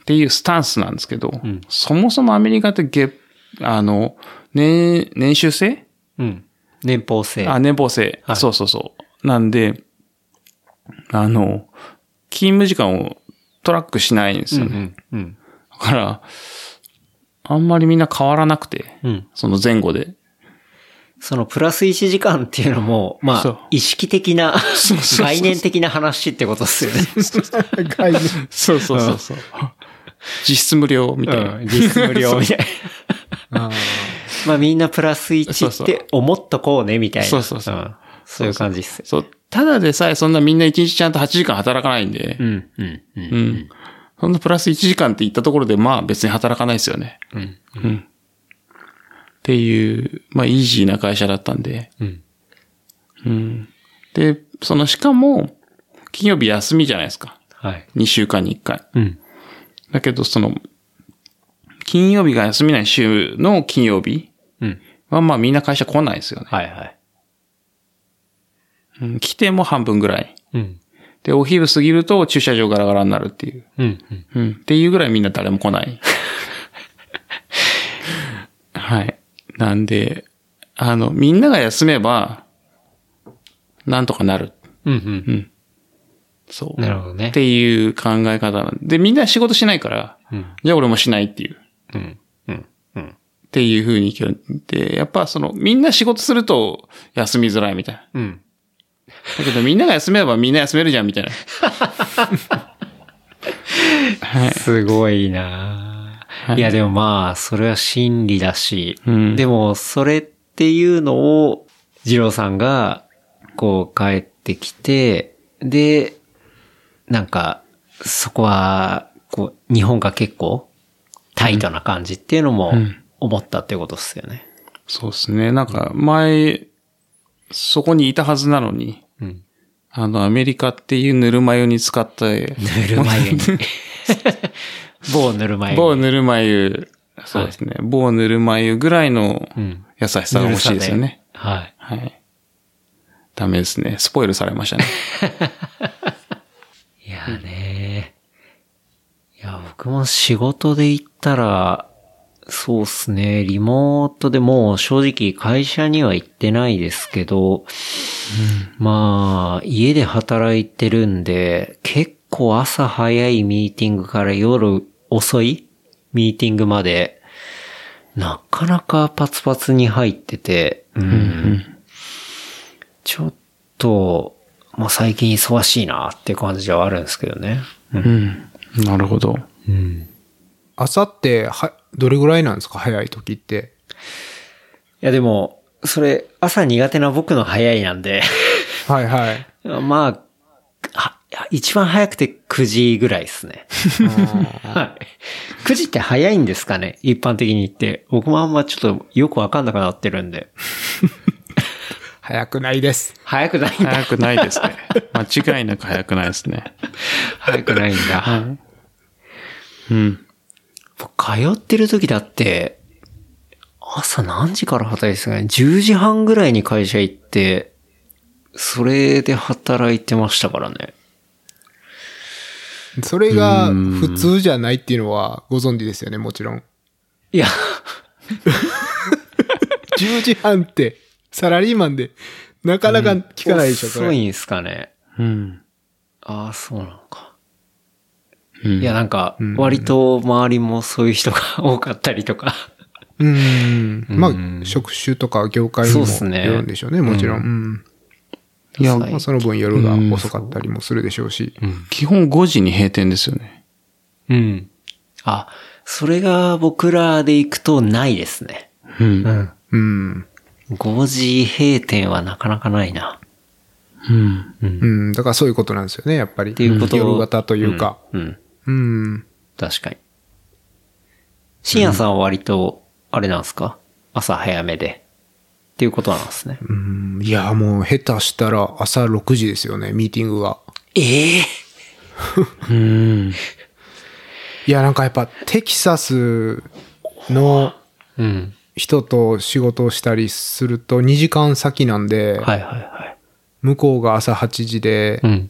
D: っていうスタンスなんですけど、
E: ん
D: そもそもアメリカって月、あの、年、年収制
E: うん。年俸制。
D: あ、年俸制、
E: はい
D: そうそうそう。なんで、あの、勤務時間をトラックしないんです
E: うん
D: よ
E: う
D: ね。
E: ん。うん。
D: だから、あんまりみんな変わらなくて、
E: うん。
D: その前後で。
E: そのプラス1時間っていうのも、ま
D: そう
E: あ、意識的な
D: そうそうそう、
E: 概念的な話ってことですよね。
B: 概念
D: そうそうそうそう。 実質無料みたいな。
E: うん、実質無料みたいな。
B: あ
E: まあみんなプラス
D: そう
E: 1
D: そ
E: っ
D: う
E: て思っとこうね、みたいな。
D: そうそうそうん
E: そういう感じっすよ。
D: そう。ただでさえそんなみんな1日ちゃんと8時間働かないんで、
E: うん、うん、うん。
D: うん。そんなプラス1時間って言ったところで、まあ別に働かないですよね。
E: うん。
D: うん。っていう、まあイージーな会社だったんで。
E: うん。
D: うん。で、そのしかも、金曜日休みじゃないですか。
E: はい。
D: 2週間に1回。
E: うん。
D: だけどその、金曜日が休みない週の金曜日
E: うん。
D: はまあみんな会社来ないですよね。
E: はいはい。
D: うん、来ても半分ぐらい。
E: うん。
D: で、お昼過ぎると駐車場ガラガラになるっていう。
E: うん。う
D: う
E: ん
D: ん。っていうぐらいみんな誰も来ない。はい。なんで、あの、みんなが休めば、なんとかなる。
E: うん。うん。
D: そう。
E: なるほどね
D: っていう考え方なんで、みんな仕事しないから、
E: うん
D: じゃあ俺もしないっていう、
E: うん。うん。うん。
D: っていう風にいけるで、やっぱその、みんな仕事すると休みづらいみたいな。
E: うん。
D: だけどみんなが休めばみんな休めるじゃんみたいな。はい。
E: すごいなぁ
D: はい
E: いやでもまあ、それは真理だし、
D: うん
E: でもそれっていうのを、二郎さんが、こう帰ってきて、で、なんか、そこは、こう、日本が結構、タイトな感じっていうのも
D: うん、
E: 思ったってことっすよね。
D: そうですね。なんか前、そこにいたはずなのに、
E: うん。
D: あの、アメリカっていうぬるま湯に使った、
E: ぬるま湯 に。 某ぬるま湯に。
D: 某ぬるま湯、そうですね。某ぬるま湯ぐらいの
E: うん。
D: 優しさが欲しいですよね。
E: ぬるさで。はい。
D: はい。ダメですね。スポイルされましたね。
E: いやーねー、いや、僕も仕事で行ったら、そうっすね、リモートでもう正直会社には行ってないですけど、まあ、家で働いてるんで、結構朝早いミーティングから夜遅いミーティングまで、なかなかパツパツに入ってて、うんちょっと、まあ、最近忙しいなって感じではあるんですけどね。
D: うん。なるほど。
E: うん。
B: 朝っては、どれぐらいなんですか早い時って。
E: いや、でも、それ、朝苦手な僕の早いなんで、
B: はいはい。
E: まあ、は一番早くて9時ぐらいですね。はい。9時って早いんですかね一般的に言って。僕もあんまちょっとよくわかんなくなってるんで。
B: 早くないです。
E: 早くないんだ。
D: 早くないですね。 間違いなく早くないですね。
E: 早くないんだ。
D: うん。
E: 僕通ってる時だって、朝何時から働いてたかね ?10 時半ぐらいに会社行って、それで働いてましたからね。
B: それが普通じゃないっていうのはご存知ですよね、もちろん。
E: いや、
B: 10時半って、サラリーマンで、なかなか聞かないでしょ、そ
E: 遅
B: れ。
E: いんすかね。
D: うん。
E: ああ、そうなのか。
D: うん
E: いや、なんか、割と周りもそういう人が 多かったりとか。
B: うん。ま
E: うん
B: あ、職種とか業界に
E: そう
B: も
E: っすね
B: よるんでしょうね、もちろん。
E: う
B: うん
D: いや、
B: まあ、その分夜が遅かったりもするでしょうし。
D: 基本5時に閉店ですよね。
E: うん。あ、それが僕らで行くとないですね。
D: うん。
E: ん。
B: うん。
E: 5時閉店はなかなかないな。
D: うん。
B: うん。だからそういうことなんですよね、やっぱり。って
E: いうことを
B: 夜型というか。
E: うん。うん
B: うん。
E: 確かに。深夜さんは割と、あれなんですか朝早めで。っていうことなんですね。
B: うんいや、もう下手したら朝6時ですよね、ミーティングが。
E: ええ
D: うん。
B: いや、なんかやっぱテキサスの
E: うん。
B: 人と仕事をしたりすると2時間先なんで、
E: はいはいはい。
B: 向こうが朝8時で、
E: ん。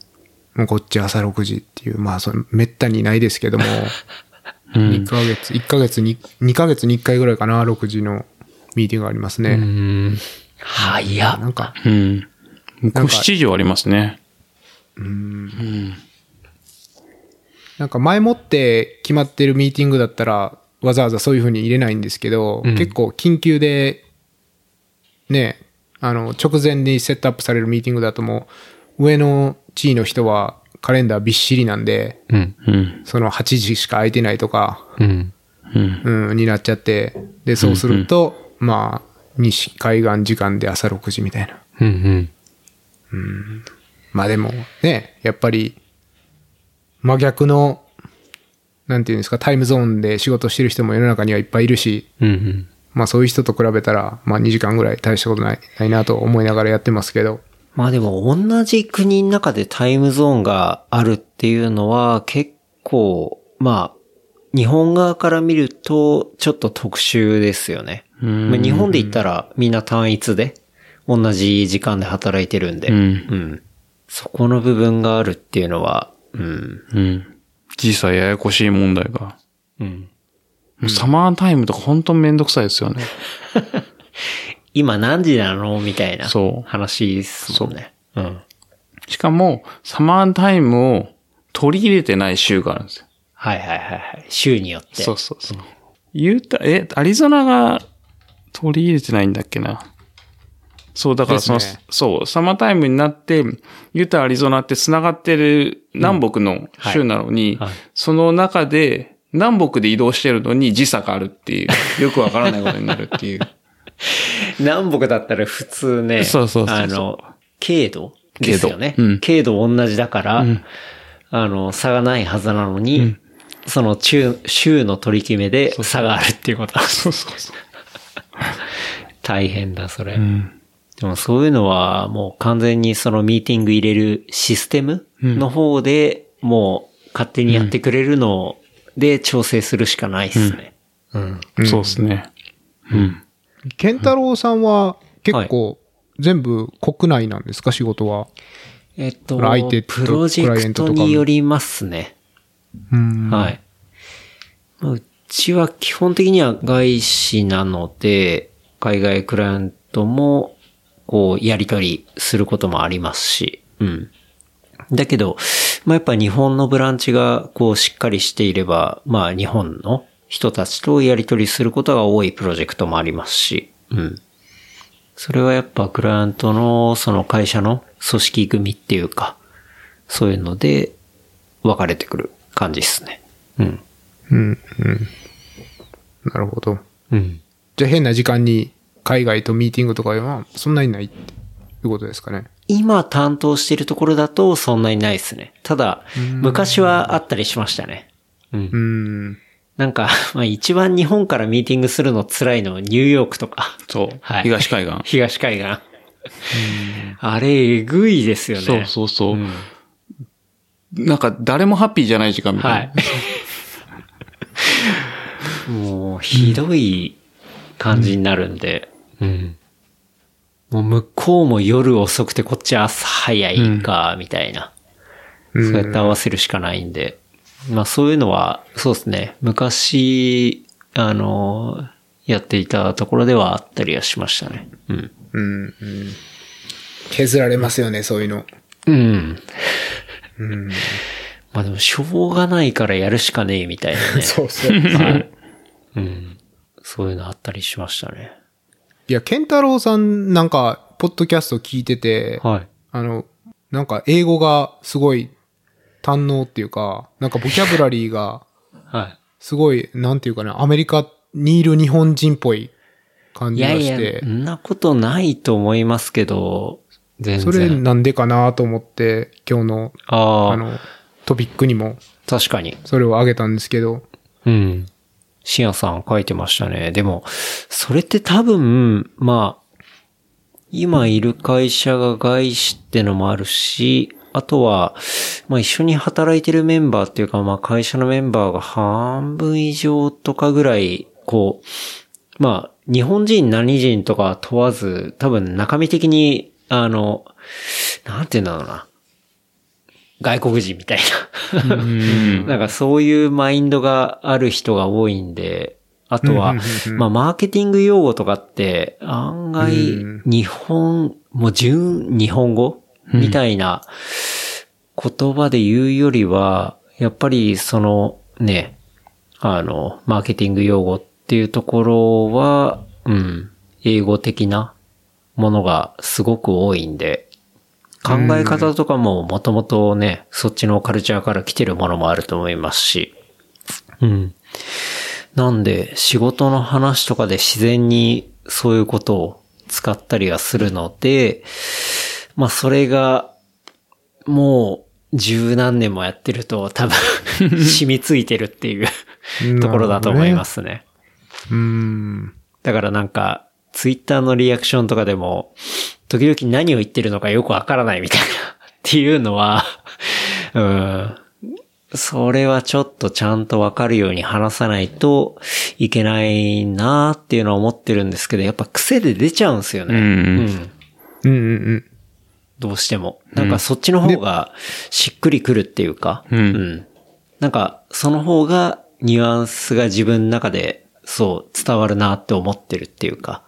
B: もうこっち朝6時っていう、まあそのめったにないですけ ども、2ヶ月、1ヶ月に、2ヶ月に1回ぐらいかな、6時のミーティングがあります
E: う
B: ね。
E: ん。早っ。
B: なんか、
D: うん。向こう
B: なんか
D: 7時はありますね。
B: なんか前もって決まってるミーティングだったら、わざわざそういう風に入れないんですけど、
E: うん
B: 結構緊急で、ね、あの、直前にセットアップされるミーティングだともう、上の地位の人はカレンダーびっしりなんで、
E: うん。
D: うん。
B: その8時しか空いてないとか、
E: うん。
D: うん。
B: うん、になっちゃって、で、そうすると、まあ、西海岸時間で朝6時みたいな。
E: うん。うん。
B: まあでも、ね、やっぱり、真逆の、なんていうんですか、タイムゾーンで仕事してる人も世の中にはいっぱいいるし、
E: うん。
B: まあそういう人と比べたら、まあ2時間ぐらい大したことない、ないなと思いながらやってますけど、
E: まあでも同じ国の中でタイムゾーンがあるっていうのは結構、まあ、日本側から見るとちょっと特殊ですよね。
D: うん
E: まあ日本で言ったらみんな単一で同じ時間で働いてるんで、
D: うん。
E: うんそこの部分があるっていうのは、うん。
D: うん。実際ややこしい問題が。
E: うん、
D: もうサマータイムとか本当めんどくさいですよね。
E: 今何時なのみたいな
D: そう
E: 話ですもんね。うん。
D: しかも、サマータイムを取り入れてない州があるんですよ。
E: はいはいはいはい。州によって。
D: そうそうそう。言うた、え、アリゾナが取り入れてないんだっけな。そう、だからその、
B: ですね
D: そう、サマータイムになって、ユタ、アリゾナって繋がってる南北の州なのに、
E: はいはい
D: その中で、南北で移動してるのに時差があるっていう、よくわからないことになるっていう。
E: 南北だったら普通ね。
D: そうそうそうそう
E: あの、軽度ですよね。
D: 軽度うん
E: 軽度同じだから、
D: うん
E: あの、差がないはずなのに、その中、州の取り決めで差があるっていうこと。
D: そうそうそう。
E: 大変だ、それ、
D: うん。
E: でもそういうのはもう完全にそのミーティング入れるシステムの方で、もう勝手にやってくれるので調整するしかないですね。うん。
B: ん
D: そうですね。うん。
B: 健太郎さんは結構、全部国内なんですか、仕事は。
E: えっと、
B: 相手と
E: プロジェ
B: クライア
E: ク
B: ント
E: ト
B: とかも
E: によりますね。
B: うん。
E: はい。まあうちは基本的には外資なので、海外クライアントも、こう、やり取りすることもありますし、うん。だけど、まあ、やっぱ日本のブランチが、こう、しっかりしていれば、まあ、日本の人たちとやり取りすることが多いプロジェクトもありますし、うん。それはやっぱクライアントの、その会社の組織組っていうか、そういうので、分かれてくる感じですね。うん。
B: うん、うん。なるほど。
E: うん。
B: じゃあ変な時間に海外とミーティングとかはそんなにないっていうことですかね。
E: 今担当しているところだとそんなにないですね。ただ、昔はあったりしましたね。
B: うーん。
E: なんか、まあ一番日本からミーティングするの辛いのはニューヨークとか、
D: そう。
E: はい
D: 東海岸。
E: 東海岸。あれ、えぐいですよね。
D: そうそうそう。
E: ん
D: なんか、誰もハッピーじゃない時間みたいな。
E: はい。もう、ひどい感じになるんで。うん。もう向こうも夜遅くてこっち朝早いか、みたいな。
B: うん
E: そうやって合わせるしかないんで。まあそういうのは、そうですね。昔、あの、やっていたところではあったりはしましたね。うん。
B: うん、うん。削られますよね、そういうの。
E: うん。
B: うん。
E: まあでも、しょうがないからやるしかねえみたいなね。
B: そう そう。
E: うん。そういうのあったりしましたね。
B: いや、ケンタロウさんなんか、ポッドキャスト聞いてて、
E: はい。
B: あの、なんか英語がすごい堪能っていうか、なんかボキャブラリーが
E: は
B: すごい、なんていうかな、アメリカにいる日本人っぽい感
E: い。い
B: じが
E: や
B: して、
E: いや、そんなことないと思いますけど、全
B: それ
E: 然。
B: なんでかなと思って、今日の
E: あ
B: あ
E: あ、
B: のトピックにも
E: 確かに。
B: それを挙げたんですけど、
E: うん。シアさん書いてましたね。でも、それって多分、まあ、今いる会社が外資ってのもあるし、あとは、まあ一緒に働いてるメンバーっていうか、まあ会社のメンバーが半分以上とかぐらい、こう、まあ、日本人何人とか問わず、多分中身的に、あの、なんて言うんだろうな。外国人みたいな。なんかそういうマインドがある人が多いんで、あとは
B: うんうんうんう、ん
E: まあマーケティング用語とかって案外
B: うん
E: 日本、もう純日本語みたいな言葉で言うよりは、やっぱりそのね、あの、マーケティング用語っていうところは、うん、英語的なものがすごく多いんで、考え方とかももともとね、そっちのカルチャーから来てるものもあると思いますし、うん。なんで、仕事の話とかで自然にそういうことを使ったりはするので、まあそれが、もう十何年もやってると多分 染みついてるっていう ところだと思いますね。
B: うん。
E: だからなんか、ツイッターのリアクションとかでも、時々何を言ってるのかよくわからないみたいな っていうのは、うん。それはちょっとちゃんとわかるように話さないといけないなーっていうのは思ってるんですけど、やっぱ癖で出ちゃうんですよ
D: う。
E: ね。うん
B: う
E: ん。
B: んうん
E: どうしても。なんかそっちの方がしっくりくるっていうか、
D: うん
E: なんかその方がニュアンスが自分の中でそう伝わるなって思ってるっていうか。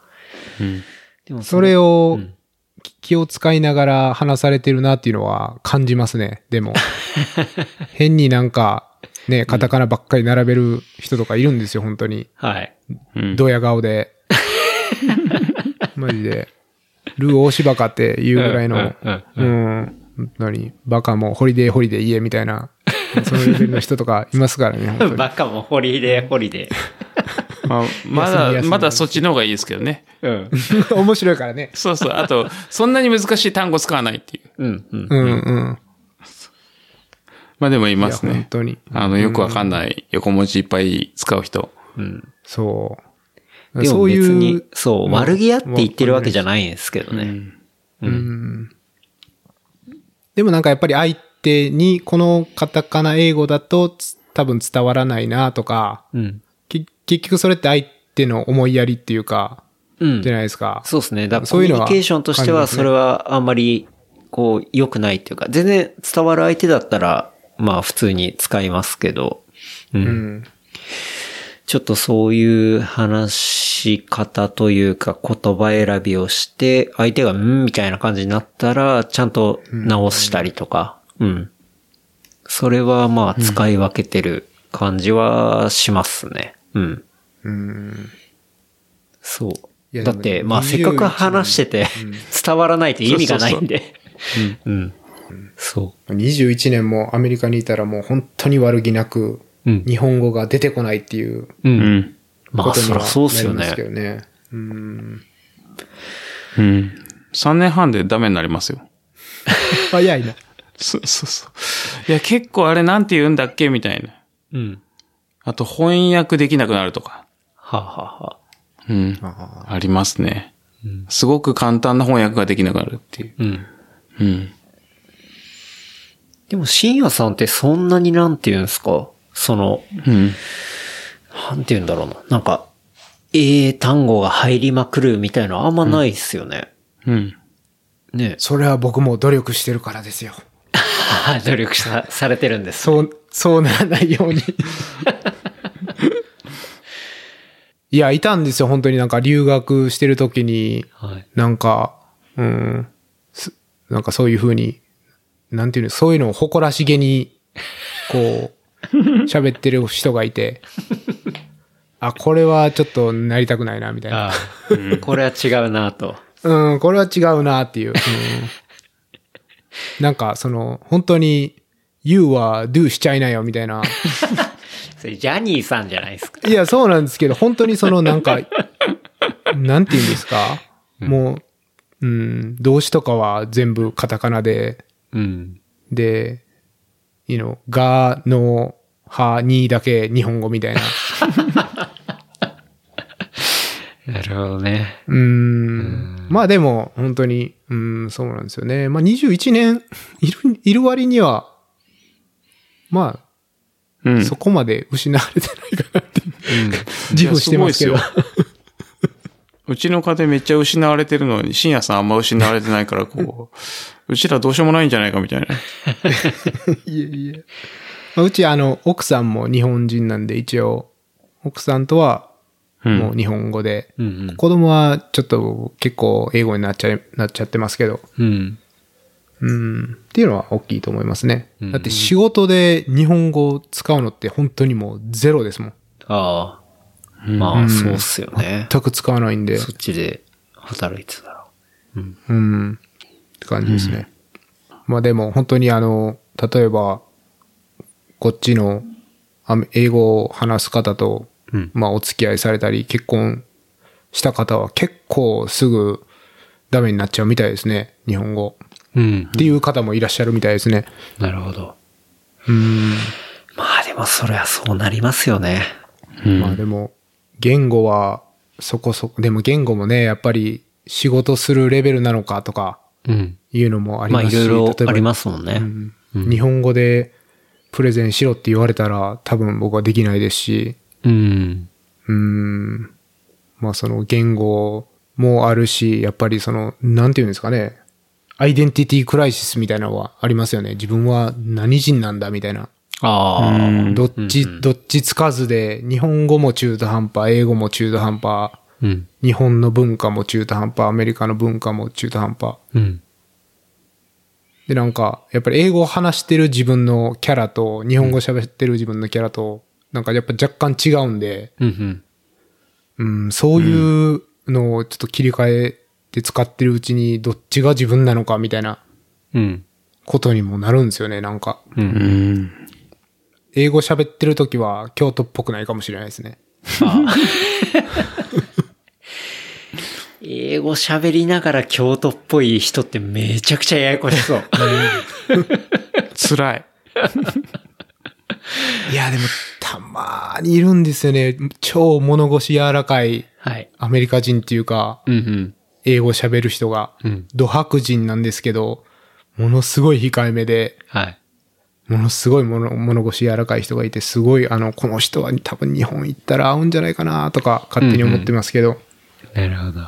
E: で
B: う
E: も
B: ん。それ
E: を、
B: を
E: うん
B: き気を使いながら話されてるなっていうのは感じますね、でも。変になんか、ね、カタカナばっかり並べる人とかいるんですよ、本当に。
E: はい。
D: うん。
B: ドヤ顔で。マジで。ルー大芝かっていうぐらいの、
E: うんうん
B: うん、何バカもホリデーホリデー言えみたいな、そのレベルの人とかいますからね、本当に。
E: バカもホリデーホリデー。
D: まあま
B: 休み
D: だ、
B: 休み
D: まだそっちの方がいいですけどね。
E: うん。
B: 面白いからね。
D: そうそう。あと、そんなに難しい単語使わないっていう。
E: うんうん。
B: うんうん。
D: まあでもい
B: い
D: ま
B: や、
D: す
B: 本
D: ね。
B: 当に。
D: あの、よくわかんない横文字いっぱい使う人。
E: うん。
B: そう。
E: でも
B: そう
E: 別
B: い
E: に
B: う、、
E: そう、
B: うん
E: 悪気あって言ってるわけじゃないんですけど
D: う
E: ね。
D: ん
B: うん。でもなんかやっぱり相手にこのカタカナ英語だとつ多分伝わらないなとか、
E: うん。
B: き結局それって相手の思いやりっていうか、
E: うん
B: じ。ゃないですか。
E: そうですね。だから
B: そ
E: コ
B: う
E: ミ
B: いう
E: ュ
B: のは
E: ニケーションとしては、
B: 感じますね
E: それはあんまり、こう、良くないっていうか、全然伝わる相手だったら、まあ、普通に使いますけど、うん。
B: うん。
E: ちょっとそういう話し方というか、言葉選びをして、相手が、うんみたいな感じになったら、ちゃんと直したりとか、うん。それは、まあ、使い分けてる感じはしますね。うん
B: うん。
E: そう。
B: いや
E: だって、
B: でも
E: まあ、
B: 21
E: せっかく話してて、伝わらないと意味がないんで。うん。そ
B: 21年もアメリカにいたらもう本当に悪気なく、
E: う。うん。
B: 日本語が出てこないっていう
E: う。
D: うんん。
E: ま
B: こ
E: あ、
B: とに
E: そ
B: は
E: らそうっす
B: な
E: よ
B: りますけ
E: ね。
B: どね。うん。
D: うん。3年半でダメになりますよ。
B: 早いな。
D: そうそうそう。いや、結構あれなんて言うんだっけみたいな。
E: うん。
D: あと、翻訳できなくなるとか。
E: はあ、はあはあ、
D: うん。
B: あ
D: ありますね
E: うん。
D: すごく簡単な翻訳ができなくなるっていう。
E: うん。
D: うん。
E: でも、深夜さんってそんなになんて言うんですかその、
D: うん。
E: なんて言うんだろうな。なんか、ええ単語が入りまくるみたいなあんまないっすよね。
D: うん。
E: ね
B: それは僕も努力してるからですよ。
E: え 努力さされてるんです。
B: そう、そうならないように。 いや、いたんですよ、本当になんか留学してる時に、
E: はい。
B: なんか、うん、すなんかそういうふうに、なんていうの、そういうのを誇らしげに、こう、 喋ってる人がいて、あ、これはちょっとなりたくないな、みたいな。
E: ああ、これは違うなと。
B: うん、これは違うな、って いう。うんなんか、その、本当に、You は Do しちゃいなよ、みたいな。
E: それジャニーさんじゃないですか。
B: いや、そうなんですけど、本当にそのなんか、なんて言うんですか、もう、うん、動詞とかは全部カタカナで、
E: うん。
B: で、you know, が、の、は、にだけ日本語みたい な。
E: なるほどね。
B: うーん。まあでも、本当に、うん、そうなんですよね。まあ21年、 いる、いる割には、ま
D: う
B: あ、
D: ん。
B: そこまで失われてないかなって、 自負してますけ
D: い
B: ど
D: や。すごいですよ。うちの家庭めっちゃ失われてるのに、深夜さんあんま失われてないから、こ う、うちらどうしようもないんじゃないかみたいな。
B: いえいえ。まあうち、あの、奥さんも日本人なんで、一応、奥さんとは、
D: うん
B: もう日本語で、
E: うんうん
B: 子供はちょっと結構英語になっちゃい、なっちゃってますけど、
E: うん。
B: うん、っていうのは大きいと思いますね。
E: うん
B: だって仕事で日本語を使うのって本当にもうゼロですもん。
E: ああ。まあ、そうっすよね。
B: 全く使わないんで、
E: そっちで働いてたら。
B: うん、って感じですね。まあでも本当にあの、例えば、こっちのあ英語を話す方と、
E: うん
B: まあお付き合いされたり、結婚した方は結構すぐダメになっちゃうみたいですね、日本語。
E: うん
B: っ。ていう方もいらっしゃるみたいですね。
E: なるほど。
B: うん。
E: まあでもそりゃそうなりますよね。
B: まあでも、言語はそこそこ、でも言語もね、やっぱり仕事するレベルなのかとか
E: うん。
B: いうのもあり
E: ま
B: ま
E: あ
B: す
E: い
B: し、
E: ろいろ
B: 例えば
E: ありますもんね。
B: うん日本語でプレゼンしろって言われたら多分僕はできないですし、
E: うん。
B: うん。まあその言語もあるし、やっぱりその、なんていうんですかね、アイデンティティクライシスみたいなのはありますよね。自分は何人なんだみたいな。
E: ああ。
B: どっち、どっちつかずで、日本語も中途半端、英語も中途半端、
E: うん。
B: 日本の文化も中途半端、アメリカの文化も中途半端。
E: うん。
B: で、なんか、やっぱり英語を話してる自分のキャラと、日本語喋ってる自分のキャラと、なんかやっぱ若干違うんで、
E: うんうん。
B: うん、そういうのをちょっと切り替えて使ってるうちに、どっちが自分なのかみたいな
E: うん。
B: ことにもなるんですよね、なんか。
D: うん。
B: 英語喋ってる時は京都っぽくないかもしれないですね。
E: 英語喋りながら京都っぽい人ってめちゃくちゃややこしそう。
D: 辛い。
B: いや、でも、たまーにいるんですよね。超物腰柔らかい
E: はい。
B: アメリカ人っていうか、
E: うん
B: 英語喋る人が、
E: うん。うん。
B: 土白人なんですけど、ものすごい控えめで、
E: はい。
B: ものすごい物物腰柔らかい人がいて、すごい、あの、この人は多分日本行ったら合うんじゃないかなとか、勝手に思ってますけど、
E: なるほど。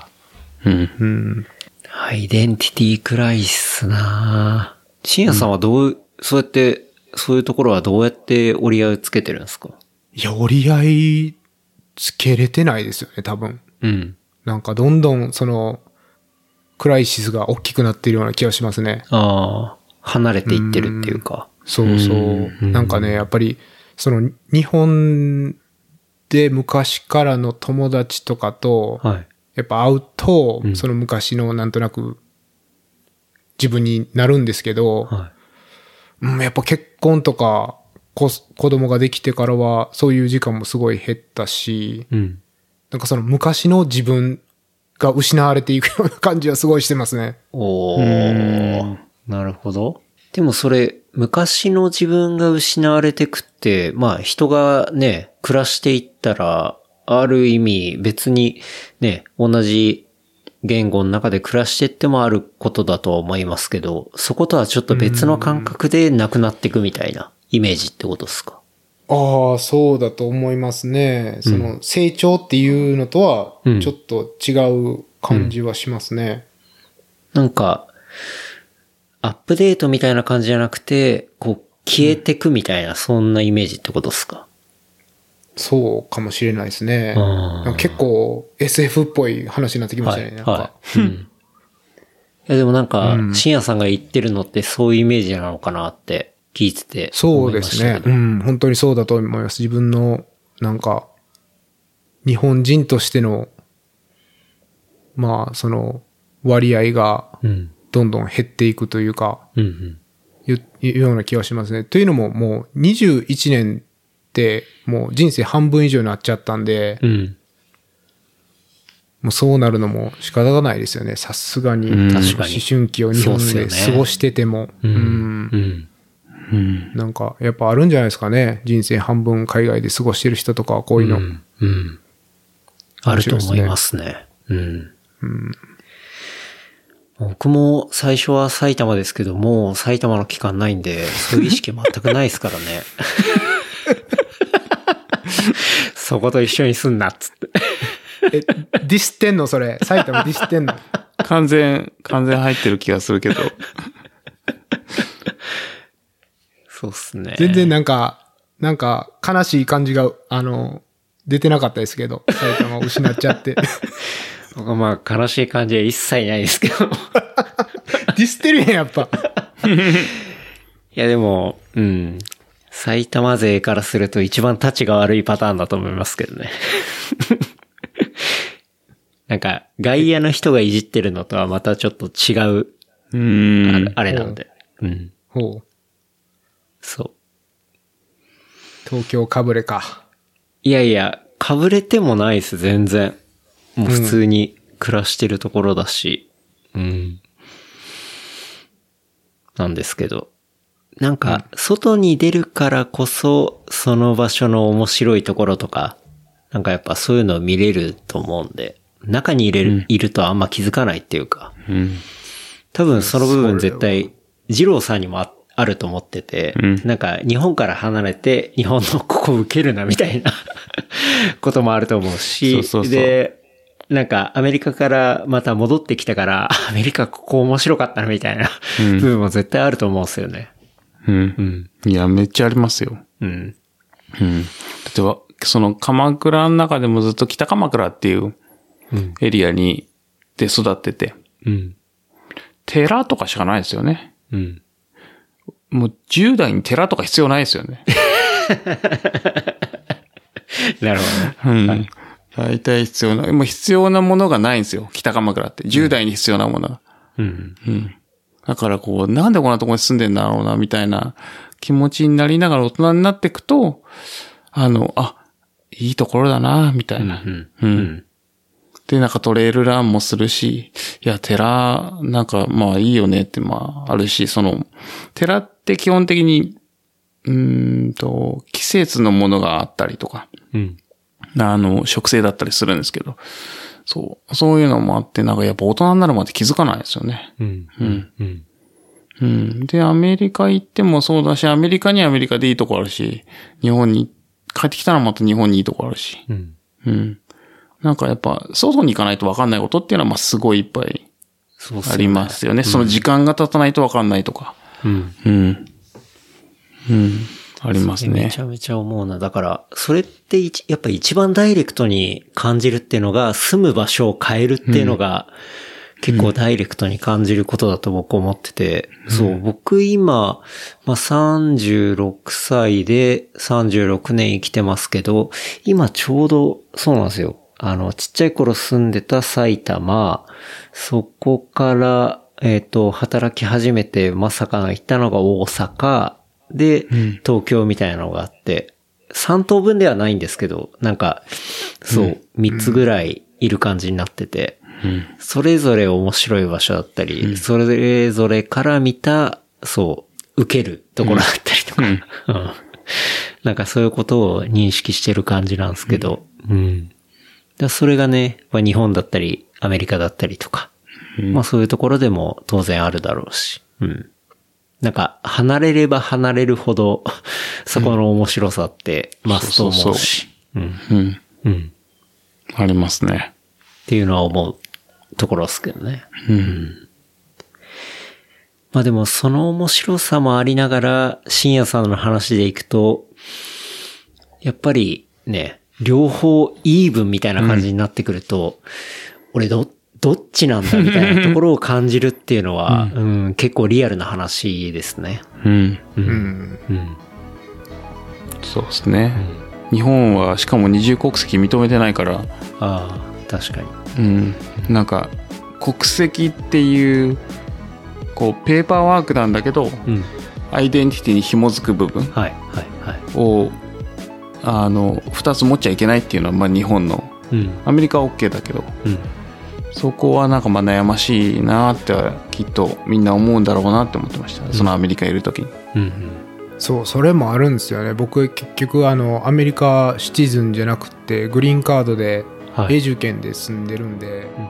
D: うん。
B: うん、
E: アイデンティティクライシスなぁ深夜さんはどう、そうやって、そういうところはどうやって折り合いをつけてるんですか
B: いや、折り合いつけれてないですよね、多分。
E: うん。
B: なんか、どんどん、その、クライシスが大きくなっているような気がしますね。
E: ああ、離れていってるっていうか。
B: そうそう。なんかね、やっぱり、その、日本で昔からの友達とかと、
E: はい。
B: やっぱ会うと、その昔のなんとなく、自分になるんですけど、
E: は
B: うん、やっぱ結婚とか、子子供ができてからは、そういう時間もすごい減ったし、
E: い。うん。
B: なんかその昔の自分が失われていくような感じはすごいしてますね。
E: おお、なるほど。でもそれ、昔の自分が失われてくって、まあ人がね、暮らしていったら、ある意味別にね、同じ言語の中で暮らしていってもあることだとは思いますけど、そことはちょっと別の感覚でなくなっていくみたいなイメージってことですか
B: ああ、そうだと思いますね。その、成長っていうのとは
E: うん
B: ちょっと違う感じはしますね。
E: なんか、アップデートみたいな感じじゃなくて、こう、消えてくみたいな、そんなイメージってことですか
B: そうかもしれないですね。
E: あー
B: なんか結構 SF っぽい話になってきまし
E: は
B: たね。
E: い。
B: なんか
E: はい。うん。いやでもなんか、
B: うん
E: 深夜さんが言ってるのってそういうイメージなのかなって聞いてて。
B: そうですね。う
E: 思いましたけど
B: ん、本当にそうだと思います。自分の、なんか、日本人としての、まあ、その、割合が、
E: うん。
B: どんどん減っていくというか、
E: うんうん。
B: いういうような気がしますね。というのも、もう21年って、もう人生半分以上になっちゃったんで、
E: うん。
B: もうそうなるのも仕方がないですよね。さすがに。
D: うん
E: 確かに
B: 思春期を日本
E: そう
B: で
E: っすよね
B: 過ごしてても。
E: うん。
B: うん
D: う
E: うん。
D: ん。
B: なんか、やっぱあるんじゃないですかね。人生半分海外で過ごしてる人とかはこういうの。
E: うん。うん。あると思いますね。うん。僕も最初は埼玉ですけども、埼玉の期間ないんで、そういう意識全くないで すからね。 そこと一緒にすんなっつって。
B: え、ディスってんのそれ。埼玉ディスってん の
D: 完全、完全入ってる気がするけど。
E: そうっすね。
B: 全然なんか、なんか悲しい感じが、あの、出てなかったですけど、埼玉を失っちゃって。 デ
E: まあ、悲しい感じは一切ないですけど。い
B: ィスってるやん、やっぱ。
E: や、でも、うん。埼玉勢からすると一番立ちが悪いパターンだと思いますけどね。 なんか、外野の人がいじってるのとはまたちょっと違う、
D: う
E: あ
D: ん。
E: あれなんで。うん。
B: ほう。
E: そう。
B: 東京かぶれか。
E: いやいや、かぶれてもないです、全然。もう普通に暮らしてるところだし。うん。なんですけど。なんか、外に出るからこそ、その場所の面白いところとか、なんかやっぱそういうのを見れると思うんで、中に入れる、いるとあんま気づかないっていうか、
D: うん。
E: 多分その部分絶対、二郎さんにもああると思ってて、
D: うん
E: なんか日本から離れて日本のここ受けるなみたいな こともあると思うし、
D: そうそうそう
E: で、なんかアメリカからまた戻ってきたから、 アメリカここ面白かったなみたいな
D: うん
E: 部分も絶対あると思うんですよね。
D: うん。
E: ん。
D: いや、めっちゃありますよ。
E: うん。
D: うん。だってわ、その鎌倉の中でもずっと北鎌倉っていう
E: うん。
D: エリアに、で育ってて、
E: うん。
D: 寺とかしかないですよね。
E: うん。
D: もう10代に寺とか必要ないですよね。
E: なるほどね。
D: うん。 大体必要な、もう必要なものがないんですよ。北鎌倉って。10代に必要なものが。
E: うん。
D: うん。だからこう、なんでこんなとこに住んでんだろうな、みたいな気持ちになりながら大人になっていくと、あの、あ、いいところだな、みたいな。
E: うん。
D: うん。で、なんかトレイルランもするし、いや、寺、なんかまあいいよねってまああるし、その、寺って基本的に、うーんと、季節のものがあったりとか、
E: うん。
D: あの、植生だったりするんですけど、そう、そういうのもあって、なんかやっぱ大人になるまで気づかないですよね。
E: うん。
D: うん。
E: うん。
D: うん。で、アメリカ行ってもそうだし、アメリカにはアメリカでいいとこあるし、日本に、帰ってきたらまた日本にいいとこあるし。
E: うん。
D: うん。なんかやっぱ、外に行かないと分かんないことっていうのは、まあ、すごいいっぱい
E: そうっ
D: あ
E: ね
D: りますよね。その時間が経たないと分かんないとか。
E: うん。
D: うん。うん。あります
E: め
D: ね
E: ち。ゃめちゃ思うな。だから、それって一やっぱ一番ダイレクトに感じるっていうのが、住む場所を変えるっていうのが、結構ダイレクトに感じることだと僕思ってて、そう、僕今、まあ、36歳で36年生きてますけど、今ちょうど、そうなんですよ。あの、ちっちゃい頃住んでた埼玉、そこから、えっ、と、働き始めて、まさか行ったのが大阪、で、東京みたいなのがあって、3等分ではないんですけど、なんか、そう、3つぐらいいる感じになってて、それぞれ面白い場所だったり、それぞれから見た、そう、受けるところだったりとか、 うんなんかそういうことを認識してる感じなんですけど、うん。だからそれがね、まあ、日本だったり、アメリカだったりとか、まあそういうところでも当然あるだろうし、うん。なんか、離れれば離れるほど、 そこの面白さって増すと思うし、うん。
D: うん。
E: うん。
D: ありますね。
E: っていうのは思うところですけどね。
D: うん。
E: まあでもその面白さもありながら、深夜さんの話でいくと、やっぱりね、両方イーブンみたいな感じになってくると、俺ど、どっちなんだみたいなところを感じるっていうのは、うん、結構リアルな話ですね。
D: うん。
B: うん。
E: うん。
D: そうですね。日本はしかも二重国籍認めてないから、
E: ああ、確かに。
D: うん、なんか国籍っていうこうペーパーワークなんだけど
E: うん。
D: アイデンティティに紐づく部分
E: はい、はい、はい。
D: をあの2つ持っちゃいけないっていうのは、まあ、日本の
E: うん、
D: アメリカは OK だけど
E: うん。
D: そこはなんかまあ悩ましいなってはきっとみんな思うんだろうなって思ってましたそのアメリカいる時に。
E: うん、うん。
B: そう、それもあるんですよね。僕、結局、あの、アメリカシティズンじゃなくて、グリーンカードで、
E: はい
B: 永住権で住んでるんで、
E: うん